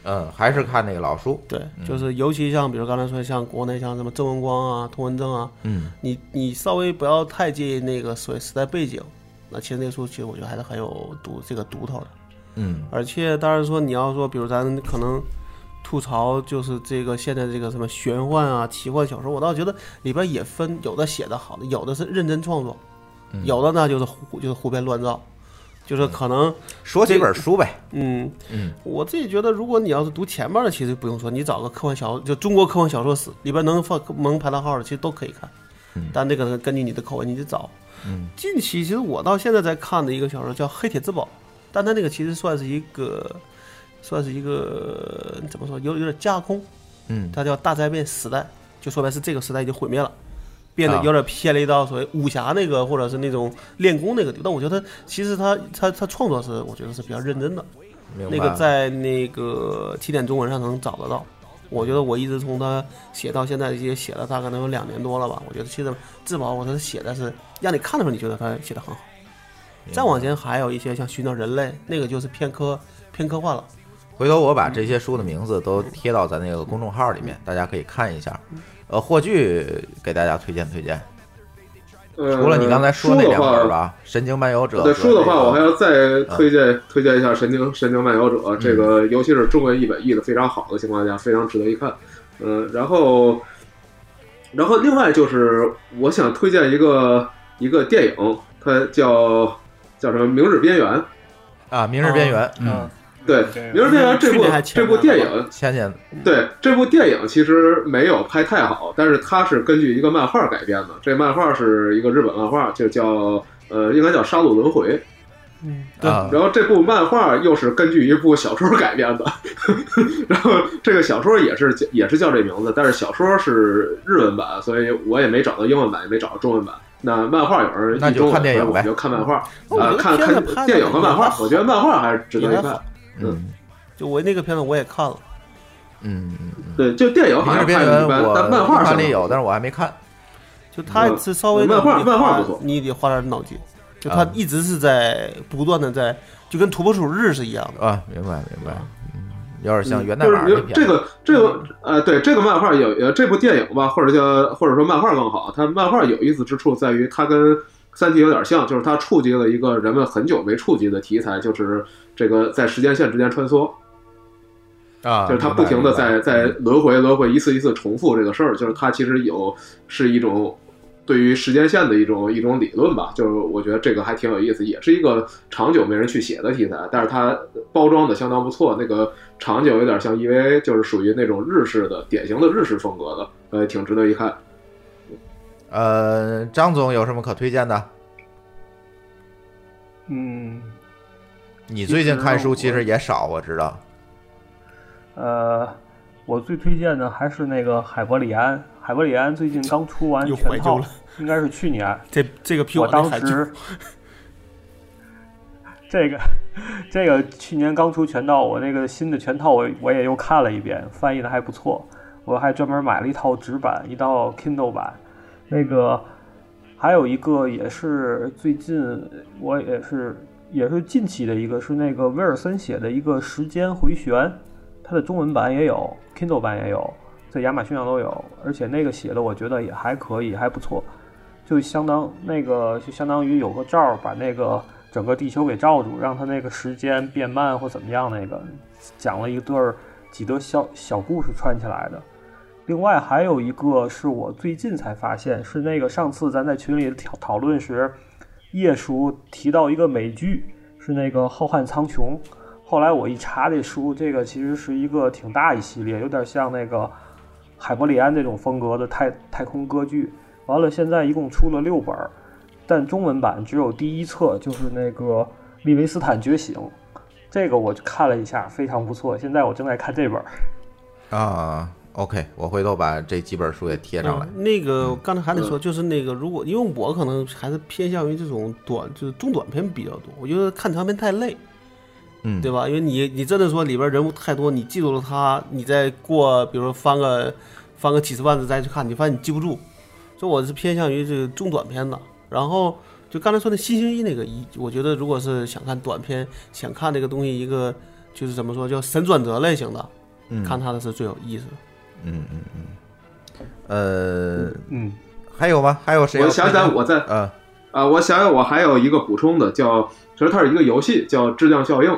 Speaker 3: 嗯，还是看那个老书，
Speaker 4: 对，
Speaker 3: 嗯
Speaker 4: 就是尤其像比如刚才说像国内像什么郑文光啊、童文正啊，
Speaker 3: 嗯，
Speaker 4: 你你稍微不要太介意那个所谓时代背景，那其实那书其实我觉得还是很有独这个独头的。
Speaker 3: 嗯
Speaker 4: 而且当然说你要说，比如咱可能吐槽就是这个现在这个什么玄幻啊、奇幻小说，我倒觉得里边也分，有的写的好的，有的是认真创作，
Speaker 3: 嗯
Speaker 4: 有的呢就是胡就是胡编乱造，就是可能
Speaker 3: 说几本书呗。
Speaker 4: 嗯
Speaker 3: 嗯，
Speaker 4: 我自己觉得，如果你要是读前面的，其实不用说，你找个科幻小就中国科幻小说史里边能放能排到号的，其实都可以看。但那个呢根据你的口味你得找。
Speaker 3: 嗯，
Speaker 4: 近期其实我到现在在看的一个小说叫《黑铁之堡》，但它那个其实算是一个，算是一个怎么说，有有点架空。
Speaker 3: 嗯
Speaker 4: 它叫大灾变时代，就说白是这个时代已经毁灭了，变
Speaker 3: 啊
Speaker 4: 得有点偏离到所谓武侠那个或者是那种练功那个地方。但我觉得其实他他他创作是我觉得是比较认真的，
Speaker 3: 明白。
Speaker 4: 那个在那个起点中文上能找得到。我觉得我一直从他写到现在，也写了大概能有两年多了吧。我觉得其实至少我觉得写的是让你看的时候，你觉得他写的很好。再往前还有一些像《寻找人类》，那个就是偏科偏科幻了。
Speaker 3: 回头我把这些书的名字都贴到咱那个公众号里面，大家可以看一下。呃，霍炬给大家推荐推荐，
Speaker 7: 呃
Speaker 3: 除了你刚才
Speaker 7: 嗯
Speaker 3: 说那两本
Speaker 7: 吧。
Speaker 3: 吧，《神经漫游者》
Speaker 7: 对书的
Speaker 3: 和
Speaker 7: 话，
Speaker 3: 这个
Speaker 7: 我还要再推荐、推荐一下《神经神经漫游者》这个，尤其是中文译本译的非常好的情况下，非常值得一看。嗯、然后，然后另外就是我想推荐一个一个电影，它叫叫什么《明日边缘》。
Speaker 3: 啊，《明日边缘》嗯，
Speaker 8: 嗯，
Speaker 7: 对，《明日边缘》这
Speaker 4: 嗯去
Speaker 7: 部
Speaker 4: 年还前
Speaker 7: 这部
Speaker 4: 年
Speaker 7: 电
Speaker 4: 吧嗯
Speaker 7: 影，
Speaker 3: 倩倩，
Speaker 7: 对这部电影其实没有拍太好，但是它是根据一个漫画改编的。这漫画是一个日本漫画，就叫呃，应该叫《杀戮轮回》。
Speaker 4: 对
Speaker 3: 啊，
Speaker 7: 然后这部漫画又是根据一部小说改编的， 然后这个小说也是也是叫这名字，但是小说是日文版，所以我也没找到英文版，也没找到中文版。那漫画有人
Speaker 3: 那
Speaker 7: 译
Speaker 3: 就
Speaker 7: 中文
Speaker 3: 看电影
Speaker 7: 所以
Speaker 3: 呗
Speaker 7: 我就看漫画，
Speaker 4: 那哦我觉
Speaker 7: 啊，
Speaker 4: 得
Speaker 7: 看
Speaker 4: 片子拍
Speaker 7: 看
Speaker 4: 得
Speaker 7: 电影和漫
Speaker 4: 也
Speaker 7: 画
Speaker 4: 还，好
Speaker 7: 我觉得漫画还是值得一
Speaker 4: 也还
Speaker 7: 看
Speaker 4: 好。
Speaker 3: 嗯
Speaker 4: 就我那个片子我也看了。
Speaker 3: 嗯嗯，
Speaker 7: 对，就电影
Speaker 3: 《
Speaker 7: 好
Speaker 3: 明日
Speaker 7: 像
Speaker 3: 边
Speaker 7: 拍
Speaker 3: 缘
Speaker 7: 的一》般，但漫
Speaker 3: 我
Speaker 7: 画
Speaker 3: 看
Speaker 7: 上
Speaker 3: 里有，但是我还没看。
Speaker 4: 就他是稍微的
Speaker 7: 嗯漫画
Speaker 4: 你得
Speaker 7: 漫画
Speaker 4: 花
Speaker 7: 不错
Speaker 4: 你得花点脑筋。就他
Speaker 3: 啊
Speaker 4: 一直是在不断的在，就跟《土拨鼠日》是一样的。
Speaker 3: 啊，明白明白，嗯，有点像
Speaker 7: 嗯
Speaker 3: 源代
Speaker 7: 就
Speaker 3: 码
Speaker 7: 是
Speaker 3: 那
Speaker 7: 有
Speaker 3: 片
Speaker 7: 这
Speaker 3: 子，嗯
Speaker 7: 个这个呃，对这个漫画有呃这部电影吧，或者叫或者说漫画更好，它漫画有意思之处在于它跟三体》有点像，就是它触及了一个人们很久没触及的题材，就是这个在时间线之间穿梭，
Speaker 3: 啊，
Speaker 7: 就是它
Speaker 3: 明白
Speaker 7: 不停的
Speaker 3: 明白嗯
Speaker 7: 在在轮回轮回一次一次重复这个事儿，就是它其实有是一种对于时间线的一种一种理论吧，就是我觉得这个还挺有意思，也是一个长久没人去写的题材，但是它包装的相当不错，那个场景有点像 EVA，就是属于那种日式的典型的日式风格的，呃，挺值得一看。
Speaker 3: 呃，张总有什么可推荐的？
Speaker 8: 嗯，
Speaker 3: 你最近看书其实也少，我知道。
Speaker 8: 呃，我最推荐的还是那个海伯里安。海伯里安最近刚出完
Speaker 4: 又
Speaker 8: 全
Speaker 4: 怀旧
Speaker 8: 套
Speaker 4: 了，
Speaker 8: 应该是去年。
Speaker 4: 这这个比我
Speaker 8: 我
Speaker 4: 那
Speaker 8: 当
Speaker 4: 还旧
Speaker 8: 时， 这个这个去年刚出全套，我那个新的全套我我也又看了一遍，翻译的还不错。我还专门买了一套纸版，一套 Kindle 版。那个还有一个也是最近我也是也是近期的一个，是那个威尔森写的一个《时间回旋》，它的中文版也有，Kindle 版也有，在亚马逊上都有。而且那个写的我觉得也还可以，还不错。就相当那个，就相当于有个罩儿把那个整个地球给罩住，让它那个时间变慢或怎么样。那个讲了一对儿几个小小故事串起来的。另外还有一个是我最近才发现，是那个上次咱在群里讨讨论时，叶叔提到一个美剧，是那个《浩瀚苍穹》。后来我一查这书，这个其实是一个挺大一系列，有点像那个海伯里安这种风格的太太空歌剧。完了，现在一共出了六本儿，但中文版只有第一册，就是那个《利维斯坦觉醒》，这个我看了一下，非常不错。现在我正在看这本儿。
Speaker 3: 啊，OK，我回头把这几本书也贴上来。嗯
Speaker 4: 嗯那个刚才还得说，就是那个，如果因为我可能还是偏向于这种短，就是中短篇比较多。我觉得看长篇太累，
Speaker 3: 嗯，
Speaker 4: 对吧？因为你你真的说里边人物太多，你记住了他，你再过，比如说翻个翻个几十万字再去看，你发现你记不住。所以我是偏向于这个中短篇的。然后就刚才说的新星一那个，一我觉得如果是想看短篇，想看这个东西，一个就是怎么说叫神转折类型的，
Speaker 3: 嗯
Speaker 4: 看它的是最有意思的。
Speaker 3: 嗯嗯嗯，呃，
Speaker 8: 嗯，
Speaker 3: 还有吗？还有谁要
Speaker 7: 我
Speaker 3: 推荐？
Speaker 7: 想起来我在
Speaker 3: 嗯
Speaker 7: 啊，我想想，我还有一个补充的，叫其实它是一个游戏，叫《质量效应》。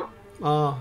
Speaker 4: 啊，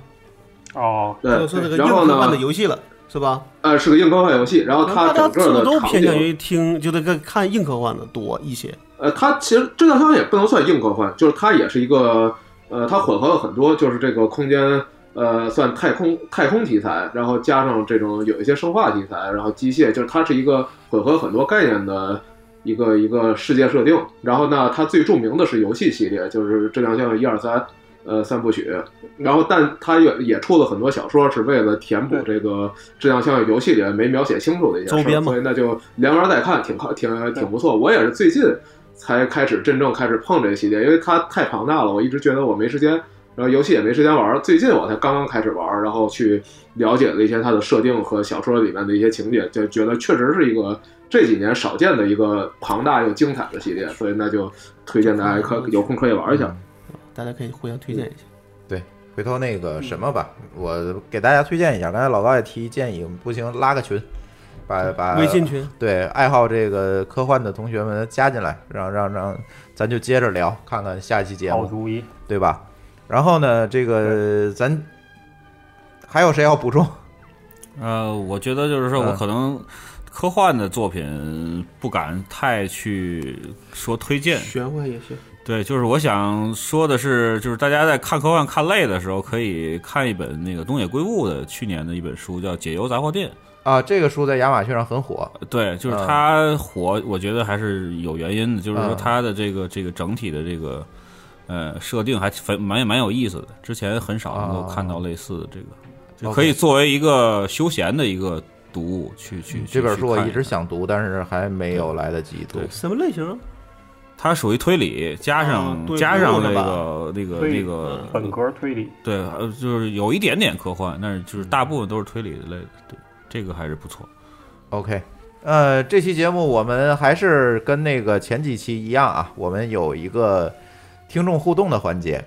Speaker 8: 哦，
Speaker 7: 对
Speaker 4: 就是那个，硬
Speaker 7: 然后
Speaker 4: 核版的
Speaker 7: 呢，
Speaker 4: 游戏了，啊是吧？
Speaker 7: 呃，是个硬科幻游戏，然后它
Speaker 4: 大家
Speaker 7: 整
Speaker 4: 是不
Speaker 7: 个
Speaker 4: 是
Speaker 7: 的
Speaker 4: 都
Speaker 7: 场
Speaker 4: 偏向
Speaker 7: 景，
Speaker 4: 于听，就那个看硬科幻的多一些？
Speaker 7: 呃，它其实《质量效应》也不能算硬科幻，就是它也是一个，呃，它混合了很多，就是这个空间，呃，算太空太空题材，然后加上这种有一些生化题材，然后机械，就是它是一个混合很多概念的一个一个世界设定。然后呢，它最著名的是游戏系列，就是《质量效应》一二三，呃，三部曲。然后，但它也也出了很多小说，是为了填补这个《质量效应》游戏里面没描写清楚的一些事
Speaker 4: 周边
Speaker 7: 儿，
Speaker 4: 嘛
Speaker 7: 所以那就连玩带看，挺好，挺挺不错。我也是最近才开始真正开始碰这个系列，因为它太庞大了，我一直觉得我没时间。然后游戏也没时间玩儿，最近我才刚刚开始玩儿，然后去了解了一些它的设定和小说里面的一些情节，就觉得确实是一个这几年少见的一个庞大又精彩的系列，所以那就推荐大家可有空可以玩一下。
Speaker 4: 大家可以互相推荐一下。
Speaker 3: 对，回头那个什么吧，我给大家推荐一下。刚才老高也提建议，不行拉个群，
Speaker 5: 嗯
Speaker 3: 把把
Speaker 4: 微信群
Speaker 3: 对爱好这个科幻的同学们加进来，让让让，咱就接着聊，看看下一期节
Speaker 8: 好
Speaker 3: 目，
Speaker 8: 主意。
Speaker 3: 对吧？然后呢，这个咱还有谁要补充？
Speaker 5: 呃，我觉得就是说我
Speaker 3: 嗯
Speaker 5: 可能科幻的作品不敢太去说推荐，
Speaker 4: 呃玄幻也行，
Speaker 5: 对，就是我想说的是，就是大家在看科幻看累的时候，可以看一本那个东野圭吾的去年的一本书，叫《解忧杂货店》。
Speaker 3: 啊，这个书在亚马逊上很火，
Speaker 5: 对，就是
Speaker 3: 嗯
Speaker 5: 它火，我觉得还是有原因的，就是说
Speaker 3: 嗯
Speaker 5: 它的这个这个整体的这个呃设定还蛮蛮蛮有意思的，之前很少能够
Speaker 3: 哦
Speaker 5: 看到类似的这个，就
Speaker 3: OK
Speaker 5: 可以作为一个休闲的一个读物去去。
Speaker 3: 这本
Speaker 5: 去
Speaker 3: 书我
Speaker 5: 看
Speaker 3: 一直
Speaker 5: 看嗯
Speaker 3: 想读，但是还没有来得及读。
Speaker 4: 什么类型啊？
Speaker 5: 它属于推理，加上、
Speaker 4: 啊对
Speaker 5: 加
Speaker 4: 不
Speaker 5: 上
Speaker 4: 用
Speaker 5: 那
Speaker 4: 了吧
Speaker 5: 个那个
Speaker 8: 推
Speaker 5: 那
Speaker 8: 理嗯
Speaker 5: 个
Speaker 8: 本格推理，
Speaker 5: 对，呃就是有一点点科幻，但是就是大部分都是推理类的，对，这个还是不错。
Speaker 3: OK，呃，这期节目我们还是跟那个前几期一样啊，我们有一个听众互动的环节。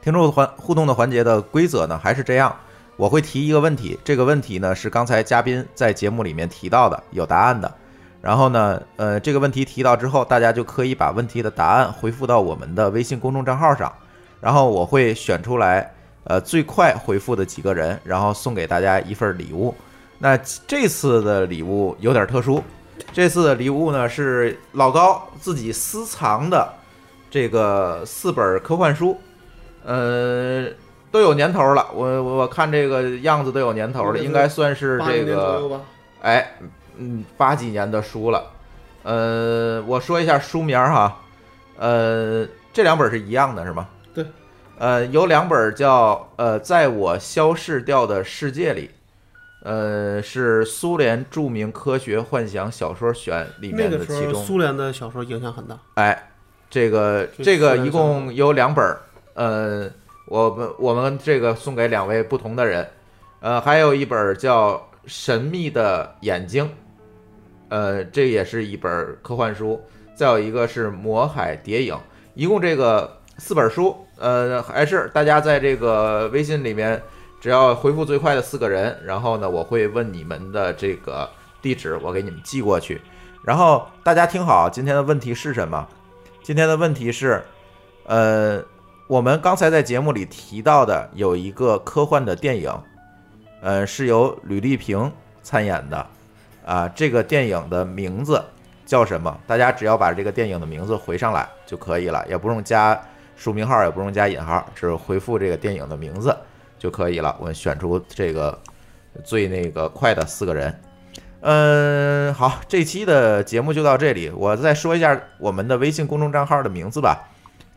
Speaker 3: 听众环互动的环节的规则呢，还是这样，我会提一个问题，这个问题呢是刚才嘉宾在节目里面提到的，有答案的。然后呢，呃，这个问题提到之后，大家就可以把问题的答案回复到我们的微信公众账号上，然后我会选出来，呃，最快回复的几个人，然后送给大家一份礼物。那这次的礼物有点特殊，这次的礼物呢是老高自己私藏的这个四本科幻书，呃，都有年头了，我我我看这个样子都有年头了，应该算是
Speaker 4: 八
Speaker 3: 这
Speaker 4: 零年左右
Speaker 3: 个
Speaker 4: 吧，
Speaker 3: 哎，嗯，八几年的书了。呃，我说一下书名儿哈，呃，这两本是一样的，是吗？
Speaker 4: 对。
Speaker 3: 呃，有两本叫呃，在我消逝掉的世界里，呃，是苏联著名科学幻想小说选里
Speaker 4: 那
Speaker 3: 面
Speaker 4: 个
Speaker 3: 的
Speaker 4: 时
Speaker 3: 其
Speaker 4: 候
Speaker 3: 中
Speaker 4: 苏联的小说影响很大。
Speaker 3: 哎，这个
Speaker 4: 就
Speaker 3: 这
Speaker 4: 四
Speaker 3: 个
Speaker 4: 人
Speaker 3: 一共有两本儿，呃，我们我们这个送给两位不同的人，呃，还有一本儿叫《神秘的眼睛》，呃，这也是一本儿科幻书，再有一个是《魔海谍影》，一共这个四本书，呃，还是大家在这个微信里面。只要回复最快的四个人，然后呢，我会问你们的这个地址，我给你们寄过去。然后大家听好，今天的问题是什么？今天的问题是，呃，我们刚才在节目里提到的有一个科幻的电影，呃，是由吕丽萍参演的，啊，这个电影的名字叫什么？大家只要把这个电影的名字回上来就可以了，也不用加署名号，也不用加引号，只回复这个电影的名字就可以了。我们选出这个最那个快的四个人。嗯，好，这期的节目就到这里。我再说一下我们的微信公众账号的名字吧：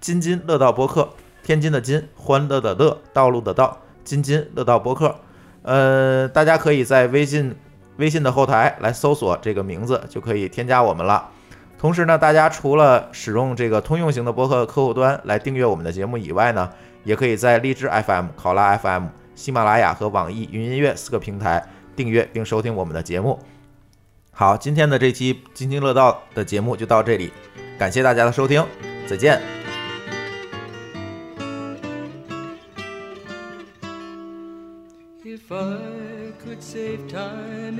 Speaker 3: 津津乐道播客，天津的津，欢乐的乐，道路的道，津津乐道播客。呃，大家可以在微信微信的后台来搜索这个名字，就可以添加我们了。同时呢，大家除了使用这个通用型的播客客户端来订阅我们的节目以外呢，也可以在荔枝 FM、考拉 FM、喜马拉雅和网易云音乐四个平台订阅并收听我们的节目。好，今天的这期津津乐道的节目就到这里，感谢大家的收听，再见。
Speaker 11: If I could save time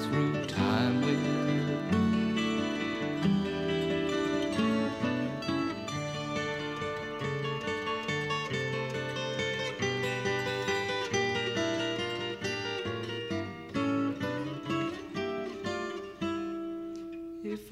Speaker 11: through time with. If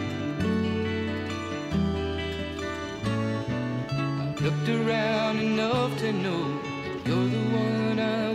Speaker 11: I've looked around enough to know you're the one I